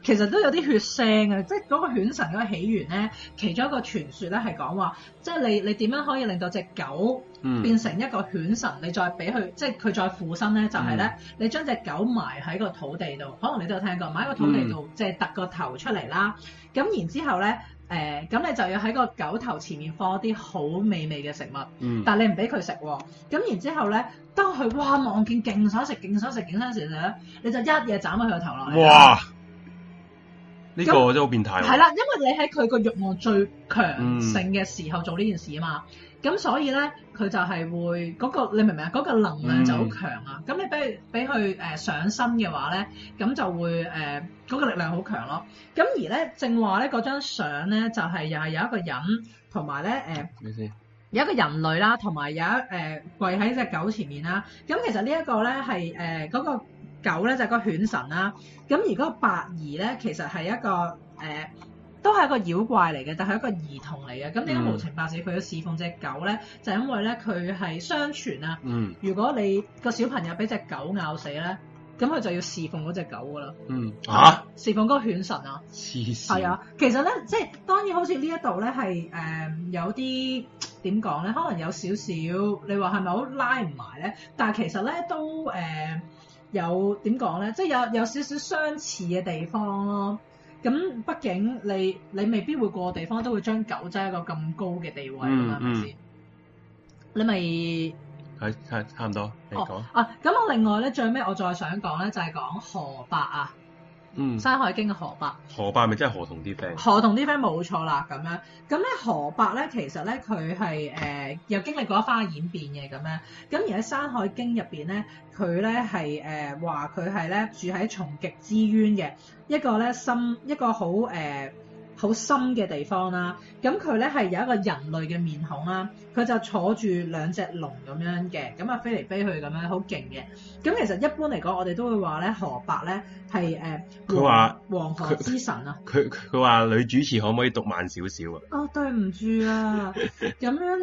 其實都有啲血腥嘅，即係嗰個犬神嗰個起源咧，其中一個傳說咧係講話，即係你你點樣可以令到只狗
嗯，
變成一個犬神，你再俾佢，即係佢再附身咧，就係、咧，
嗯
你將只狗埋喺個土地度，可能你都有聽過，埋喺個土地度，
嗯
即係突個頭出嚟啦。咁然之後咧，誒、咁你就要喺個狗頭前面放一啲好美味嘅食物，
嗯
但係你唔俾佢食喎。咁然之後咧，當佢哇望見勁想食、勁想食、勁想食嘅時候咧，你就一嘢斬咗佢個頭落嚟。！
哇！呢個真係好變態
係
喎，
啦，因為你喺佢個慾望最強盛嘅時候做呢件事啊嘛，咁、所以咧佢就係會嗰、個你明唔明啊？嗰、個能量就好強啊！
嗯
咁、你俾佢俾佢誒上身嘅話咧，咁就會誒呃嗰、個力量好強咯。咁而咧正話咧嗰張相咧就係、又係有一個人同埋呃咧誒。
你先，
有一個人類啦，同埋有一誒、呃跪喺只狗前面啦。咁其實呢一個咧係誒嗰個狗咧就係個犬神啦。咁而嗰個白兒咧其實係一個誒、呃都係一個妖怪嚟嘅，但係一個兒童嚟嘅。咁點解
嗯
無情白事佢要侍奉只狗咧？就因為咧佢係相傳啊，
嗯
如果你個小朋友俾只狗咬死咧，咁佢就要侍奉嗰只狗噶啦，
嗯吓，
侍奉嗰個犬神啊。
黐
係
線，
啊，其實咧，即係當然好似呢一度咧係誒有啲點講咧，可能有少少你話係咪好拉唔埋咧？但係其實咧都誒、有點講咧，即係有有少少相似嘅地方咯。咁畢竟你你未必會個個地方都會將狗仔一個咁高嘅地位㗎嘛，係
嗯
咪先？你咪
係係差唔多，你講
哦，啊！咁我另外咧最尾我再想講咧就係講河伯啊，
嗯
《山海經》嘅河伯。
河伯咪真係河同啲 friend，
河同啲 friend 冇錯啦，咁樣咁咧河伯咧其實咧佢係誒又經歷過一番演變嘅咁樣，咁而喺《山海經》入邊咧，佢咧係誒話佢係咧住喺從極之淵嘅一個咧深一個好誒好深嘅地方啦。咁佢咧係有一個人類嘅面孔啦，佢就坐住兩隻龍咁樣嘅，咁啊飛嚟飛去咁樣，好勁嘅。咁其實一般嚟講，我哋都會話咧河伯咧係誒
佢話
黃河
佢
之神啊。
佢佢佢話女主持可唔可以讀慢少少啊？
哦，對唔住啊，咁樣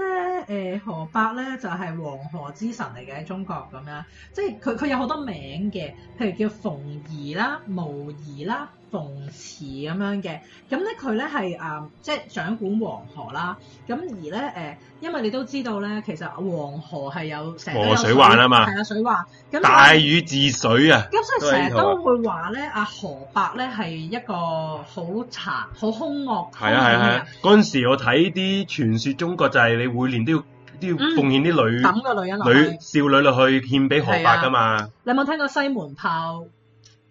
咧，誒、河伯咧就係、黃河之神嚟嘅喺中國咁樣，即係佢佢有好多名嘅，譬如叫馮夷啦、無夷啦、馮池咁樣嘅，咁咧佢咧係誒即係掌管黃河啦，咁而咧誒、因為你都知道咧，其實啊黃河係有成日都有
河水患啊嘛
係啊水患，咁
大禹治水啊！
咁所以成日
都係呢
都會話咧，阿河伯咧係一個好殘、好兇惡、
係啊係啊係
兇狠嘅
啊！嗰陣時我睇啲傳說中國就係你每年都要都要
嗯
奉獻啲女
人抌個女人落去。啊
女少女落去獻俾河伯噶嘛？
你有冇聽過西門豹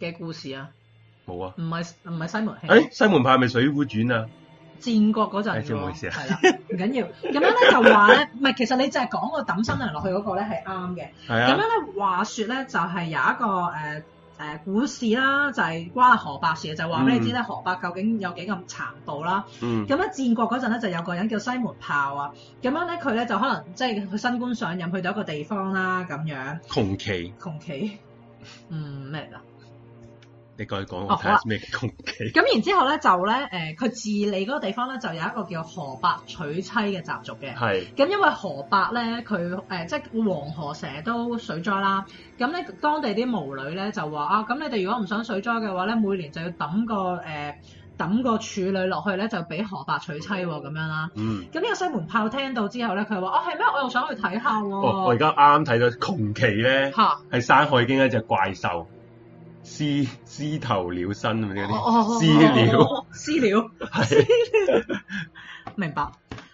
嘅故事啊？
冇啊！
唔係唔係啊西門慶，
誒西門派咪《水滸傳》啊？
戰國嗰陣
誒
嘅
唔好意
喎，
思啊
係啦，唔緊要。咁樣咧就
(laughs)
話咧，唔係其實你就係講個抌新娘落去嗰個咧係啱嘅。
係
咁
啊！
樣咧話說咧就係、有一個誒。呃誒股市啦，就係、關河伯事嘅，就話俾你知咧，河伯究竟有幾咁殘暴啦。
嗯
咁咧戰國嗰陣咧就有個人叫西門豹啊，咁樣咧佢咧就可能即係佢新官上任去到一個地方啦，咁樣
窮奇，
窮奇，嗯咩嚟㗎？
你過去講
哦
我睇
好啊
下咩窮奇。
咁然之後咧就咧誒，佢、治理嗰個地方咧就有一個叫河伯娶妻嘅習俗嘅。
(laughs) 係
咁因為河伯咧佢誒即係黃河成日都水災啦，咁咧當地啲巫女咧就話啊，咁你哋如果唔想水災嘅話咧，每年就要抌個誒抌、個處女落去咧，就俾河伯娶妻喎咁樣啦。
嗯。
咁呢個西門豹聽到之後咧，佢話：哦係咩？我又想去睇下
哦，我而
喎。
家啱啱睇到窮奇咧，
嚇
係《山海經》一隻怪獸，獅獅頭鳥身咁嗰
哦
啲，
哦哦
私了
哦私了。
係
明白，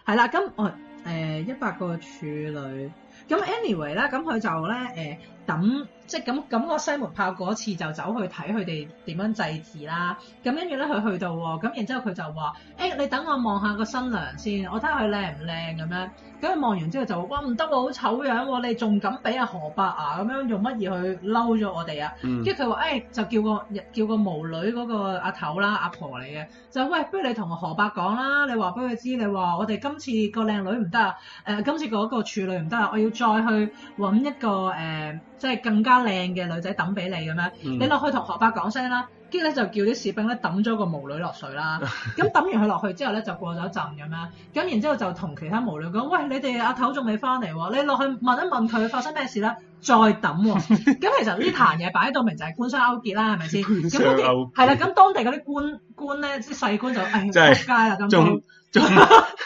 係啦，咁我誒一百個處女，咁 anyway 啦，咁佢就咧誒抌，即係咁咁個西門豹嗰次就走去睇佢哋點樣祭祀啦，咁跟住咧佢去到喎，咁然之後佢就話：誒、你等我望下個新娘先，我睇下佢靚唔靚咁樣。咁佢望完之後就話：哇唔得喎，好醜樣喎，你仲敢俾阿河伯啊咁樣用乜嘢去嬲咗我哋啊？
嗯
跟住佢話：誒、就叫個叫個巫女嗰個阿頭啦、阿婆嚟嘅，就喂，不如你同河伯講啦，你話俾佢知，你話我哋今次個靚女唔得啊，誒、今次嗰個處女唔得啊，我要再去揾一個誒、即係更加靚嘅女仔抌俾你咁樣。你
嗯
落去同河伯講聲啦，跟住咧就叫啲士兵咧抌咗個巫女落水
(laughs)
啦。咁抌完佢落去之後咧就過咗一陣咁樣，咁然之後就同其他巫女講：喂，你哋阿頭仲未翻嚟喎，你落去問一問佢發生咩事啦。再抌
(laughs)
喎，咁其實呢壇嘢擺到明就係官商勾結啦，係咪先？
(laughs) 官
咁
商
嗰
勾結
啲係啦，咁當地嗰啲官官咧，啲細官就誒
真係
仆街啦咁樣
嗯中中 (laughs)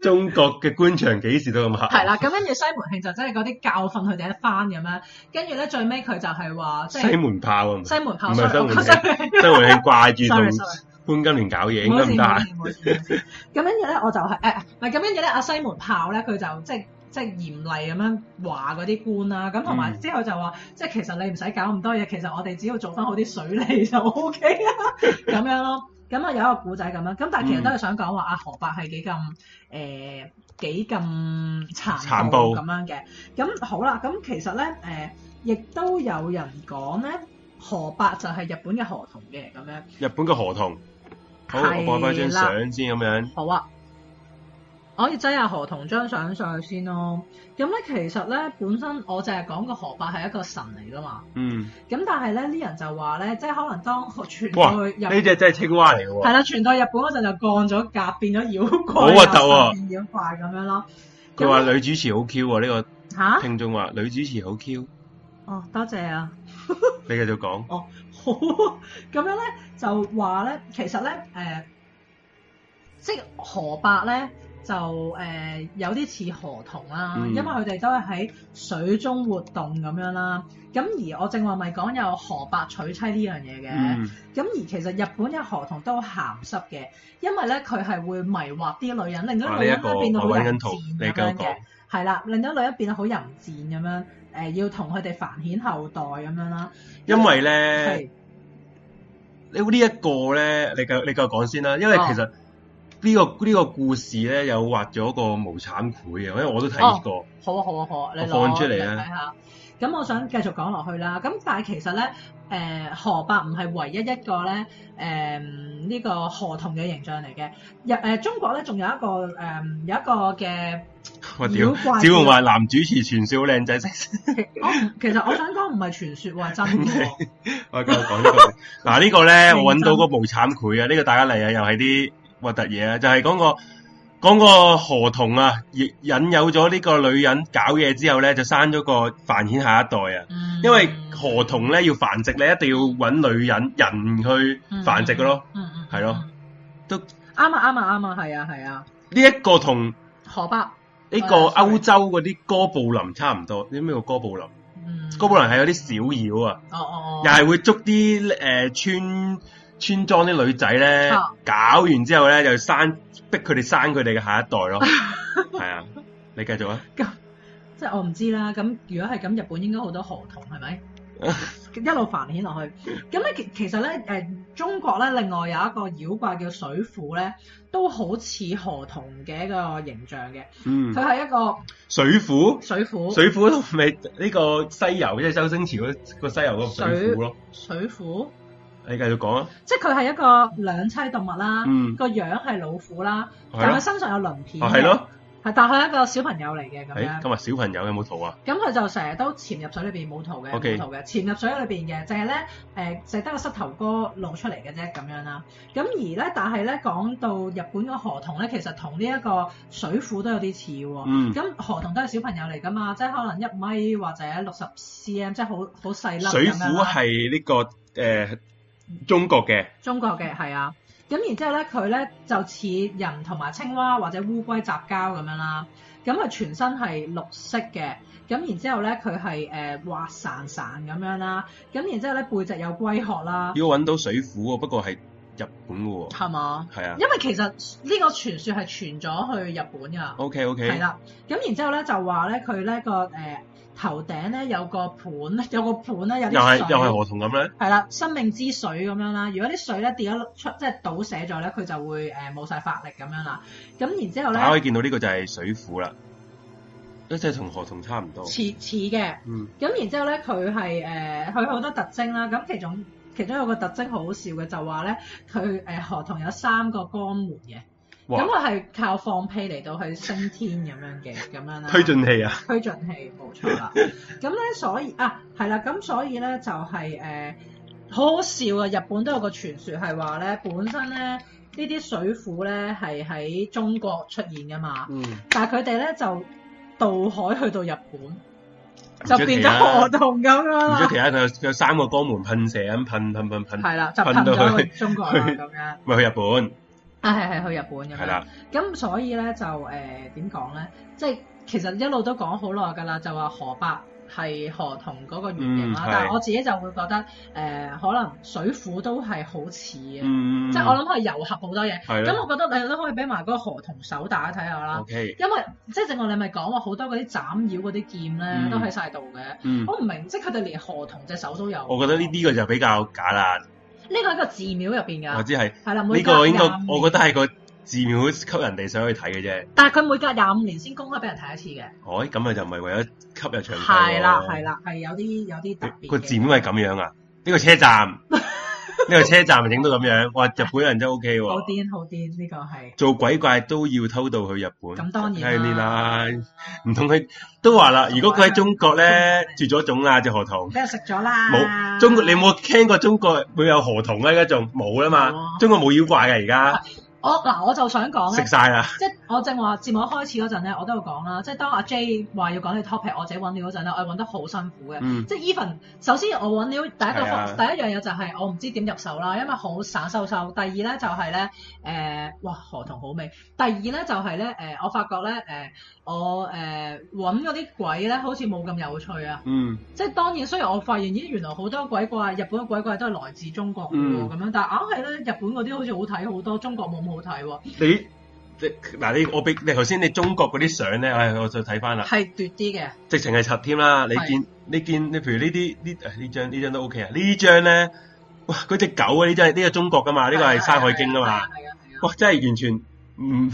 中國嘅官場幾時都咁啊黑
係啦，咁跟住西門慶就真係嗰啲教訓佢哋一番咁樣，跟住咧最尾佢就係話即
西
係
門豹啊，
西門
唔
炮，
係
sorry，
西門
我 sorry
西門慶掛住
Sorry，
同潘金蓮搞嘢，應
冇
該
事
唔得
冇
閒。
事冇事冇事。咁跟住咧，我就係誒，唔係咁跟住咧，阿西門豹咧，佢就即係即係嚴厲咁樣話嗰啲官啦。咁同埋
嗯
之後就話，即係其實你唔使搞咁多嘢，其實我哋只要做翻好啲水利就 O K 啦，咁樣咯。咁啊有一個古仔咁樣，咁但係其實都係想講話阿河伯係幾咁誒幾咁殘
殘
暴
暴
咁樣嘅。咁好啦，咁其實咧誒、亦都有人講咧，河伯就係日本嘅河童嘅咁樣。
日本嘅河童，好，我
係
播翻張
啦
相先咁樣。
好啊。我要擠下河童張相上去先咯。咁咧其實咧本身我就係講個河伯係一個神嚟噶嘛。
嗯，
咁但係咧啲人就話咧，即係可能當傳
哇，
到去日
呢只真係青蛙嚟嘅
係
喎，
啦，傳到日本嗰陣就降咗格，變咗妖怪，
好核突啊
變妖怪咁樣咯。
佢話女主持好 Q 喎，呢
吓
個，聽眾話女主持好 Q，
哦，多謝啊。
你繼續講，
好 (laughs) 咁樣咧，就話咧，其實咧，誒、即係河伯咧，就誒、有啲似河童啦，
嗯
因為佢哋都係喺水中活動咁樣啦。咁而我正話咪講有河伯娶妻呢樣嘢嘅，咁、
嗯，
而其實日本嘅河童都鹹濕嘅，因為咧佢係會迷惑啲女人，令到
啊呢
啲女
一
人
個
咧變到好
我揾
淫
緊圖
賤，
你
咁
繼續
樣嘅
講。，
係啦，令到女人變得好淫賤咁樣，誒、要同佢哋繁衍後代咁樣啦，
因為咧
係。
你呢一個咧，你繼你繼續講先啦，因為
哦
其實呢、個呢、個故事咧有畫咗個無慘繪嘅，因為我都睇過，
好啊，好啊，好啊，你
我
攞
放出嚟啊
你睇下。咁我想繼續講落去啦。咁但係其實咧，誒、河伯唔係唯一一個咧，誒、呢、個河童嘅形象嚟嘅。日誒、中國咧仲有一個誒、有一個
(laughs)
嘅，
(laughs) 我屌
妖，怪
只會話男主持傳少靚仔識，
我唔其實我想講唔係傳說喎，係真
(laughs)
嘅喎。
我繼續講呢個。
(laughs)
嗱呢個咧，
認真
我揾到個無慘繪啊，呢、個大家嚟啊，又係啲核突嘢啊，就係、講個講個河童啊，引引誘咗呢個女人搞嘢之後咧，就生咗個繁衍下一代啊。
嗯
因為河童咧要繁殖咧，一定要揾女人人去繁殖嘅咯，
嗯嗯，嗯
係咯，都
啱啊啱啊啱啊，係啊係啊，
呢一個同
河伯，
呢個
啊，sorry
歐洲嗰啲哥布林差唔多，你知唔知個哥布林？
嗯，
哥布林係有啲小妖啊，
哦哦哦，
又係會捉啲誒村村莊啲女仔咧
啊，
搞完之後咧就生逼佢哋生佢哋嘅下一代
(laughs)
咯，係啊，你繼續啊，
即係我唔知啦。咁如果係咁，日本應該好多河童
(laughs)
係咪？一路繁衍落去。咁咧其其實咧誒、中國咧另外有一個妖怪叫水虎咧，都好似河童嘅一個形象嘅。
嗯
佢，係一個
水滸。
水虎，
水滸同咪呢個西遊，即係周星馳嗰個西遊嗰個水滸咯。
水虎，
你繼續講啊，
即係佢係一個兩棲動物啦，
嗯，
個樣係老虎啦，
係
但
咯
佢，身上有鱗片，
啊係，咯，哎
係但佢係一個小朋友嚟嘅咁
誒，
樣。
今日小朋友有冇圖啊？
咁佢就成日都潛入水裏邊冇圖嘅，冇
OK
圖嘅，潛入水裏邊嘅，淨係咧誒，淨係得個膝頭哥露出嚟嘅啫咁樣啦。咁而咧，但係咧講到日本嘅河童咧，其實同呢一個水虎都有啲似喎。
嗯，
咁、河童都係小朋友嚟噶嘛，即係可能一米或者六十 cm，即係好好細粒
水
咁樣
滸
啦。
係呢個誒中國嘅，
中國嘅係啊。咁然之後咧，佢咧就似人同埋青蛙或者烏龜雜交咁樣啦。咁佢全身係綠色嘅，咁然之後咧佢係誒滑潺潺咁樣啦。咁然之後咧背脊有龜殼啦，
要揾到水滸喎，不過係日本嘅喎，
係嘛？
係啊
因為其實呢個傳說係傳咗去日本㗎，
，OK
係
OK，
啦。咁然之後咧就話咧佢咧個誒頭頂咧有個盤，有個盤咧有
又係
啲
又係
水。
河童咁咧，
係啦，生命之水咁樣啦。如果啲水咧跌咗出，即係倒瀉咗咧，佢就會誒冇晒法力咁樣啦。咁然之後
大家可以
咧，
見到呢個就係水滸啦，即係同河童差唔多，
似似嘅。
嗯，
咁然之後咧，佢係誒佢好多特徵啦。咁其中其中有個特徵好好笑嘅，就話咧佢誒河童有三個肛門嘅，咁啊
哇，
佢係靠放屁嚟到去升天咁樣嘅，咁樣啦。
推進器啊，
推進器冇
(laughs)
錯啦。咁咧，所以啊，係啦，咁所以咧就係、呃好好笑啊！日本都有個傳說係話咧，本身咧呢啲水虎咧係喺中國出現噶嘛，
嗯，
但係佢哋咧就渡海去到日本，
唔
就
出
變
奇
咗
啊
河童咁樣
唔出
啦。
奇啊！佢有佢有三個肛門噴射咁噴噴噴噴，
係啦，就
噴
噴
到
咗
去
去中國啦
去
咁樣。
咪去日本
啊，係係去日本咁
係
樣。
啦，
咁所以咧就誒點講咧，即係其實一路都講好耐㗎啦，就話河伯係河童嗰個原型啦。
嗯係
但係我自己就會覺得誒、可能水虎都係好似嘅，
嗯，
即係我諗佢糅合好多嘢。
係
咁
啦嗯
我覺得呃你都可以俾埋嗰個河童手大家睇下啦。
，OK，
因為即係正話你咪講話好多嗰啲斬妖嗰啲劍咧、
嗯
都喺晒度嘅，
嗯，
我唔明，即係佢哋連河童隻手都有。
我覺得呢啲個就比較假啦，
呢個喺個寺廟入邊
我
㗎，
知係。
係啦，啊每
呢
隔
個應該
廿，五
我覺得
年
係個寺廟吸人哋想去睇嘅啫。
但係佢每隔廿五年先公開俾人睇一次嘅。
哦，咁啊就唔係為咗吸入長
係啦，
係
係啦，係有啲有啲特別
個
嘅 (laughs)
寺廟係咁樣啊？呢個車站呢個車站影到咁樣，哇！日本人真係 O K
好
喎，
癲好癲，呢個係
做鬼怪都要偷渡去日本，
咁當然
係啦
啦，，
唔通佢都話啦，如果佢喺中國咧絕咗種啦，隻河童。
俾人食咗啦。
冇中國，你有冇聽過中國會有河童啊咧？而家仲冇啦嘛，
冇
中國冇妖怪嘅而家，
我嗱我就想講
食
咧，
晒啦。
即係我正話節目一開始嗰陣咧，我都有講啦，即係當阿 J 話要講呢個 topic，我自己揾料嗰陣咧，我係揾得好辛苦嘅。
嗯，
即係 even 首先我揾料第一個
係
方、
啊
第一樣嘢就係我唔知點入手啦，因為好散收收。第二咧就係咧誒，哇河童好味。第二咧就係咧誒，我發覺咧誒、我誒揾嗰啲鬼咧好似冇咁有趣啊。
嗯，
即係當然，雖然我發現咦原來好多鬼怪，日本嘅鬼怪都係來自中國嘅
嗯
喎咁樣，但係硬係咧日本嗰啲好似好睇好多，中國冇咁好睇喎，
你你嗱你我俾你頭先你中國嗰啲相咧，唉，我再睇翻啦。
係奪啲嘅。
直情係柒添啦！你
係
見你見你譬如呢啲呢誒呢張呢張都 OK 啊！呢張咧，哇嗰只狗啊！呢張呢個中國噶嘛，呢個係《山海經》噶
係啊
嘛，
係啊係啊
哇！真係完全唔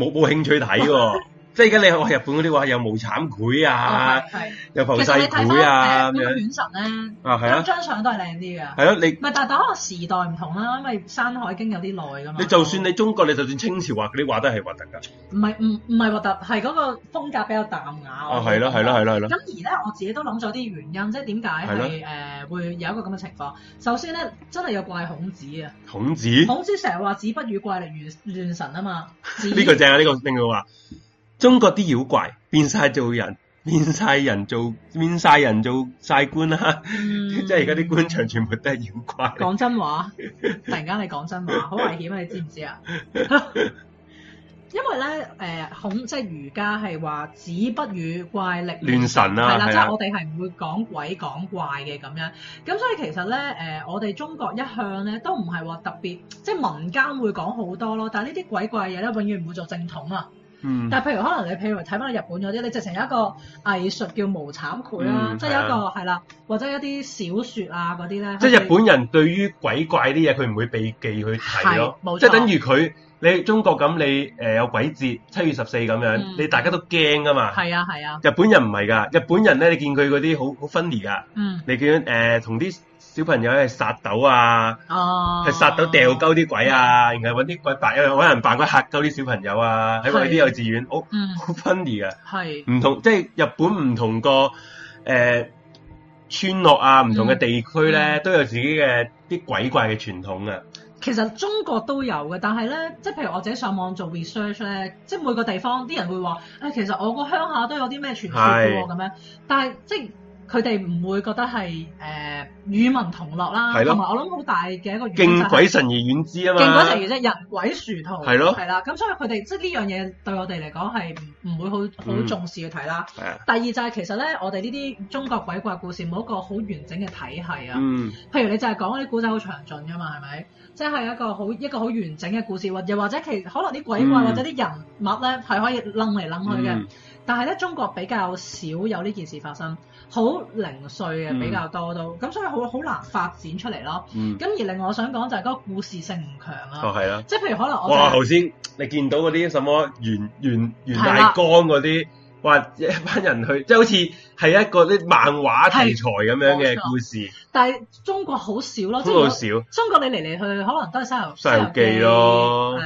冇冇興趣睇喎！
(laughs)
即係而家你話日本嗰啲話有無慘繪
係
啊，
啊，係。
有浮
其
世
實你睇
繪啊
翻誒
咁
《
樣
犬神》咧，
啊，係
咁
啊，
張相都係靚啲嘅。
係啊咯！你
唔係，但係可能時代唔同啦，因為《山海經》有啲耐㗎嘛。
你就算你中國，你就算清朝畫嗰啲畫都係核突㗎。
唔係唔唔係核突，係嗰個風格比較淡雅。
啊，係咯，係咯，。係咯，係咯。
咁而咧，我自己都諗咗啲原因，即係點解
係咯
係誒會有一個咁嘅情況。首先咧，真係有怪孔子啊！
孔子
孔子成日話子不語怪力亂亂神啊嘛，子
(laughs) 呢個正啊！呢個令到話中國啲妖怪變晒做人，變晒人做變晒人做晒官啦、 (laughs) 即
即
係而家啲官場全部都係妖怪。
講真話，突然間你講真話，好危險啊！你知唔知啊？ (laughs) 因為咧，誒、孔即係儒家係話子不語怪力
亂神啊
係啦，
係啊
即係我哋係唔會講鬼講怪嘅咁樣。咁所以其實咧，誒、我哋中國一向咧都唔係話特別，即係民間會講好多咯，但係呢啲鬼怪嘢咧，永遠唔會做正統啊。
嗯，
但係譬如可能你譬如睇翻日本嗰啲，你直情有一個藝術叫無慘繪啦，
嗯
即係有一個係啦，或者一啲小説啊嗰啲咧，
即係日
佢哋
本人對於鬼怪啲嘢，佢唔會避忌去睇咯
係冇。錯
即係等於佢你中國咁，你誒、呃有鬼節七月十四咁樣，
嗯
你大家都驚噶嘛。
係啊係啊，
日本人唔係㗎，日本人咧，你見佢嗰啲好好 funny 㗎，
嗯
你見誒同啲小朋友係殺豆啊，
哦，
係殺到掉鳩啲鬼啊，然後揾啲鬼扮，有揾人扮鬼嚇鳩啲小朋友啊，喺嗰啲
係
幼稚園，好
嗯
好 funny 㗎。
係
唔同即係日本唔同個誒、呃村落啊，唔
嗯
同嘅地區咧、都有自己嘅啲鬼怪嘅傳統啊。
其實中國都有嘅，但係咧，即係譬如我自己上網做 research 咧，即係每個地方啲人會話，誒、其實我個鄉下都有啲咩傳說嘅喎
係
咁樣，但係即係佢哋唔會覺得係誒、呃、與民同樂啦，
係咯
同埋我諗好大嘅一個原因就
敬
係
鬼神而遠之啊嘛，
勁鬼成語啫，人鬼殊途
係咯
係啦，咁所以佢哋即係呢樣嘢對我哋嚟講係唔唔會好好
嗯
重視去睇啦。
係啊，
第二就係其實咧，我哋呢啲中國鬼怪故事冇一個好完整嘅體系啊。
嗯，
譬如你就係講嗰啲古仔好詳盡噶嘛，係咪？即係一個好一個好完整嘅故事，或又或者其可能啲鬼怪
嗯
或者啲人物咧係可以楞嚟楞去嘅，
嗯
但係咧中國比較少有呢件事發生，好零碎嘅比較多都，咁、所以好好難發展出嚟咯。
嗯，
咁而另外我想講就係嗰個故事性唔強啊。
哦係啦，
即係譬如可能我
哇
就係
頭先你見到嗰啲什麼袁袁袁
係
大
啦
江嗰啲。哇！一班人去，即係好似係一個啲漫畫題材咁樣嘅
係冇錯
故事，
但係中國好少咯，即
都好
係
少《
中國你嚟嚟去去可能都係《西遊
西遊記咯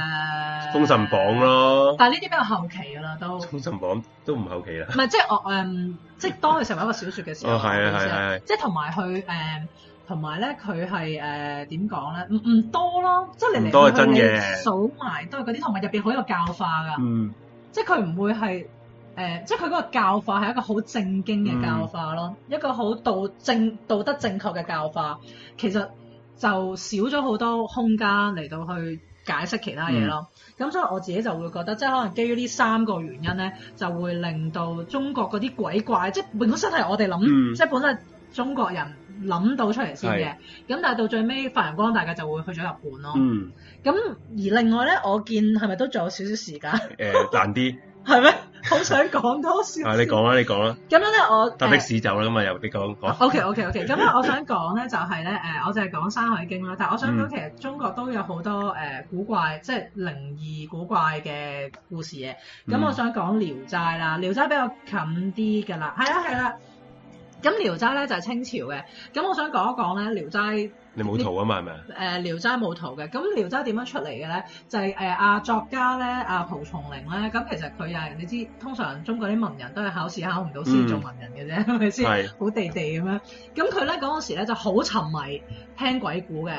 誒
封神榜》。咯，
但係呢啲比較後期㗎啦，都
《
唔
封神榜》都唔後期啦。
係即係我誒，即係當佢成為一個小説嘅時候，
哦係啊
我意思
係啊係啊
即係同埋佢誒。同埋咧，佢係誒點講咧？唔唔多咯，即係嚟
唔多係
嚟去去
真
你
嘅
數埋都係嗰啲，同埋入邊好有教化㗎。
嗯，
即係佢唔會係誒、呃即係佢嗰個教化係一個好正經嘅教化咯，
嗯
一個好道正道德正確嘅教化，其實就少咗好多空間嚟到去解釋其他嘢咯。咁、
嗯
所以我自己就會覺得，即係可能基於呢三個原因咧，就會令到中國嗰啲鬼怪，即係本身係我哋諗，
嗯
即係本身係中國人諗到出嚟先
係
嘅，咁但係到最尾發揚光大嘅就會去咗日本咯。
嗯，
咁、而另外咧，我見係咪都仲有少少時間？
誒難啲，
係咩？ (laughs) 好想講多少？
啊你講啦，你講啦。
咁樣咧，我
搭的士走啦啊嘛，又你講講，
O K O K O K，咁咧我想講咧就係咧誒，我就係講《山海經》啦，但係我想
嗯
講其實中國都有好多誒、呃古怪，即係靈異古怪嘅故事嘅。咁我
嗯
想講《聊齋》啦，《聊齋》比較近啲㗎啊啦，係啦係啦。咁《聊齋》咧就係清朝嘅，咁我想講一講咧《聊齋》
你冇圖啊嘛，係咪啊？
誒、呃聊齋冇圖嘅，咁聊齋點樣出嚟嘅咧？就係誒阿作家咧，阿、蒲松齡咧，咁其實佢又係你知，通常中國啲文人都係考試考唔到先做文人嘅啫， (laughs) 係咪先？
係
好地地咁樣。咁佢咧嗰陣時咧就好沉迷聽鬼故嘅，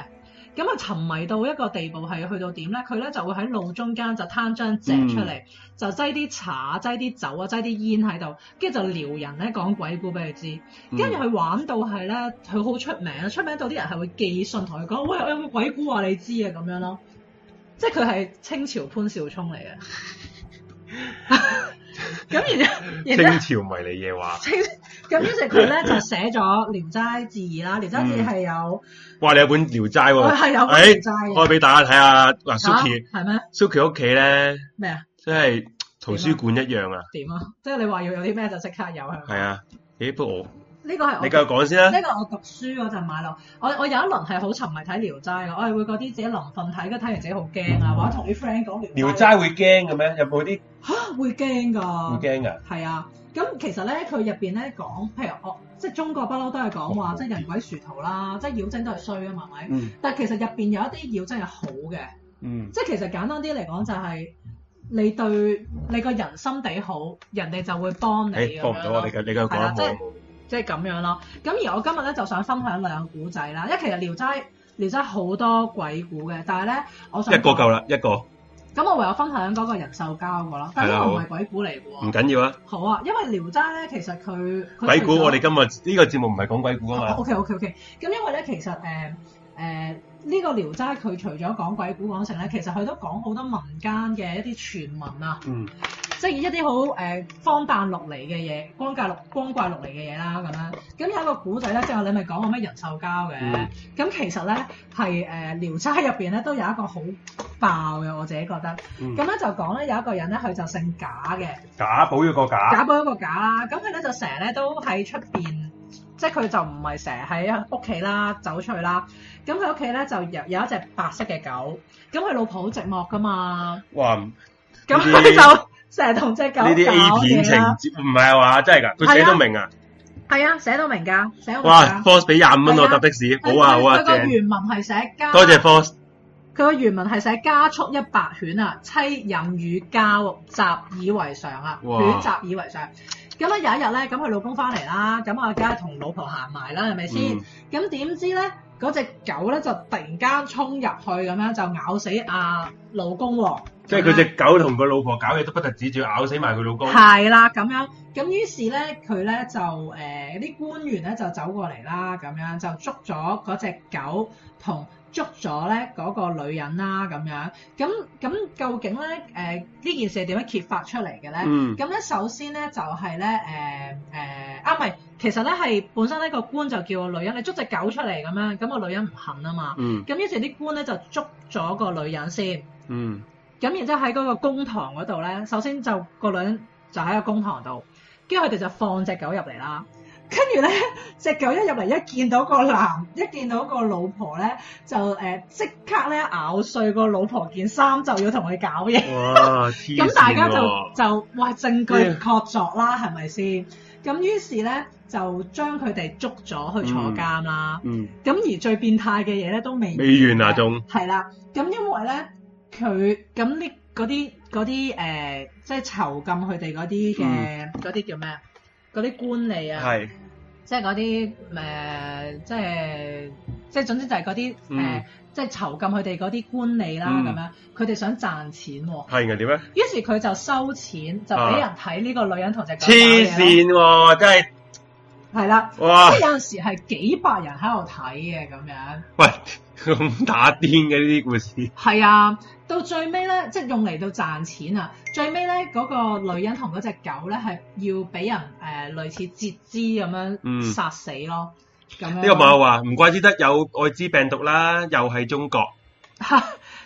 咁啊沉迷到一個地步係去到點咧？佢咧就會喺路中間就攤張席出嚟，就擠啲茶、擠啲酒啊、擠啲煙喺度，跟住就撩人咧講鬼故俾佢知。
嗯
跟住佢玩到係咧，佢好出名，出名到啲人係會寄信同佢講，喂，我有個鬼故話你知啊咁樣咯。即係佢係清朝潘少聰嚟嘅。
(laughs)
咁然後，然之後
清朝迷你夜話，
清咁於是佢咧就寫咗《聊齋志異》啦，《聊齋志異》係有
哇！你有本聊齋
佢
喎，
係有個
嗯哎
聊齋嘅
開俾大家睇下。嗱
嚇
，Suki
係咩
Suki 屋企咧，
咩啊？
真係圖書館一樣啊。
點啊？即係你話要有啲咩就即刻有係咪？
係啊，咦？不過我
呢個係我
你繼續講先啦。
呢個我讀書嗰陣買落，我我有一輪係好沉迷睇《聊齋》嘅，我係會嗰啲自己臨瞓睇，跟住睇完自己好驚啊，或者同啲 friend 講《
聊
聊
齋會驚嘅咩？有冇啲
啊會驚㗎，
會驚㗎？
係啊，咁其實咧，佢入邊咧講，譬如我即係中國不嬲都係講
哦
話，即係人鬼殊途啦，即係妖精都係衰啊嘛，係咪？
嗯
但係其實入邊有一啲妖精係好嘅，
嗯，
即係其實簡單啲嚟講就係、你對你個人心地好，人哋就會幫你
誒，
咁樣
播唔到
咯
啊！你繼你繼續
係啦，即
講
係
好。
即係咁樣咯。咁而我今日咧就想分享兩個古仔啦，因為其實聊齋聊齋好多鬼故嘅，但係咧我想
一個
講
夠啦，一個
咁我唯有分享嗰個人獸交個啦，但係
係啦
呢個唔
好
係鬼故嚟嘅喎。
唔緊要啊。
好啊，因為聊齋咧，其實佢佢
鬼故，
除咗哦
我哋今日呢個節目唔係講鬼故啊嘛。
O K O K O K，咁因為咧，其實誒誒呢個聊齋佢除咗講鬼故講成咧，其實佢都講好多民間嘅一啲傳聞啊，
嗯
即係一啲好誒荒誕落嚟嘅嘢，光怪落光怪落嚟嘅嘢啦咁樣。咁有一個古仔咧，即係你咪講過咩人獸交嘅，咁
嗯、
其實咧係誒聊齋入邊咧都有一個好爆嘅，我自己覺得。
嗯
咁咧、就講咧有一個人咧，佢就姓賈嘅。
假保咗個假，
假保一個假啦，咁佢咧就成日咧都喺出邊，即係佢就唔係成日喺屋企啦，走出去啦。咁佢屋企咧就有有一隻白色嘅狗，咁佢老婆好寂寞噶嘛，
哇！呢
咁
呢啲
佢就成日同只狗搞
啲 A 片
嘢啊
情
啦。
節唔係話真係㗎，佢寫到明啊！
係啊，寫到明㗎，寫到明
哇
㗎。
！Force 俾廿五蚊
係
我
啊
搭的士，好
佢
啊好啊，
佢個
正！
原文係寫家，
多謝 Force。
佢個原文係寫家畜一百犬啊，妻淫與交，習以為常啊，犬
哇
習以為常。咁咧有一日咧，咁佢啊老公翻嚟啦，咁啊，梗係同老婆行埋啦，係咪先？
嗯
咁點知咧，嗰只狗咧就突然間衝入去咁樣就咬死阿老公喎。
即係佢只狗同個老婆搞嘢都不特止，仲要咬死埋佢老公。
係啦，咁樣咁於是咧，佢咧就誒啲、官員咧就走過嚟啦，咁樣就捉咗嗰只狗同捉咗咧嗰個女人啦，咁樣咁咁究竟咧誒呢件事係點樣揭發出嚟嘅咧？
嗯
咁咧，首先咧就係咧誒誒啊，唔係，其實咧係本身呢個官就叫個女人，你捉只狗出嚟咁樣，咁個女人唔肯啊嘛，
嗯
咁於是啲官咧就捉咗個女人先，
嗯
咁然之後喺嗰個公堂嗰度咧，首先就個女人就喺個公堂度，跟住佢哋就放只狗入嚟啦。跟住咧，只狗一入嚟，一見到個男，一見到個老婆咧，就誒即、刻咧咬碎個老婆件衫，就要同佢搞嘢。
哇！黐
(laughs) 咁大家就
線喎
就哇證據
嗯
確鑿啦，係咪先？咁於是咧就將佢哋捉咗去坐監啦。
嗯
咁、而最變態嘅嘢咧都未
未完啊仲
係啦。咁因為咧佢咁呢嗰啲嗰啲誒，即係囚禁佢哋嗰啲嘅嗰啲叫咩啊？嗰啲官吏啊，
嗯係
即係嗰啲誒，即係即係總之就係嗰啲誒
嗯，
即係囚禁佢哋嗰啲官吏啦
嗯
咁樣，佢哋想賺錢喎。
係嘅點咧？
於是佢就收錢，就俾人睇呢個女人同只狗
啊
打
黐
嘢
線喎！真係
咯，係啦，
哇
即！係有陣時係幾百人喺度睇嘅咁樣，
喂咁打癲嘅呢啲故事，
係啊，到最尾咧，即係用嚟到賺錢啊！最尾咧，嗰、個女人同嗰只狗咧係要俾人誒、呃、類似截肢咁
嗯
樣殺死咯，咁、樣
呢個網友話唔怪之得有艾滋病毒啦，又係中國。
(laughs)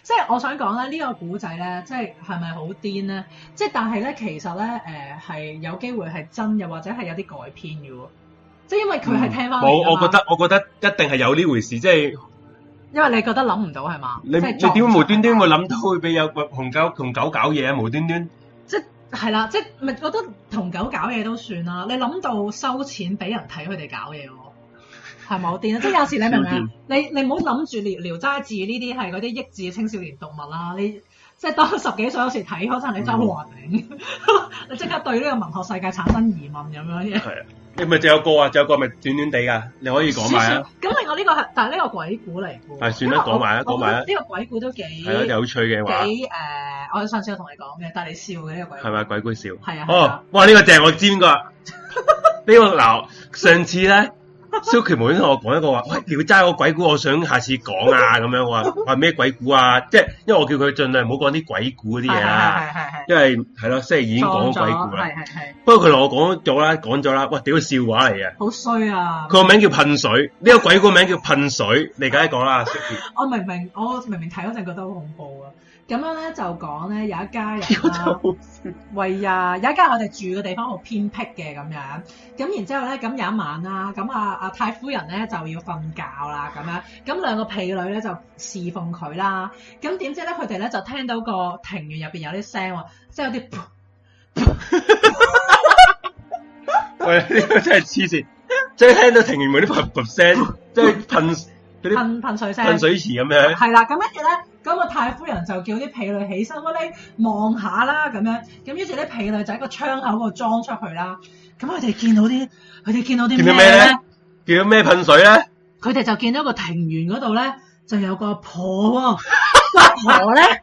即係我想講咧，呢、個古仔咧，即係係咪好癲咧？即係但係咧，其實咧誒係有機會係真，又或者係有啲改編嘅喎。即係因為佢係聽翻
嗯
嚟㗎
我我
嘛
覺得我覺得一定係有呢回事，即係
因為你覺得諗唔到係嘛？
你你
即係
點
撞
會無端端會
上
諗到會俾有個同狗同狗搞嘢啊？無端端
即係啦，即係咪覺得同狗搞嘢都算啦？你諗到收錢俾人睇佢哋搞嘢喎，係咪好癲啊？即係有時你明唔明
癲
啊？你你唔好諗住聊聊齋字呢啲係嗰啲益智嘅青少年讀物啦，你即係當十幾歲有時睇嗰陣，你
嗯
真係哇頂， (laughs) 你即刻對呢個文學世界產生疑問咁樣嘅。
你咪就有個啊，就有個咪短短地噶，你可以講埋
(laughs)
啊，
咁另外呢個係，但係呢個鬼故嚟嘅喎。
係算啦
因為我
講埋啦
我
講埋啦啊
覺得呢個鬼故都幾
係咯，有趣嘅話，
幾誒、呃我上次有同你講嘅，但係你笑嘅呢、個鬼故
係咪鬼故笑？
係啊，係
哦
啊，
哇！呢、個正，我知邊個
(laughs)
啦。呢、個嗱，上次咧，蕭權無端同我講一個話，喂，聊齋個鬼故，我想下次講啊，咁
(laughs)
樣我話話咩鬼故啊？即係因為我叫佢盡量唔好講啲鬼故嗰啲嘢啊啦，
係係係係
因為係咯，即係已經講
撞
咗鬼
咗
故啦。
係係係，
不過佢同我講咗啦，講咗啦，哇！屌笑話嚟嘅，
好衰啊！
佢個名叫噴水，呢、個鬼故名叫噴水，你梗係講啦，蕭
(laughs)
權
我明明我明明睇嗰陣覺得好恐怖啊！咁樣咧就講咧有一家人
屌真 (laughs) 係
啦，
好
喂呀，有一家我哋住嘅地方好偏僻嘅咁樣，咁然之後咧咁有一晚啦，咁啊啊太夫人咧就要瞓覺啦咁樣，咁兩個婢女咧就侍奉佢啦，咁點知咧佢哋咧就聽到個庭園入邊有啲聲喎，即係有啲噗
喂，呢、個真係黐線，即係聽到庭園門啲噗噗聲，即係噴嗰啲
噴噴水聲。
噴水池咁樣。
(laughs) 係啦，咁跟住咧，咁、個太夫人就叫啲婢女起身，喂你望下啦咁樣，咁於是啲婢女就喺個窗口嗰度裝出去啦。咁佢哋見到啲，佢哋見到啲
見
咩
到咩呢
咧？
叫咩噴水咧？
佢哋就見到個庭園嗰度咧，就有個婆喎，個婆咧，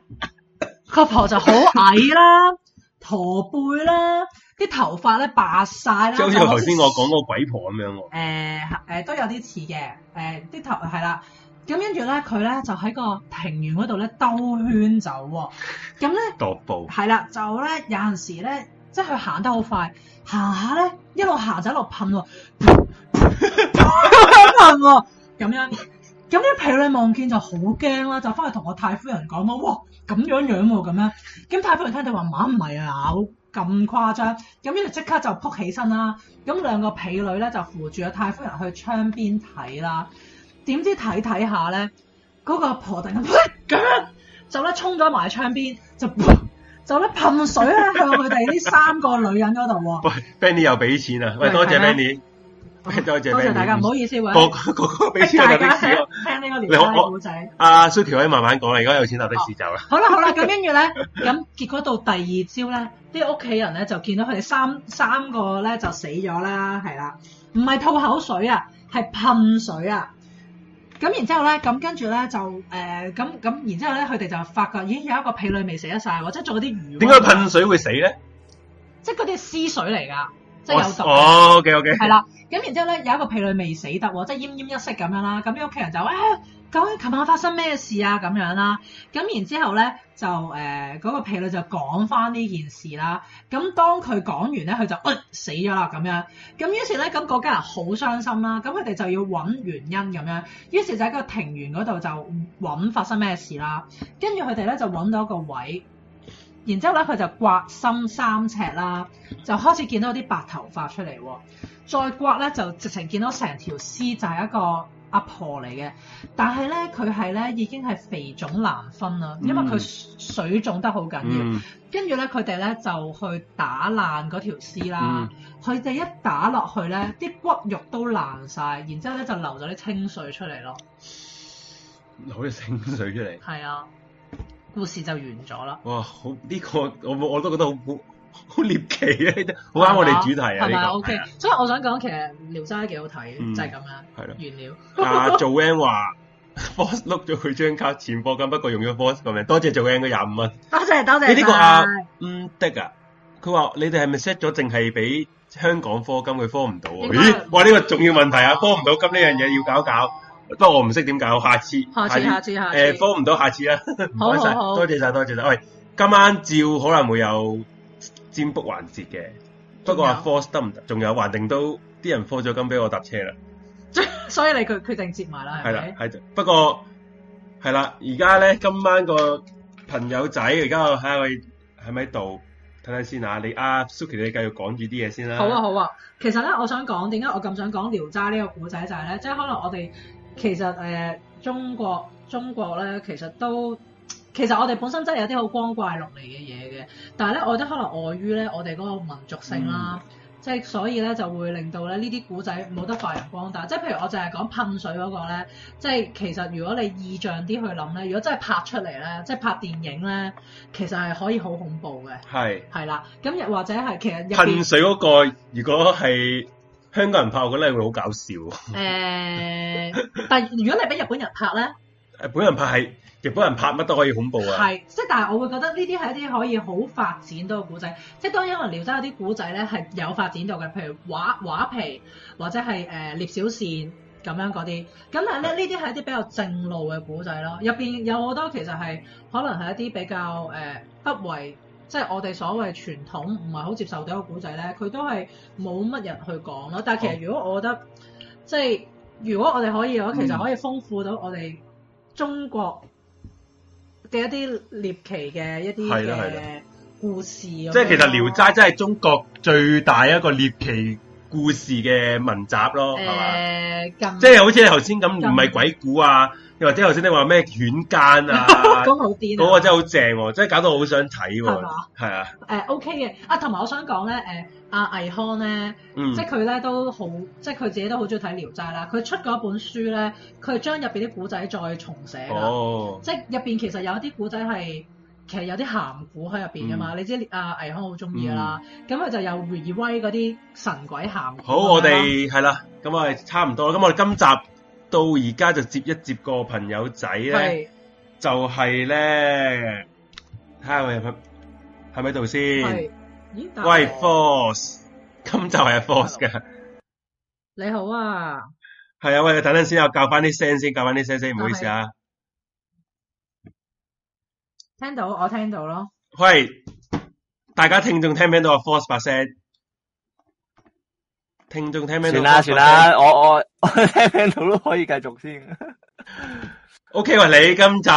個婆就好矮啦，駝背啦，啲頭髮咧白晒 (laughs) 啦，
即係好似
就
頭先我講嗰個鬼婆咁樣喎。
誒誒呃都有啲似嘅，誒、啲頭係啦。咁跟住咧，佢咧就喺個庭園嗰度咧兜圈走喎、咁咧
踱步 (laughs)
係啦，就咧有陣時咧，即係佢行得好快，行下咧一路行就一路噴喎，噴喎咁樣。咁啲婢女望見就好驚啦，就翻去同我太夫人講咯，哇咁樣樣喎咁樣。咁太夫人聽到話馬唔係啊，咁誇張。咁跟住即刻就撲起身啦。咁兩個婢女咧就扶住阿太夫人去窗邊睇啦。點知睇睇下咧，嗰、個婆突然間咁樣就咧衝咗埋窗邊，就就咧噴水咧向佢哋呢三個女人嗰度
(laughs)
喎。
喂，Benny 又俾錢啊！喂，
喂
多謝
係
Benny，多 (laughs) 謝
多謝大家，唔
Benny。
好意思，喂，
個個個個俾
逼
錢我
(laughs)
搭
大
的
家
士
聽
喎。
聽呢個
你
聊
好
齋
我
故仔。
阿 Suki 可以慢慢講啦，而家有錢搭的士走啦。
好啦好啦，咁跟住咧，咁結果到第二朝咧，啲屋企人咧就見到佢哋三三個咧就死咗啦，係啦，唔係吐口水啊，係噴水啊。咁然之後咧，咁跟住咧就誒咁咁，然之後咧佢哋就發覺，咦有一個婢女未死得晒喎，即係做嗰啲魚。啊
點解噴水會死咧？
即係嗰啲屍水嚟㗎，即係有毒。
哦，OK (laughs)
(laughs)
OK。
係啦，咁然之後咧有一個婢女未死得喎，即係奄奄一息咁樣啦。咁啲屋企人就誒、哎究竟琴晚發生咩事啊咁樣啦。咁然之後咧就誒嗰、個婢女就講翻呢件事啦。咁當佢講完咧，佢就誒、哎死咗啦咁樣。咁於是咧咁嗰家人好傷心啦。咁佢哋就要揾原因咁樣。於是就喺個庭園嗰度就揾發生咩事啦。跟住佢哋咧就揾到一個位。然之後咧，佢就刮深三尺啦，就開始見到啲白頭髮出嚟喎。再刮咧就直情見到成條屍就係一個阿婆嚟嘅，但係咧佢係咧已經係肥腫難分啦，因為佢
嗯
水腫得好緊要。
嗯
跟住咧佢哋咧就去打爛嗰條屍
嗯，
啦佢哋、一打落去咧，啲骨肉都爛晒，然之後咧就流咗啲清水出嚟咯。
攞啲清水出嚟。
係啊，故事就完咗啦。
哇，好呢個我我都覺得好好好獵奇啊！呢啲好啱我哋主題啊！
係咪
呢
啊？OK，所以我想講其實聊齋幾好睇，
嗯
就係咁樣
個係咯。
完了。
阿 Joanne 話 (laughs) Boss 碌咗佢張卡前課金，不過用咗 Boss 個名，多謝 Joanne 嘅廿五蚊。
多謝多謝
你呢個
晒
啊唔得啊！佢話你哋係咪 set 咗淨係俾香港科金佢科唔到啊？
應該係
咦！哇！呢、個重要問題啊，科唔到金呢樣嘢要搞搞。不過我唔識點搞，下次
下次下次下次。
誒科唔到，下次啦。唔
好
該晒，
好好
多謝晒，多謝晒。喂，今晚照可能會有占卜環節嘅，不過話 force 得唔得？仲有還定都啲人 force 咗金俾我搭車啦，
(laughs) 所以你決決定接埋啦，
係
係
啦
咪，？
係。不過係啦，而家咧今晚個朋友仔，而家我睇下佢喺咪度。睇睇先啊，你啊 Suki，你繼續講住啲嘢先啦。
好啊好啊，其實咧，我想講點解我咁想講《聊齋》呢個古仔就係咧，即係可能我哋其實誒、呃中國中國咧，其實都其實我哋本身真係有啲好光怪陸離嘅嘢嘅，但係咧，我覺得可能礙於咧我哋嗰個民族性啦。即係所以咧就會令到咧呢啲古仔冇得發揚光大。即係譬如我就係講噴水嗰個咧，即係其實如果你意象啲去諗咧，如果真係拍出嚟咧，即係拍電影咧，其實係可以好恐怖嘅。
係
係啦，咁又或者係其實入邊
噴水嗰個，如果係香港人拍，我覺得係會好搞笑喎。
誒，呃但係如果你俾日本人拍咧，
誒本人拍係日本人拍乜都可以恐怖啊！
係，即係但係我會覺得呢啲係一啲可以好發展到嘅古仔，即係當然可能聊齋有啲古仔咧係有發展到嘅，譬如畫畫皮或者係誒、呃、聶小倩咁樣嗰啲，咁但係咧呢啲係一啲比較正路嘅古仔咯，入邊有好多其實係可能係一啲比較誒、呃不為。即係我哋所謂傳統唔係好接受到嘅古仔咧，佢都係冇乜人去講咯。但係其實如果我覺得，即係如果我哋可以嘅話，其實可以豐富到我哋中國嘅一啲獵奇嘅一啲
係啦係
嘅故事咁樣咯。
即係其實《聊齋》真係中國最大一個獵奇故事嘅文集咯，係嘛？
誒近
即係好似你頭先咁，
咁
唔係鬼故啊，又或者頭先你話咩犬奸
(laughs)
啊，
咁好癲啊
嗰個真係好正喎，真係搞到我好想睇
係
喎
嘛，
係啊，
誒 OK 嘅啊，同埋我想講咧誒阿倪匡咧。
嗯
即，係佢咧都好，即係佢自己都好中意睇《聊齋》啦。佢出嗰本書咧，佢係將入邊啲古仔再重寫㗎
哦，
即係入邊其實有一啲古仔係其實有啲鹹古喺入邊㗎
嗯
嘛。你知阿倪匡好中意㗎啦，咁佢、就有 revive 嗰啲神鬼鹹古咁樣啦。
好，我哋係啦，咁我哋差唔多啦，咁我哋今集到而家就接一接個朋友仔咧。
係
就係咧，睇下佢係咪喺度先。
係，咦？但
嗯
係
喂，Force，咁就係 Force 嘅，
你好啊，
係啊，喂，等陣先，我教翻啲聲先，教翻啲聲先，唔好意思啊。
聽到我聽到咯，
喂，大家聽眾聽唔聽到啊？Force 把聲，聽眾聽唔聽到？
算啦算。啦，我 (laughs) 我我聽唔聽到都可以繼續先。 (laughs)
OK，喂，你今集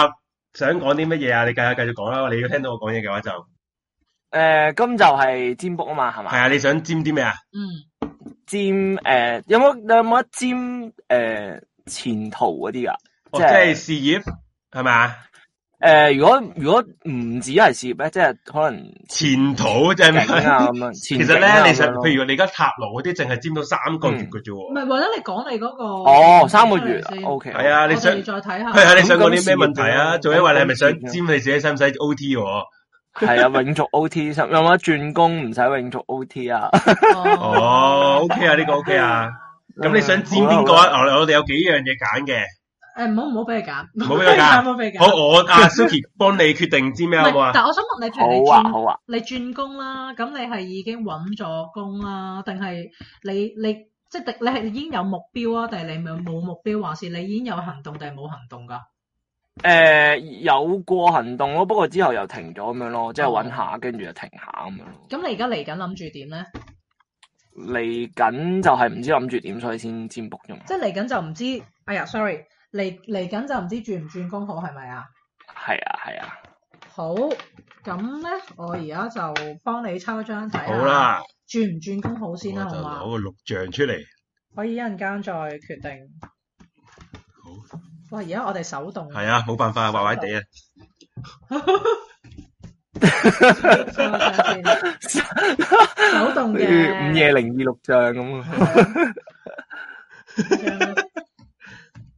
想講啲乜嘢啊？你繼續繼續講啦。你要聽到我講嘢嘅話就係
诶，咁就呃係占卜啊嘛，係嘛？
啊，你想尖啲咩啊？
嗯，
占诶，有冇有冇得占诶前途嗰啲噶？
哦，即
即係
係事業係咪啊？
诶，如果如果唔止係事業咧，即係可能
(laughs) 前途即係咩
景啊咁樣。
(laughs) 其
前景
實
啊
咧，你
咁
實
樣咯
譬如你而家塔羅嗰啲，淨係尖到三個月
嗯
嘅啫
唔
喎。
係或者你講你嗰、個
哦，三個月
先
，O K，
係啊，你
我
想
哋再睇
(laughs)
下
係啊，你想講
咁
啲咩問題啊？
咁
仲因為你係咪想
咁咁
尖你自己使唔使 O T 我？
系啊， (laughs) 永續 O T，有冇得轉工唔使永續 O
(laughs)
T 啊？ (laughs)
哦，OK 啊，呢個 OK 啊。咁你想尖邊個
好啦？
啊？我我哋有幾樣嘢揀嘅，
誒唔好唔好俾佢揀，
唔好俾佢揀
(laughs) 唔好俾佢揀。
好，我阿
(laughs)
Suki 幫你決定尖咩好唔
唔
好
係
啊？
但我想問你，譬
好
如你
啊
轉
好啊，
你轉工啦，咁你係已經揾咗工啦，定係你你即係你係已經有目標啊，定係你冇冇目標，還是你已經有行動定係冇行動㗎？
诶，呃有過行動咯，不過之後又停咗咁樣咯，即係揾下，跟住就停下咁樣咯。
咁你而家嚟緊諗住點咧？
嚟緊就係唔知諗住點，所以先占卜啫嘛。
即係嚟緊就唔知，哎呀，sorry，嚟嚟緊就唔知轉唔轉工好係咪啊？
係啊係啊，
好，咁咧我而家就幫你抽一張睇
好
下，
啦，
轉唔轉工好
我就
先啦，好嘛
啊
攞？個錄像出嚟。
可以一陣間再決定。
好，
哇！而家我哋手動
係啊，冇辦 (laughs) 法，壞壞地啊。
抽一張先，手動
好似
嘅
午夜零二六像咁啊。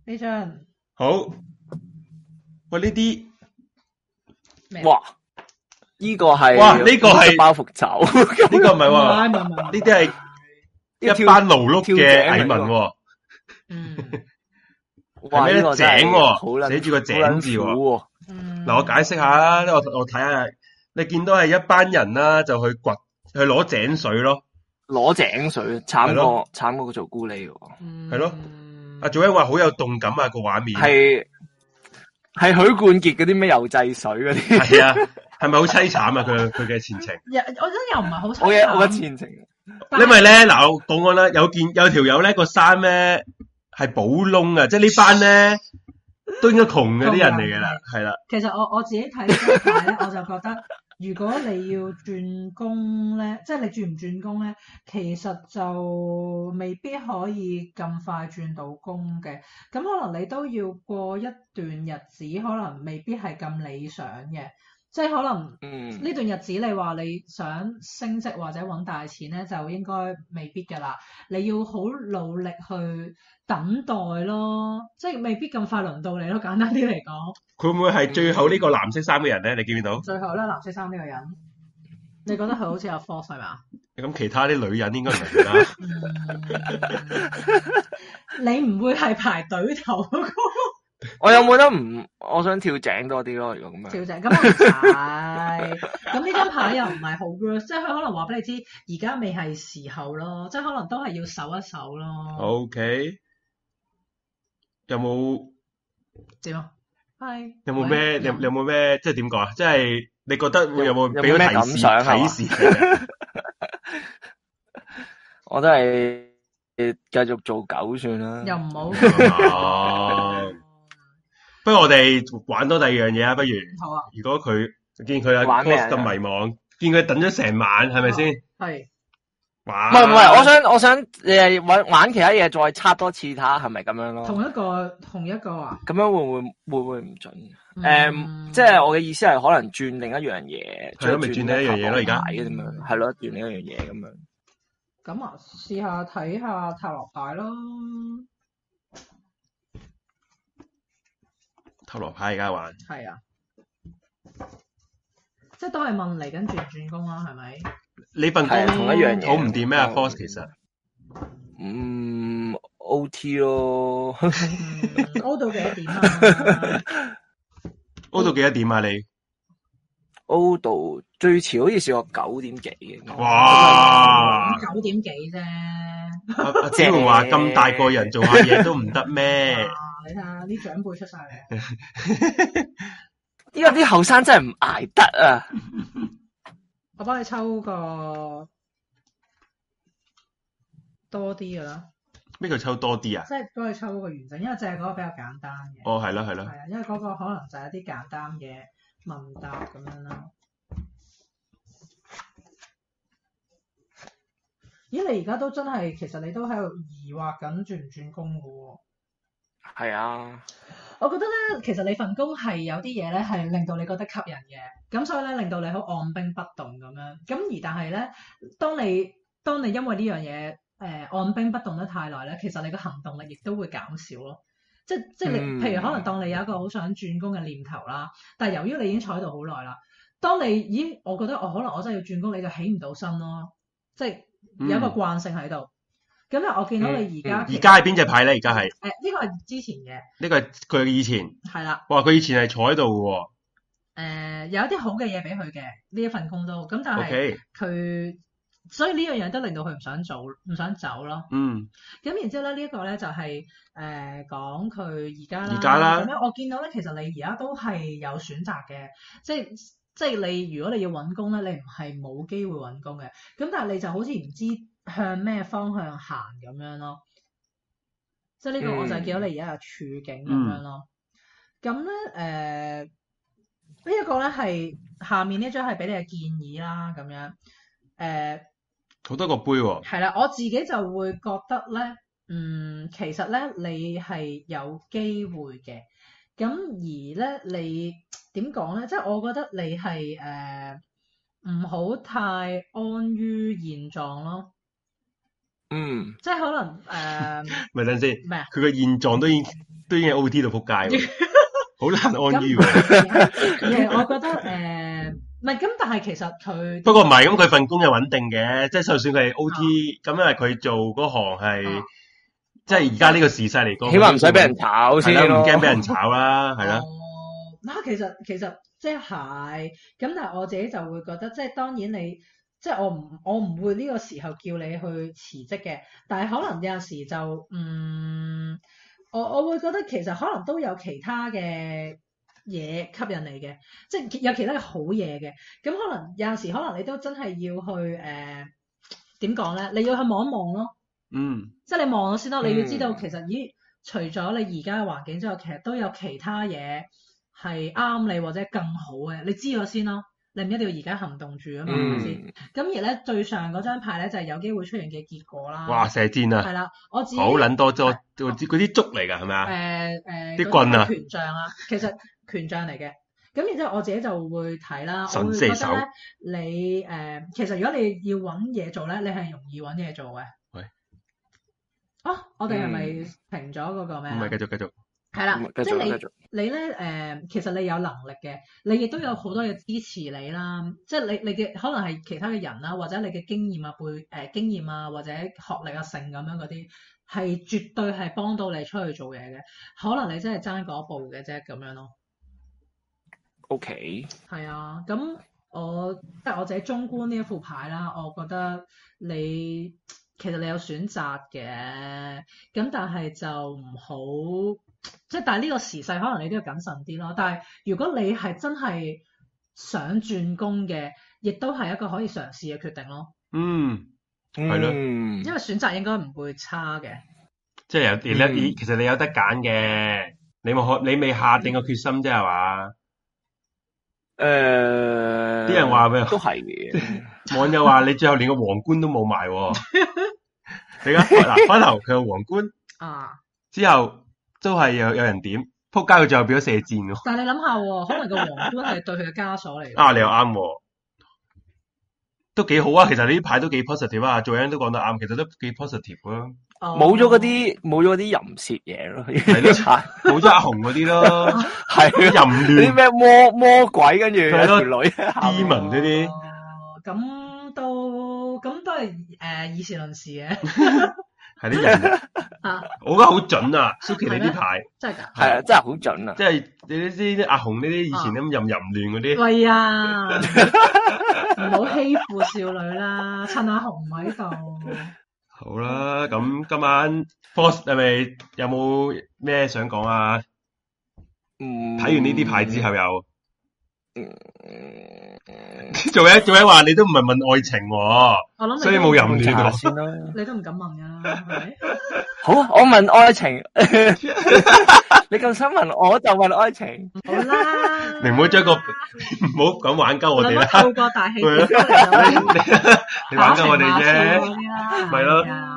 呢張
好，喂，呢啲 (laughs)
咩？
哇！呢個係
哇呢個係
包袱酒，
呢個唔係
唔
喎，
係唔係唔係，
呢啲 (laughs) 係一班勞碌嘅蟻民喎。
嗯
哇！
係咩
呢個真係
井喎
好撚
寫住個井
好撚
字喎
苦喎。
嗯，
嗱，我解釋下啦，我我睇下，你見到係一班人啦，就去掘去攞井水咯。
攞井水，
係
慘
咯
過慘過做咕喱喎，
係
係
咯，阿祖一話好有動感啊個畫面，
係係許冠傑嗰啲咩油制水嗰啲，
係啊，係咪好凄慘啊？ (laughs) 佢佢嘅前程，
又我真又唔係好
(laughs)
啊
我嘅我嘅
錢，
前程
但係
因為咧嗱，我講講啦，有件有條友咧個衫咧係寶窿啊，即係呢班咧都應該窮嗰啲人嚟㗎啦，係啦，
其實我我自己睇呢張牌咧，我就覺得如果你要轉工咧，即係你轉唔轉工咧，其實就未必可以咁快轉到工嘅。咁可能你都要過一段日子，可能未必係咁理想嘅。即係可能
嗯，
呢段日子你話你想升職或者揾大錢咧，就應該未必㗎啦。你要好努力去等待咯，即係未必咁快輪到你咯。簡單啲嚟講，
佢會唔會係最後呢個藍色衫嘅人咧？你見唔見到？
最後咧，藍色衫呢個人，你覺得佢好似有 force 係啊 (laughs) 嘛？
咁其他啲女人應該唔係啦。
(laughs)
你唔會係排隊頭嗰個
我有冇得唔？我想跳井多啲咯，如果咁樣。
調整，咁我唔係，咁呢張牌又唔係好 work，即係佢可能話俾你知，而家未係時候咯，即係可能都係要守一守咯。
O K，有冇
點啊？係
有冇咩？
喂
你有你有冇咩？即係點講啊？即係你覺得會有冇
有
俾
有冇咩
咗提示
感想啊
提示你啊？
(laughs) 我都係繼續做狗算啦。
又唔好
哦，不如我哋玩多第二樣嘢啊！不如，
(laughs) 好啊，
如果佢見佢啊
玩咩啊
boss 咁迷茫，見佢等咗成晚，係咪先？
係
哇！
哦唔係唔係，我想我想诶玩玩其他嘢，再測多次睇下係咪咁樣咯。
同一個同一個啊。
咁樣會唔會會唔會唔準？诶、
嗯
即係我嘅意思係可能轉另一樣嘢，
係咯咪轉另一樣嘢咯而家
咁樣係咯，轉另一樣嘢咁樣。
咁啊，試下睇下塔羅牌咯。
塔羅牌而家玩，
係啊，即係都係問嚟緊轉唔轉工啦，啊係咪？
你份工
係啊同一樣嘢
好唔掂咩啊
嗯
？Force 其實
嗯，O T 咯， (laughs)
嗯，O 到幾多點啊？
O 到幾多點啊？你
O 到最遲好似試過九點幾嘅。
哇！
九點幾啫。啊
阿
(laughs)
阿子桓話咁大個人做下嘢都唔得咩？
啊！你睇下啲長輩出晒嚟，啊
依家啲後生真係唔捱得啊！
我幫你抽個多啲嘅啦，
咩叫抽多啲啊？
即係幫你抽個完整，因為淨係嗰個比較簡單嘅，
哦，係啦係
係
啦，
啊，因為嗰個可能就係一啲簡單嘅問答咁樣啦。咦，你而家都真係，其實你都喺度疑惑緊轉唔轉工嘅喎。
係啊，
我覺得咧，其實你份工係有啲嘢咧，係令到你覺得吸引嘅，咁所以咧令到你好按兵不動咁樣。咁而但係咧，當你當你因為呢樣嘢誒、呃按兵不動得太耐咧，其實你個行動力亦都會減少咯。即即係你，
嗯
譬如可能當你有一個好想轉工嘅念頭啦，但係由於你已經坐喺度好耐啦，當你咦，我覺得我可能我真係要轉工，你就起唔到身咯，即係有一個
嗯
慣性喺度。咁咧，我見到你而家
而
其實
家係邊只牌咧？而家係
誒呢個係之前嘅，
呢個係佢以前，
係啦。
哇！佢以前係坐喺度嘅
誒、呃有一啲好嘅嘢俾佢嘅呢一份工都，咁但
喎。
啊係
OK，
佢所以呢樣嘢都令到佢唔想做，唔想走咯。
嗯，
咁然之後咧，呢、一個咧就係、誒、講佢而家啦，
而家啦
咁樣我見到咧，其實你而家都係有選擇嘅，即係即係你如果你要揾工咧，你唔係冇機會揾工嘅，咁但係你就好似唔知向咩方向行咁樣咯。即係呢
嗯
個我就係見到你而家嘅處境咁樣咯。咁咧誒，呃呢一個咧係下面呢張係俾你嘅建議啦，咁樣誒。呃
好多個杯喎。
係啦，我自己就會覺得咧，嗯，其實咧你係有機會嘅，咁而咧你點講咧？即係我覺得你係誒唔好太安於現狀咯，
嗯，
即係可能
(laughs)
誒
咪等陣先，
咩啊？
佢個現狀都已經都已經 O T 到仆街喎，好難安於喎。
而 (laughs) 係我覺得誒唔係咁，但係其實佢
不過唔係咁，佢份工又穩定嘅，即係就算佢係 O T，咁因為佢做嗰行係
啊
即係而家呢個時勢嚟講，
起碼唔使俾人炒
係
先
啦，
咯。
唔驚俾人炒啦，係啦。
哦，嗱，其實其實即係咁，但係我自己就會覺得，即係當然你即係我唔我唔會呢個時候叫你去辭職嘅，但係可能有陣時就嗯，我我會覺得其實可能都有其他嘅嘢吸引你嘅，即係有其他嘅好嘢嘅。咁可能有陣時可能你都真係要去誒點講咧？你要去望一望咯。
嗯，
即係你望咗先咯，你要知道
嗯
其實咦，除咗你而家嘅環境之外，其實都有其他嘢係啱你或者更好嘅，你知咗先咯。你唔一定要而家行動住啊嘛，係咪先？
嗯，
咁而咧最上嗰張牌咧就係、有機會出現嘅結果啦。
哇！射箭啊，
係啦，我自己
好撚多咗
呃
嗰啲嗰啲竹嚟㗎，係咪啊？
誒誒
啲棍啊
嗰係權杖啊，其實權杖嚟嘅。咁然之後我自己就會睇啦，我
神
會
射
覺
手
得咧，你誒、呃其實如果你要揾嘢做咧，你係容易揾嘢做嘅。
喂，
啊，我哋係咪
嗯
停咗嗰個咩
唔
啊？
係繼續繼續，
係啦
咁，啊
即
繼
係
續
你
繼續，
你咧誒、呃其實你有能力嘅，你亦都有好多嘢支持你啦。即係你你嘅可能係其他嘅人啦，或者你嘅經驗啊、背誒、呃、經驗啊，或者學歷啊、性咁樣嗰啲，係絕對係幫到你出去做嘢嘅。可能你真係爭嗰一步嘅啫，咁樣咯。
O K，
係啊，咁我即係我自己中觀呢一副牌啦，我覺得你其實你有選擇嘅，咁但係就唔好即係，但係呢個時勢可能你都要謹慎啲咯。但係如果你係真係想轉工嘅，亦都係一個可以嘗試嘅決定咯，
嗯，係咯
嗯
因為選擇應該唔會差嘅。
即係有你咧，
嗯
你其實你有得揀嘅，你冇可你未下定個決心啫係
(laughs)
嘛？
誒，啲
啲人話咩
呃都係嘅，
網友話你最後連個皇冠都冇埋
(laughs)
喎，你而家嗱翻頭佢有皇冠
啊！
之後都係有有人點，撲街佢最後變咗射箭喎，
但係你諗下喎，可能個皇冠係對佢嘅枷鎖嚟嘅。
啊你又啱喎，都幾好啊！其實呢啲牌都幾 positive 啊，做人都講得啱，其實都幾 positive 啊，
哦
冇咗嗰啲冇咗嗰啲淫褻嘢咯，
係咯冇咗阿紅嗰啲咯，
(laughs) 係
(laughs)
咯，
淫
啲
亂
咩魔魔鬼，跟住有
係咯
條女 (laughs) 喺下面
demon 嗰啲。
哦咁都咁都係誒、呃以事論事 (laughs) 嘅
係啲人，
啊，
我覺得好準啊！Suki 你
係咩
啲牌，
真係㗎。
係啊，真係好準啊！
即係你呢啲啲阿紅呢啲以前咁淫淫亂嗰啲，
喂啊，唔好欺負少女啦，趁阿紅唔喺度。
好啦，咁今晚 Force 係咪有冇咩想講啊？
嗯
睇完呢啲牌之後 (laughs) 又，做嘢做嘢話你都唔係問愛情喎，
我諗
所以冇
人，
淫亂
查下
喎。
先啦。
你都唔敢問㗎啦，係咪？
好啊，我問愛情， (laughs) 你咁想問我就問愛情。
好啦，
你唔好將 (laughs) 個唔好咁玩鳩我哋
諗
(laughs)
下
啦，
透過大氣
係
電波嚟
你玩鳩我哋
打
啫。
情罵俏嗰啲啦，
咪咯
係啊，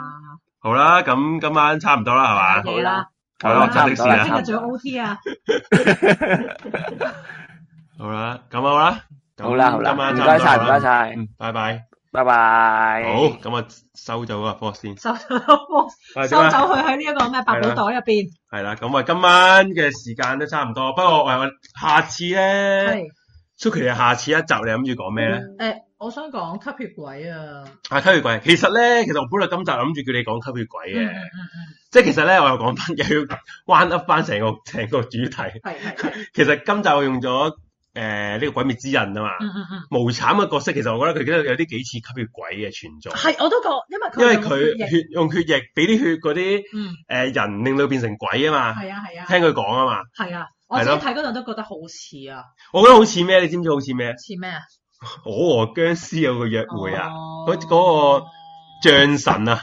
好啦，咁今晚差唔多啦，係嘛？
嘢啦，
好啦，揸的士
係
聽
啦
啊，
日仲有 O T 啊，
好啦，咁好啦，咁
好啦好啦，
今晚
唔
差多
該晒
啦
唔該，晒，
嗯，拜拜。
拜拜。
好，咁我收咗個 box 先，
(laughs) 收咗波
係
收
點啊
走佢喺呢一個咩百寶袋入邊，
係啦，咁啊，今晚嘅時間都差唔多，不過我我下次咧
係。嗯
，Suki 你下次一集你諗住講咩咧？
誒，呃我想講吸血鬼啊，
啊，吸血鬼，其實咧，其實我本來今集諗住叫你講吸血鬼
嗯嗯
嘅，
嗯
即係其實咧，我又講翻，又要彎 up 翻成個 (laughs) 成個主題。
嗯，係係係，
其實今集我用咗誒呢個鬼滅之刃啊嘛，
嗯嗯
(laughs)
嗯，
無慘嘅角色，其實我覺得佢都有啲幾似吸血鬼嘅存在，
係我都覺，因為
因為
佢有血
佢
液
血用血液俾啲血嗰啲
嗯，
誒人令到變成鬼啊嘛，
係啊係啊
聽佢講啊嘛。
係啊，我
係
自己
咯
睇嗰陣都覺得好似啊，
我覺得好似咩？你知唔知好似咩？
似咩啊？
哦我和僵屍有個約會啊，
哦
嗰嗰個象神啊，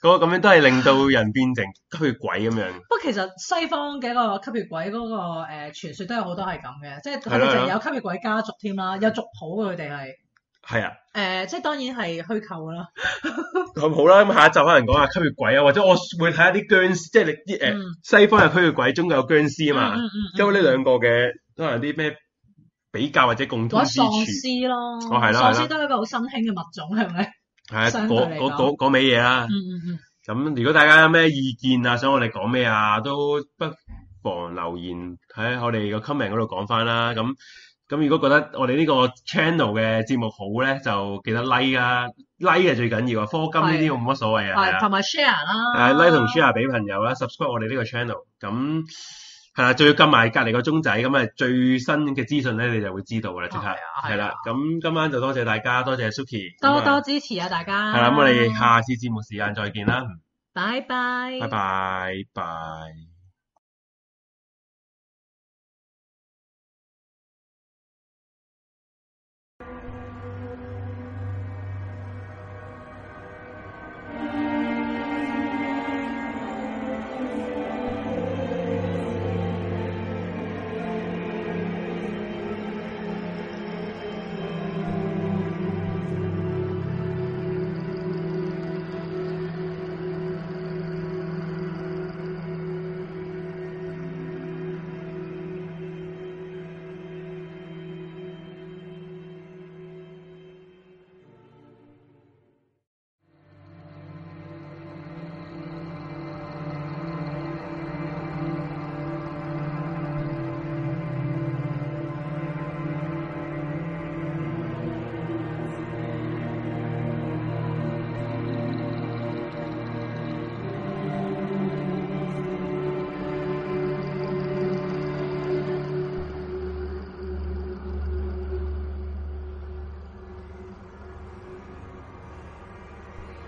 嗰、個咁樣都係令到人變成吸血鬼咁樣。
不過其實西方嘅一個吸血鬼嗰個誒傳說都有好多係咁嘅，即係佢
係
哋
啦
就
係啦
係有吸血鬼家族添啦，有族譜嘅佢哋係
係啊，
誒，即係當然係虛構啦，
咁好啦，咁下一集可能講下吸血鬼啊，或者我會睇下啲僵屍，即係你啲誒、
嗯
西方有吸血鬼，中國有僵屍啊
嗯
嘛。
嗯嗯嗯
因為呢兩個嘅都係啲咩比較或者共通
或者
之
喪
處，
屍咯，
哦係啦係啦
喪屍都係一個好新興嘅物種係咪？
係啊，嗰
相對嚟
嗰
講
嗰嗰味嘢啊啦
嗯。嗯嗯。
咁如果大家有咩意見啊，想我哋講咩啊，都不妨留言喺我哋個 comment 嗰度講翻啦。咁咁如果覺得我哋呢個 channel 嘅節目好咧，就記得 like 啊，like 係最緊要啊。科金呢啲冇乜所謂啊，係
係，同
啊。
埋 share 啦。
誒 like 同 share 俾朋友啦，subscribe 我哋呢個 channel。咁係啦，仲要撳埋隔離個鐘仔，咁啊最新嘅資訊咧，你就會知道噶啦，即刻
係啊係啊
係啦。咁今晚就多謝大家，多謝 Suki。
多多支持啊，大家。
係啦，咁我哋下次節目時間再見啦，
拜拜。
拜拜拜。